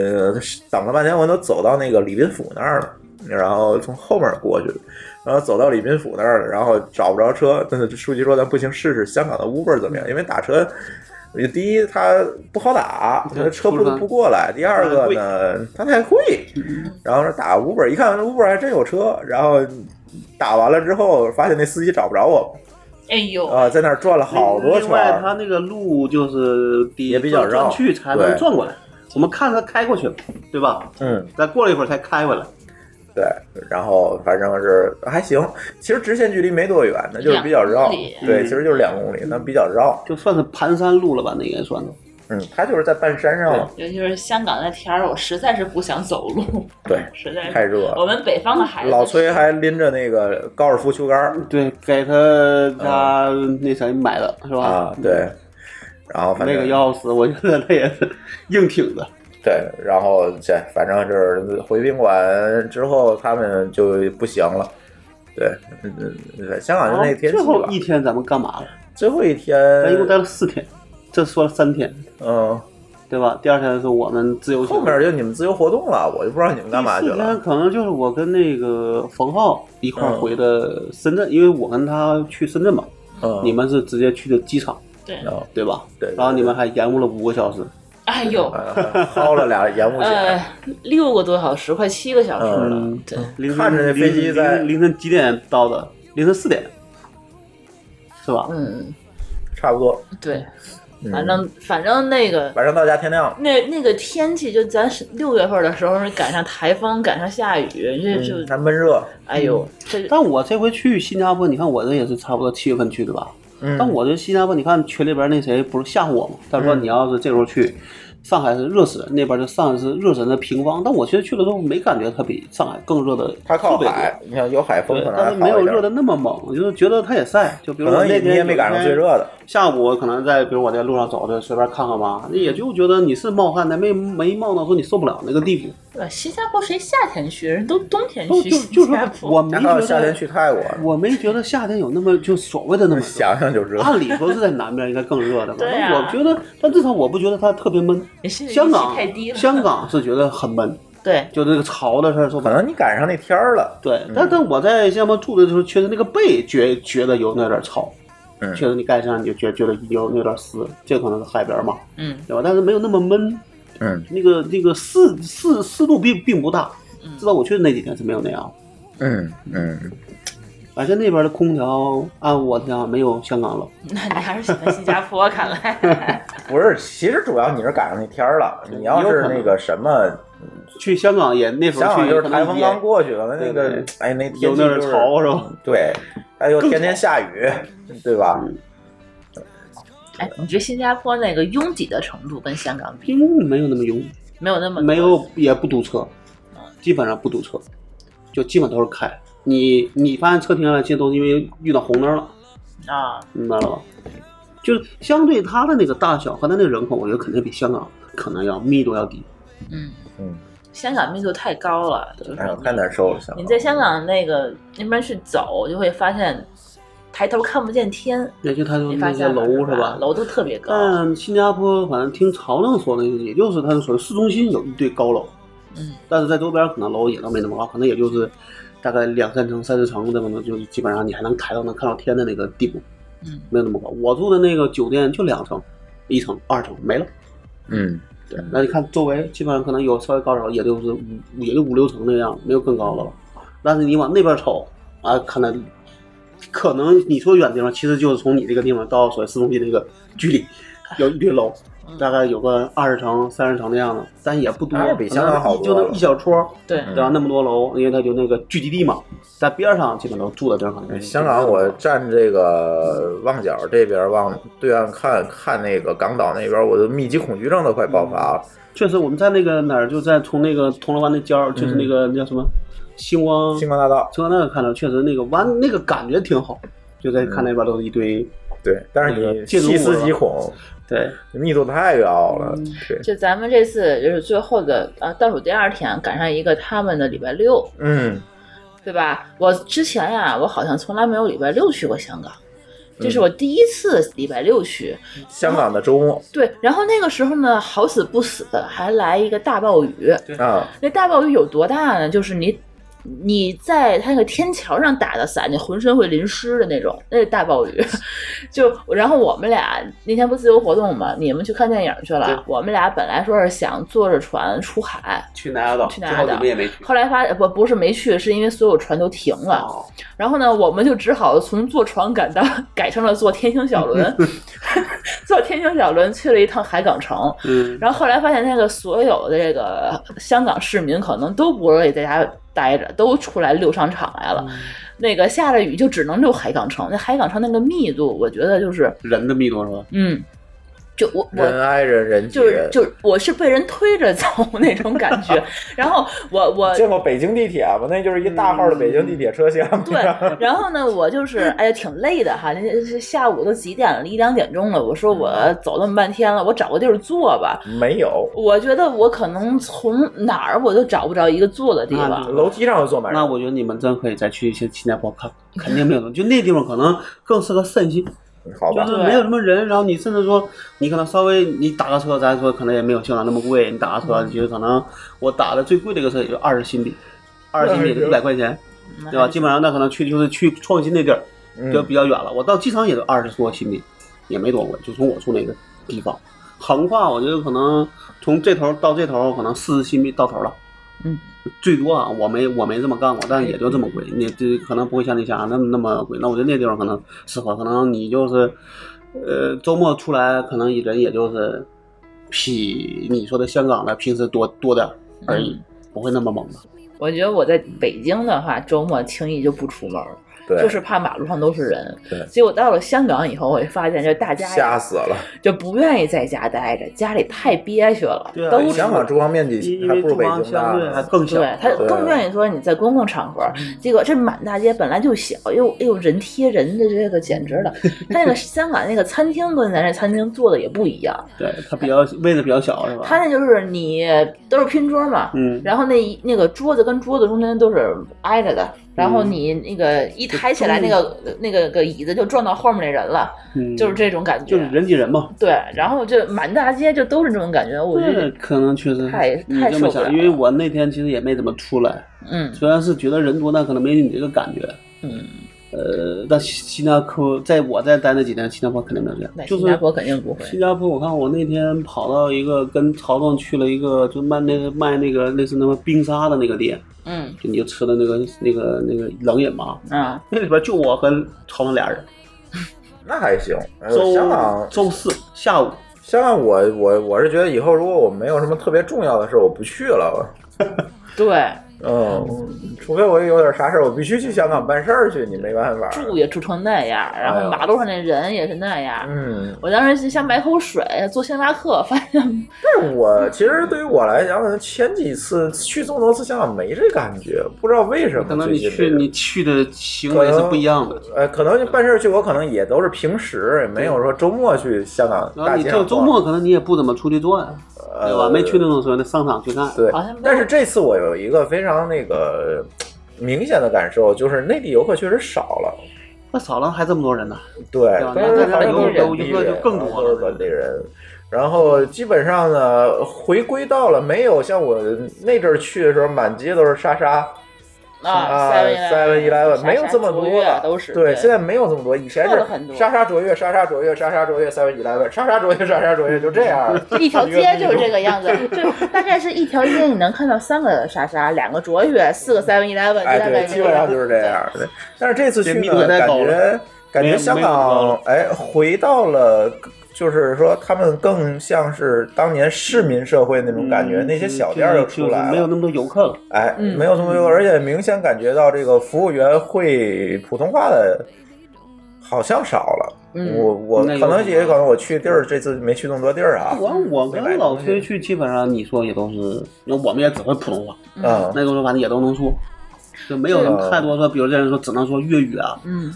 G: 等了半天，我都走到那个礼宾府那儿了，然后从后面过去的，然后走到礼宾府那儿了，然后找不着车，但是书记说咱不行，试试香港的 Uber 怎么样？因为打车，第一它不好打，
H: 对
G: 车
H: 不是嗯
G: 不
H: 很
G: 不过来；第二个呢，它太贵。然后打 Uber，一看 Uber 还真有车，然后打完了之后，发现那司机找不着我
C: 哎呦，
G: 啊、在那儿转了好多
H: 另
G: 圈
H: 外，
G: 儿。
H: 他那个路就是得
G: 也比较绕
H: 转去才能
G: 对
H: 转过来。我们看他开过去了，对吧？
G: 嗯，
H: 咱过了一会儿才开回来。
G: 对，然后反正是还行，其实直线距离没多远，那就是比较绕
C: 两公里。
G: 对，
H: 嗯
G: 其实就是两公里，那比较绕。
H: 就算是盘山路了吧，那应该算是。
G: 嗯，它就是在半山上嘛，
C: 尤其是香港那天儿，我实在是不想走路，
G: 对，
C: 实在
G: 太
C: 是。
G: 热了。
C: 我们北方的孩子，
G: 老崔还拎着那个高尔夫球杆儿
H: 对，给他家那谁买的是
G: 嗯
H: 吧？嗯
G: 啊，对，然后反
H: 那
G: 正
H: 个钥匙，我觉得他也是 硬挺的。
G: 对，然后这反正就是回宾馆之后，他们就不行了。对，嗯嗯，对香港
H: 然
G: 就
H: 后
G: 那天气
H: 最后
G: 吧。呃
H: 一天咱们干嘛了？
G: 最后一天，
H: 咱一共待了四天，这说了三天，
G: 嗯，
H: 对吧？第二天是我们自由行，
G: 后面就你们自由活动了，我就不知道你们干嘛去
H: 第四天
G: 了。
H: 可能就是我跟那个冯浩一块儿回的深圳，因为我跟他去深圳嘛，
G: 嗯，
H: 你们是直接去的机场，
C: 对，
G: 哦
H: 对吧？
G: 对对
H: 然后你们还延误了五个小时，
C: 哎呦，
G: 呃薅了俩延误
C: 呃
G: 险，，
C: 六个多小时，快七个小时了。
H: 嗯
C: 对，
H: 凌晨
G: 看着那飞机在
H: 凌凌凌晨几点到的？凌晨四点，是吧？
C: 嗯，
G: 差不多。
C: 对，
G: 嗯
C: 反正反正那个
G: 晚上到家天亮了，
C: 那那个天气，就咱是六月份的时候赶上台风，赶上下雨，
H: 嗯
C: 这嗯就、
G: 还闷热，
C: 哎呦，这
H: 但我这回去新加坡，你看我这也是差不多七月份去的吧？
G: 嗯
H: 但我这新加坡，你看群里边那谁不是吓唬我吗？他说你要是这时候去，上海是热死人，那边就上海是热死人的平方。但我其实去了之后没感觉它比上海更热的，
G: 它靠
H: 特别多
G: 海，你看有海风
H: 对
G: 可，能
H: 但
G: 还
H: 是没
G: 好
H: 有
G: 一
H: 热
G: 点，
H: 的那么猛，就是觉得它也晒。就比如
G: 可
H: 说
G: 能
H: 那
G: 你
H: 天
G: 你也没赶上最热的，
H: 下午我可能在，比如我在路上走着，随便看看吧，那也就觉得你是冒汗的，没没冒到说你受不了那个地步。
C: 对新加坡谁夏天去？人都冬天
H: 都
C: 去
H: 就就
C: 新
H: 是
C: 加坡。
H: 我没
G: 然后
H: 觉
G: 夏天
H: 得，
G: 去泰国，
H: 我没觉得夏天有那么就所谓的那么热。
G: 想想就热。
H: 按理说是在南边应该更热的吧？
C: 对啊
H: 但我觉得，但至少我不觉得它特别闷。
C: 也是
H: 香港
C: 人气太低了
H: 香港是觉得很闷，
C: 对，
H: 就这个潮的事儿说不
G: 可能你赶上那天儿了，
H: 对，但但我在新加坡住的时候，确实那个背觉觉得有那点潮，
G: 嗯
H: 确实你盖上你就觉觉得有有点湿，这可能是海边嘛，
C: 嗯，
H: 对吧？但是没有那么闷，
G: 嗯
H: 那个那个湿湿湿度并并不大，
C: 嗯
H: 至少我去的那几天是没有那样。
G: 嗯嗯，
H: 而且那边的空调按我讲没有香港冷，
C: 那你还是喜欢新加坡，看来。
G: 不是，其实主要你是赶上那天儿了，
H: 嗯
G: 你要是那个什么，
H: 去香港也那时
G: 想
H: 候
G: 想
H: 去
G: 就是
H: 可能
G: 台风
H: 也
G: 刚过去，完了那
H: 对
G: 个
H: 对，
G: 哎，那天
H: 有
G: 气
H: 那点
G: 就是
H: 潮是吧？
G: 对，哎呦，天天下雨，对吧？
C: 哎，你觉得新加坡那个拥挤的程度跟香港比，
H: 因没有那么拥，
C: 没有那么
H: 没有也不堵车，基本上不堵车，就基本都是开。你你发现车停下来，其实都是因为遇到红灯了，
C: 啊？
H: 明白了吧？就是相对它的那个大小和它那个人口，我觉得肯定比香港可能要密度要低。
C: 嗯
G: 嗯，
C: 香港密度太高了，就是
G: 哎呦，太难受了，想
C: 你
G: 到
C: 在香港那个那边去走，就会发现抬头看不见天，
H: 也就它就
C: 你发
H: 那些
C: 现了
H: 楼是吧？嗯
C: 楼都特别高。
H: 但新加坡反正听曹亮说的，也就是它的所谓市中心有一堆高楼，
C: 嗯，
H: 但是在周边可能楼也都没那么高，可能也就是大概两三层、三四层的，可能就是基本上你还能抬到能看到天的那个地步，
C: 嗯，
H: 没有那么高。我住的那个酒店就两层，一层、二层没了。
G: 嗯，
H: 对，那你看周围基本上可能有稍微高点儿，也就是五也就五六层那样，没有更高的了。但是你往那边瞅啊，看到可能你说远的地方，其实就是从你这个地方到所谓市中心那个距离，有一堆楼，大概有个二十层、三十层的样子，但也不多，
G: 嗯那比香港
H: 可能
G: 好多
H: 就那
G: 了嗯
H: 一小撮，
C: 对，
H: 对吧？那么多楼，因为它就那个聚集地嘛，在边上基本都住的地儿可能。
G: 嗯香港，我站这个旺角这边往对岸看，看那个港岛那边，我的密集恐惧症都快爆发了。
H: 确实我们在那个哪儿，就在从那个铜锣湾那尖儿，就是那个叫什么星光
G: 星光大道，
H: 从那个看到，确实那个湾那个感觉挺好，就在看那边都是一堆，
G: 对，但是你细思极恐，
H: 对，
G: 密度太高了，对，
C: 就咱们这次就是最后的啊，倒数第二天赶上一个他们的礼拜六，
G: 嗯，
C: 对吧？我之前呀、我好像从来没有礼拜六去过香港，这
H: 嗯
C: 是我第一次礼拜六去。
G: 香港的周末
C: 对，然后那个时候呢，好死不死还来一个大暴雨，
G: 啊，
C: 那大暴雨有多大呢？就是你你在它那个天桥上打的伞，你浑身会淋湿的那种，那是大暴雨。 就然后我们俩那天不自由活动嘛，你们去看电影去了
H: 对，
C: 我们俩本来说是想坐着船出海，
H: 去南丫岛，
C: 去南丫岛
H: 最后你们也没去。
C: 后来发不不是没去，是因为所有船都停了。
H: 哦
C: 然后呢，我们就只好从坐船赶到 改成了坐天星 小轮， 坐天星小轮去了一趟海港城。
H: 嗯，
C: 然后后来发现，那个所有的这个香港市民可能都不乐意在家待着，都出来溜商场来了。那个下了雨就只能溜海港城，那海港城那个密度，我觉得就是，
H: 人的密度是吧？
C: 嗯，就我我
G: 人挨人人挤
C: 就是
G: 人。
C: 就是我是被人推着走 那种感觉。然后我我
G: 见过北京地铁吗？那就是一大号的北京地铁车厢。
C: 对，然后呢，我就是哎呀挺累的哈，那是下午都几点了，一两点钟了。我说我走那么半天了，我找个地儿坐吧。
G: 没有，
C: 我觉得我可能从哪儿我都找不着一个坐的地
H: 那
C: 方
H: 就。
G: 楼梯上就坐满人。
H: 那我觉得你们真可以再去一些新加坡看，肯定没有那么，就那地方可能更适合散心，
G: 好吧
H: 就，是没有什么人，然后你甚至说你可能稍微你打个车，咱说可能也没有香港那么贵，你打个车，你觉得可能我打的最贵的一个车也就二十新币，二十新币一百块钱，对吧？基本上那可能去就是去创新那地儿，
G: 嗯
H: 就比较远了。我到机场也就二十多新米，也没多贵，就从我住那个地方，横跨我觉得可能从这头到这头可能四十新米到头了。
C: 嗯，
H: 最多啊，我没我没这么干过，但也就这么贵。你这可能不会像你想的那么那么贵。那我觉得那地方可能适合，可能你就是呃，周末出来可能人也就是比你说的香港的平时多多点儿而已，不会那么猛的。
C: 我觉得我在北京的话，周末轻易就不出门儿，
G: 对，
C: 就是怕马路上都是人。
G: 对
C: 结果到了香港以后，我就发现这大家呀
G: 吓死了。
C: 就不愿意在家待着，家里太憋屈了，
H: 对啊
C: 都
G: 香港住房面积
H: 因
G: 还
H: 为
G: 不如
H: 住
G: 北
H: 房
G: 京大
H: 相对嗯还
G: 呢。
H: 更小，
C: 对他
G: 对
C: 更愿意说你在公共场合，结果这满大街本来就小，又哎呦人贴人的这个简直 了。他那个香港那个餐厅跟咱这餐厅做的也不一样，
H: 对他比较位置比较小是吧？
C: 他那就是你都是拼桌嘛，
H: 嗯，
C: 然后那一那个桌子跟桌子中间都是挨着
G: 嗯
C: 的，然后你那个一抬起来，那个那个个椅子就撞到后面那人了，
H: 嗯
C: 就是这种感觉。
H: 就是人挤人嘛。
C: 对，然后就满大街就都是这种感觉，我觉
H: 这
C: 得
H: 可能确实
C: 太
H: 你
C: 太
H: 这么
C: 受不了
H: 想，因为我那天其实也没怎么出来，
C: 嗯
H: 虽然是觉得人多，但可能没你这个感觉。
C: 嗯，
H: 呃，但新新加坡在我在待那几天，新加坡肯定没有这
C: 那
H: 样，就
C: 新加
H: 是
C: 坡肯定不会。
H: 新加坡，我看我那天跑到一个跟曹总去了一个，就卖那个卖那个类似那么冰沙的那个店，
C: 嗯
H: 就你就吃的那个那个那个冷饮嘛，
C: 啊，
H: 那里边就我和曹总俩人。
G: 那还行。哎呦
H: 周
G: 香港，
H: 周四下午，
G: 香港我，我我是觉得以后如果我没有什么特别重要的事，我不去了。
C: 对，
G: 嗯，除非我有点啥事儿，我必须去香港办事儿去，你没办法。
C: 住也住成那样，然
G: 哎
C: 后马路上那人也是那样。
G: 嗯，
C: 我当时就想买口水，做星巴克，发现
G: 但是我其实对于我来讲，前几次去这么多次香港没这感觉，不知道为什么。
H: 可能你
G: 最
H: 去
G: 近这个
H: 你去的行为是不一样的。
G: 呃，可能就办事儿去，我可能也都是平时，也没有说周末去香港
H: 然后
G: 大
H: 你
G: 街
H: 就
G: 上
H: 周
G: 逛。呃
H: 末可能你也不怎么出去转，对吧？没去那种所谓的商场去啊看。
G: 对
C: 好像没有，
G: 但是这次我有一个非常那个明显的感受，就是内地游客确实少了。
H: 那少了还这么多人呢，
G: 对
H: 对吧，
G: 但是还是
C: 那
G: 本
C: 本
G: 地
H: 地人游客就更
G: 人
H: 多了
G: 都是本地人。然后基本上呢，回归到了没有像我那阵儿去的时候，满街都是莎莎
C: 啊
G: ，seven
C: ，seven
G: eleven 没有这么多了，
C: 啊都是
G: 对，现在没有这么多，以前
C: 少
G: 是
C: 了很多
G: 莎莎卓越，莎莎卓越，莎莎卓越，seven eleven，莎莎卓越，莎莎卓越，就这样。
C: 一条街就是这个样子， 就大概是一条街你能看到三个莎莎，两个卓越，四个 Seven Eleven，
G: 哎，对，基本上就是这。样。对，但是这次去
H: 这密
G: 呢
H: 度，太
G: 感
H: 高了
G: 觉感
H: 没
G: 觉
H: 有
G: 香
H: 没有那么高
G: 港
H: 了
G: 哎回到了，就是说他们更像是当年市民社会那种感觉，
H: 嗯
G: 那些小店儿
H: 就
G: 又
H: 是
G: 出
H: 就是
G: 来
H: 没有
G: 了。
H: 那么多游客了。
G: 哎，
C: 嗯
G: 没有这么多，而且明显感觉到这个服务员会普通话的，好像少了。
C: 嗯
G: 我我
H: 那有
G: 可能
H: 可能
G: 也可能我去地儿这次没去那么多地儿啊。
H: 我我
G: 没买
H: 跟老
G: 东西
H: 崔去，基本上你说也都是，那我们也只会普通话，
G: 嗯，
H: 那个时候反正也都能说，就没有什么太多说，比如这人说只能说粤语啊，
C: 嗯，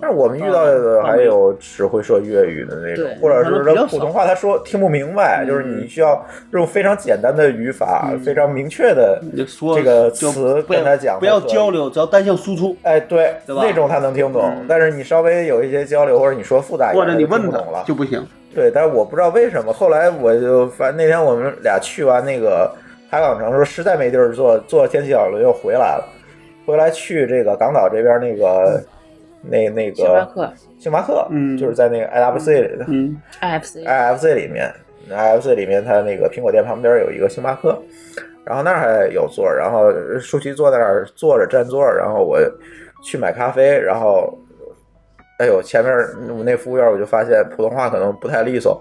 G: 但是我们遇到的还有只会说粤语的那种
C: 对，
G: 或者是
H: 比
G: 说
H: 较少嗯
G: 普通话他说听不明白，就是你需要用非常简单的语法、非常明确的
H: 你就说
G: 这个
H: 就
G: 词
H: 不要
G: 跟他讲
H: 不要
G: 就可以
H: 交流，只要单向输出。
G: 哎，对，
H: 对吧嗯
G: 那种他能听懂，但是你稍微有一些交流，或者你说复杂一
H: 或
G: 点，
H: 者你
G: 他就
H: 问
G: 听不
H: 他
G: 懂了
H: 就。不 行，
G: 对，但是我不知道为什么，后来我就反正那天我们俩去完那个海港城，说实在没地儿坐，坐天气小轮又回来了，回来去这个港岛这边那个那那
C: 星巴
G: 个
C: 克
G: 星巴克，
H: 嗯
G: 就是在那个 IWC 里的。
H: 嗯，
C: FC，
G: IFC 里面，IFC 里面它那个苹果店旁边有一个星巴克，然后那儿还有座儿，然后舒淇坐在那儿坐着占座儿，然后我去买咖啡，然后哎呦，前面我那服务员我就发现普通话可能不太利索，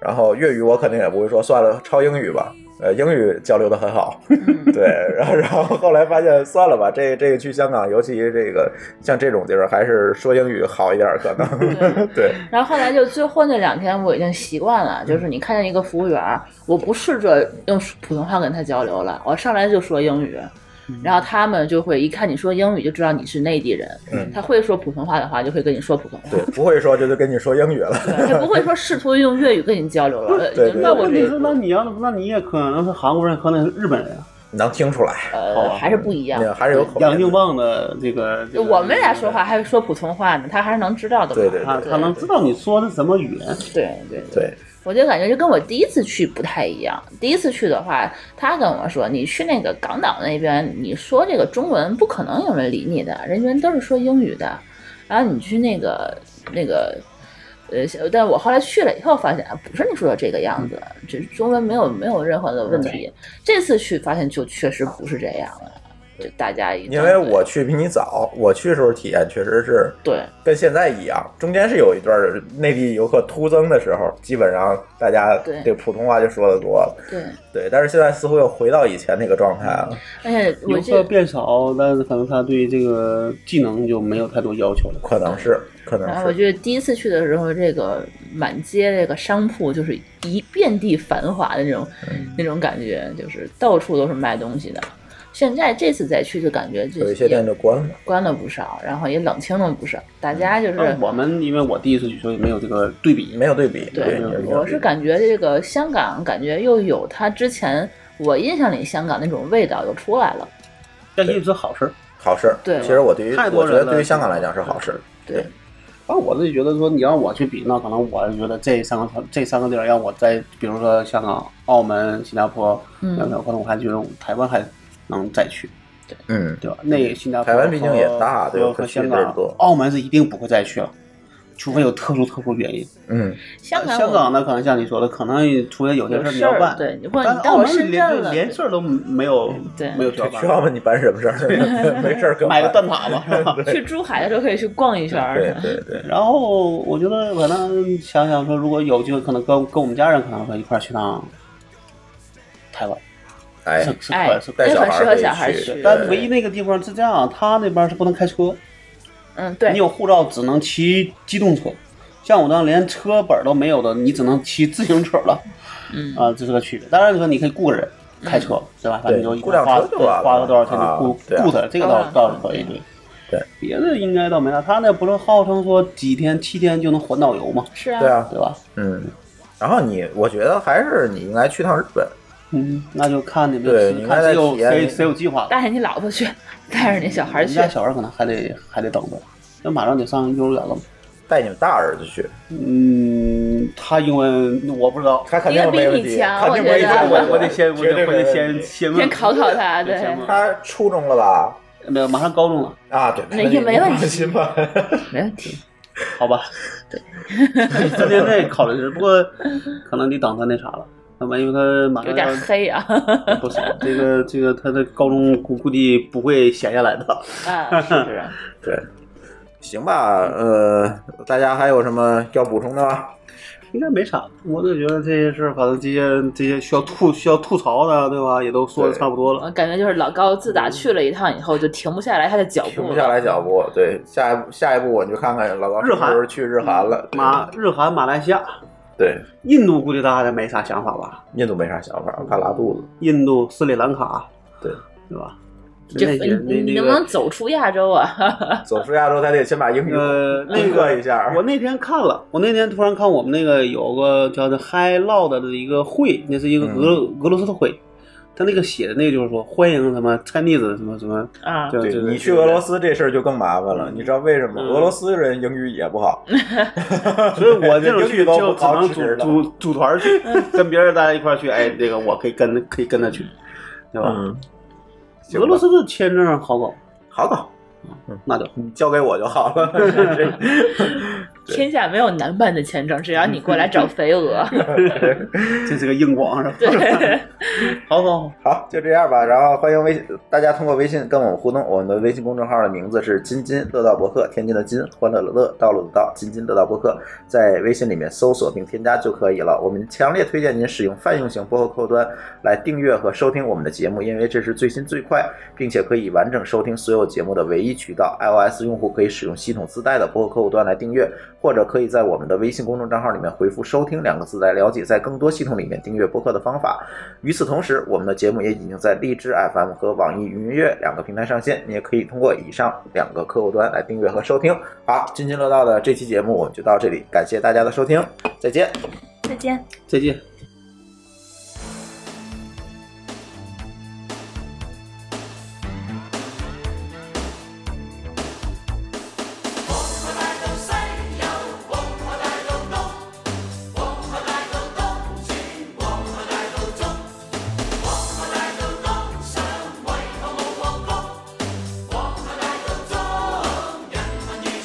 G: 然后粤语我肯定也不会说，算了，抄英语吧。呃，英语交流的很好， 对，然后然后后来发现算了吧，这这个去香港，尤其这个像这种地儿，还是说英语好一点儿可能，对，
C: 然后后来就最后那两天我已经习惯了，
G: 嗯
C: 就是你看见一个服务员儿，我不试着用普通话跟他交流了，我上来就说英语。
G: 嗯
C: 然后他们就会一看你说英语就知道你是内地人，
G: 嗯
C: 他会说普通话的话就会跟你说普通 话，
G: 对，不会说就就跟你说英语了，
C: 对他不会说试图用粤语跟你交 流了。
G: 对
C: 已
G: 对
C: 经到
G: 那
C: 过
H: 问
C: 这
H: 题
C: 一
H: 是，
C: 步
H: 那你要那你也可能是韩国人和那是日本人啊，
G: 能听出来，
C: 呃，还是不一样。
G: 那还是有口
H: 杨
G: 音
H: 靖。旺的这个，这个
C: 我们俩说话还是说普通话呢，他还是能知道的嘛。
G: 对对
H: 他他啊能知道你说的什么语言，
C: 对对对，
G: 对，
C: 我就感觉就跟我第一次去不太一样。第一次去的话，他跟我说，你去那个港岛那边，你说这个中文不可能有人理你的，人家都是说英语的。然后你去那个那个。呃，但我后来去了以后，发现啊，不是你说的这个样子，这中文没有没有任何的问题。这次去发现就确实不是这样了，就大家一
G: 因为我去比你早，我去时候体验确实是
C: 对
G: 跟现在一样，中间是有一段儿内地游客突增的时候，基本上大家
C: 对
G: 这普通话就说的多了，
C: 对，
G: 对，但是现在似乎又回到以前那个状态了，
C: 而且我
H: 游
C: 这
H: 客变少，但是可能他对这个技能就没有太多要求了。
G: 可能是，可
C: 然
G: 能
C: 后我
G: 是，
C: 觉得第一次去的时候，这个满街这个商铺就是一遍地繁华的那种、
G: 嗯
C: 那种感觉，就是到处都是卖东西的。现在这次再去就感觉这
G: 有一些店就关了。
C: 关了不少，然后也冷清了不少。大家就是、
H: 但嗯我们因为我第一次去，所以没有这个对比。
G: 没有对比，
C: 对
G: 没有，对比
C: 我是感觉这个香港感觉又有它之前我印象里香港那种味道又出来了。
H: 但是是好事儿。
G: 好事儿。
C: 对
G: 其实我对于
H: 太
G: 我
H: 多
G: 觉
H: 人了
G: 得对于香港来讲是好事儿。
C: 对，
H: 啊，我是觉得说，你让我去比，那可能我是觉得这三个城这三个地儿，让我在比如说香港、澳门、新加坡，
C: 嗯
H: 那可能我还觉得台湾还能再去，
G: 嗯，
H: 对吧？那新加坡、
G: 台湾毕竟也大对吧
H: 和
G: 可
H: 和
G: 去的
H: 香
G: 地儿
H: 港
G: 多、
H: 澳门是一定不会再去了，除非有特殊特殊原因。
G: 嗯，
C: 香港
H: 呃香港呢，可能像你说的，可能除非有些
C: 有
H: 事儿你
C: 事
H: 要
C: 儿
H: 办，
C: 对你或者
H: 但
C: 你
H: 是
C: 到
H: 澳门
C: 深
H: 连
C: 圳了嗯
H: 连事儿都没有，
C: 对
H: 没有需要
G: 去澳
H: 办，
G: 门你办什么事儿？没事儿更
H: 买个
G: 办
H: 蛋挞吧，是吧？
C: 去珠海的时候可以去逛一圈儿，
G: 对对对，
H: 然后我觉得可能想想说，如果有机会，可能跟跟我们家人可能会一块儿去趟台湾，
G: 哎
H: 是，是
C: 哎
H: 可以是可
G: 带
H: 以
C: 那
G: 小
C: 很
G: 孩
C: 适
G: 儿
C: 合
G: 可以
C: 小孩儿
G: 去
C: 去
H: 但唯一那个地方是这样，他那边是不能开车，
C: 嗯，对
H: 你，有护照只能骑机动车。像我这样连车本都没有的，你只能骑自行车了
C: 嗯，
H: 啊、这是个区别。当然说你可以雇个人开车，对吧？反正就一
G: 嗯雇辆
H: 花
G: 车就完了
H: 花个多少钱
G: 啊
H: 就雇
G: 对啊
H: 雇他，这个
C: 啊
H: 倒倒是可以对。
G: 对，
H: 别的应该倒没啥。他那不是号称说几天七天就能环岛游嘛，
C: 是
G: 对
C: 啊，
G: 啊，
H: 对吧？
G: 嗯。然后你，我觉得还是你应该去趟日本，
H: 嗯，那就看你
G: 对
H: 们
G: 你
H: 看
G: 看
H: 谁有
G: 体验
H: 谁谁有计划。
C: 带着你老婆去，带着你小
H: 我
C: 孩儿
H: 们
C: 去，
H: 家小孩可能还得还得等着，那马上得上幼儿园了嘛。
G: 带你们大儿子去，
H: 嗯，他英文我不知道，
G: 他肯
C: 定
G: 定
C: 没
G: 没
C: 问
G: 问
C: 题
G: 题，
C: 肯
G: 肯
C: 定
G: 定
C: 没
G: 没
C: 问题
H: 我我得先我
G: 绝
H: 得
G: 对
H: 我
G: 没
H: 得
G: 问
H: 先
G: 题
H: 先问
C: 先考考他，对，
H: 先问
G: 他初中了吧？
H: 没有，马上高中了，
G: 啊，对，
C: 那也没问题
G: 放心吧。
C: 没问题。
H: 好吧？对，三天内考虑的事，不过可能得等他那啥了。那么，因为他马
C: 有
H: 上
C: 点
H: 要
C: 黑啊，
H: 不行，这个这个他的高中估估计不会闲下来的。
C: 啊，是不是？
G: 对，行吧，呃，大家还有什么要补充的吗？
H: 应该没啥，我就觉得这些事儿，反正这些这些需要吐需要吐槽的，对吧？也都说的
G: 对
H: 差不多
C: 我
H: 了。
C: 感觉就是老高自打去了一趟以后，就停不下来他的脚步，
G: 停不下来。脚步。对，下一步下一步我就看看老高是
H: 日韩
G: 不是去日韩了。对
H: 马日韩、马来西亚、
G: 对，
H: 印度，估计大家没啥想法吧？
G: 印度没啥想法，我怕拉肚子。
H: 印度、斯里兰卡，
G: 对
H: 对吧？
C: 就
H: 那些
C: 你
H: 那
C: 你
H: 那
C: 能不能
H: 个
C: 走出亚洲啊？
G: 走出亚洲，他得先把英语
H: 呃，那
G: 克
H: 个
G: 一下。
H: 我那天看了，我那天突然看我们那个有个叫做 High Loud 的一个会，那是一个
G: 嗯
H: 俄罗俄罗斯的会，他那个写的那个就是说欢迎什么 Chinese 什么什么，
C: 啊，
H: 就
G: 对
H: 就
G: 你去俄罗斯这事儿就更麻烦了，
H: 嗯
G: 你知道为什么？
H: 嗯
G: 俄罗斯人英语也不好，
H: 所以我这种
G: 英
H: 去
G: 语都不
H: 就只
G: 好
H: 能
G: 使了
H: 组组组团 去，跟别人大家一块儿去。哎，这个我可以跟可以跟他去，对吧？
G: 嗯，行吧
H: 俄罗斯的签证好搞，
G: 好搞，嗯
H: 那就
G: 你交给我就好 了。 对
C: 天下没有难办的签证，只要你过来找肥鹅。
H: 这是个硬广是吧？
C: 对，
H: 好好好，
G: 好，就这样吧。然后欢迎微大家通过微信跟我们互动。我们的微信公众号的名字是“津津乐道博客”，天津的津，欢乐的乐，道路的道，津津乐道博客，在微信里面搜索并添加就可以了。我们强烈推荐您使用泛用型播客客户端来订阅和收听我们的节目，因为这是最新最快，并且可以完整收听所有节目的唯一渠道。iOS 用户可以使用系统自带的播客客户端来订阅，或者可以在我们的微信公众账号里面回复“收听”两个字来了解在更多系统里面订阅播客的方法。与此同时，我们的节目也已经在荔枝 FM 和网易云音乐两个平台上线，你也可以通过以上两个客户端来订阅和收听。好，津津乐道的这期节目我们就到这里，感谢大家的收听，再见。
A: 再见。
H: 再见。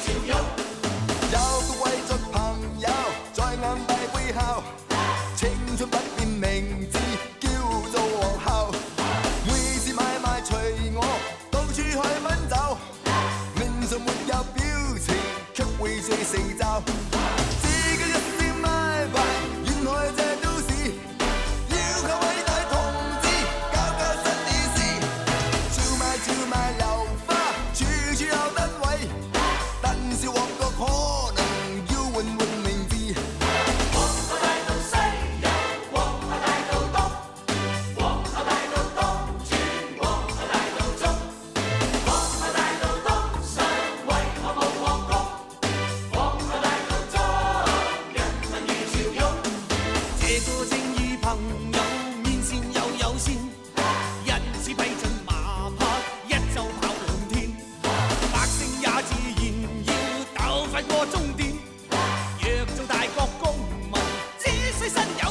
J: 有個貴族朋友在暗地背後，青春不變，名字叫做皇后。每次買賣隨我，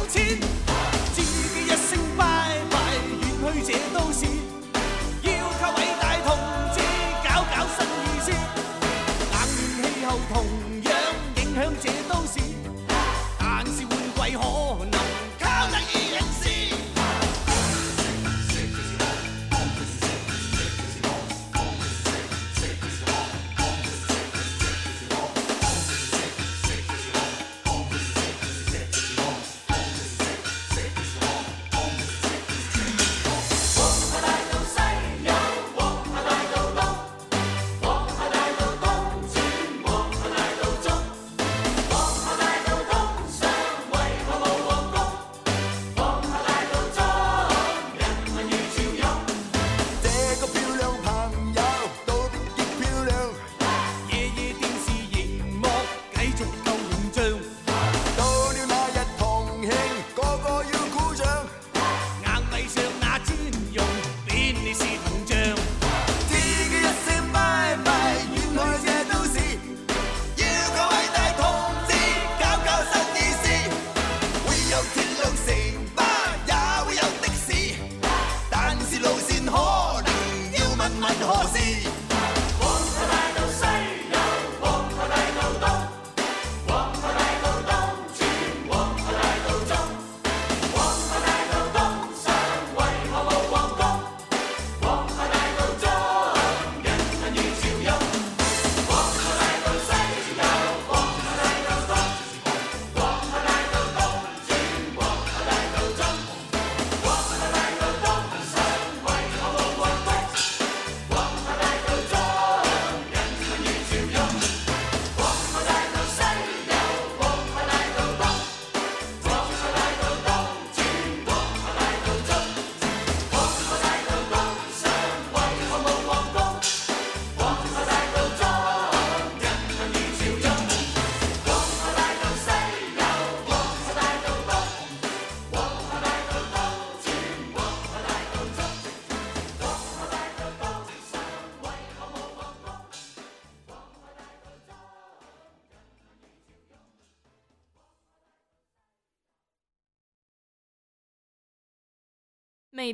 J: 千，自己一聲拜拜，遠去這都市，要靠偉大同志搞搞新意思，冷暖氣候同樣影響這都市，但是會貴可能靠得意人士。这个漂亮朋友到邊亦漂亮，夜夜電視熒幕繼續夠用像。到了那日同慶，個個要鼓掌，硬幣上那尊容，便利是銅像。自己一聲拜拜，遠去這都市，要個偉大同志搞搞新意思，會有鐵路城巴，也會有的士。但是路線可能要問問何時。往下大道西遊，往下大道東，往下大道東轉，往下大道中，往下大道東上為何無皇宮？往下大道中人民如潮湧，往下大道西遊，往下大道東，往下大道東轉，往下大道中，往下大道東上為何無皇宮？往下大道中人民如潮湧。
A: 美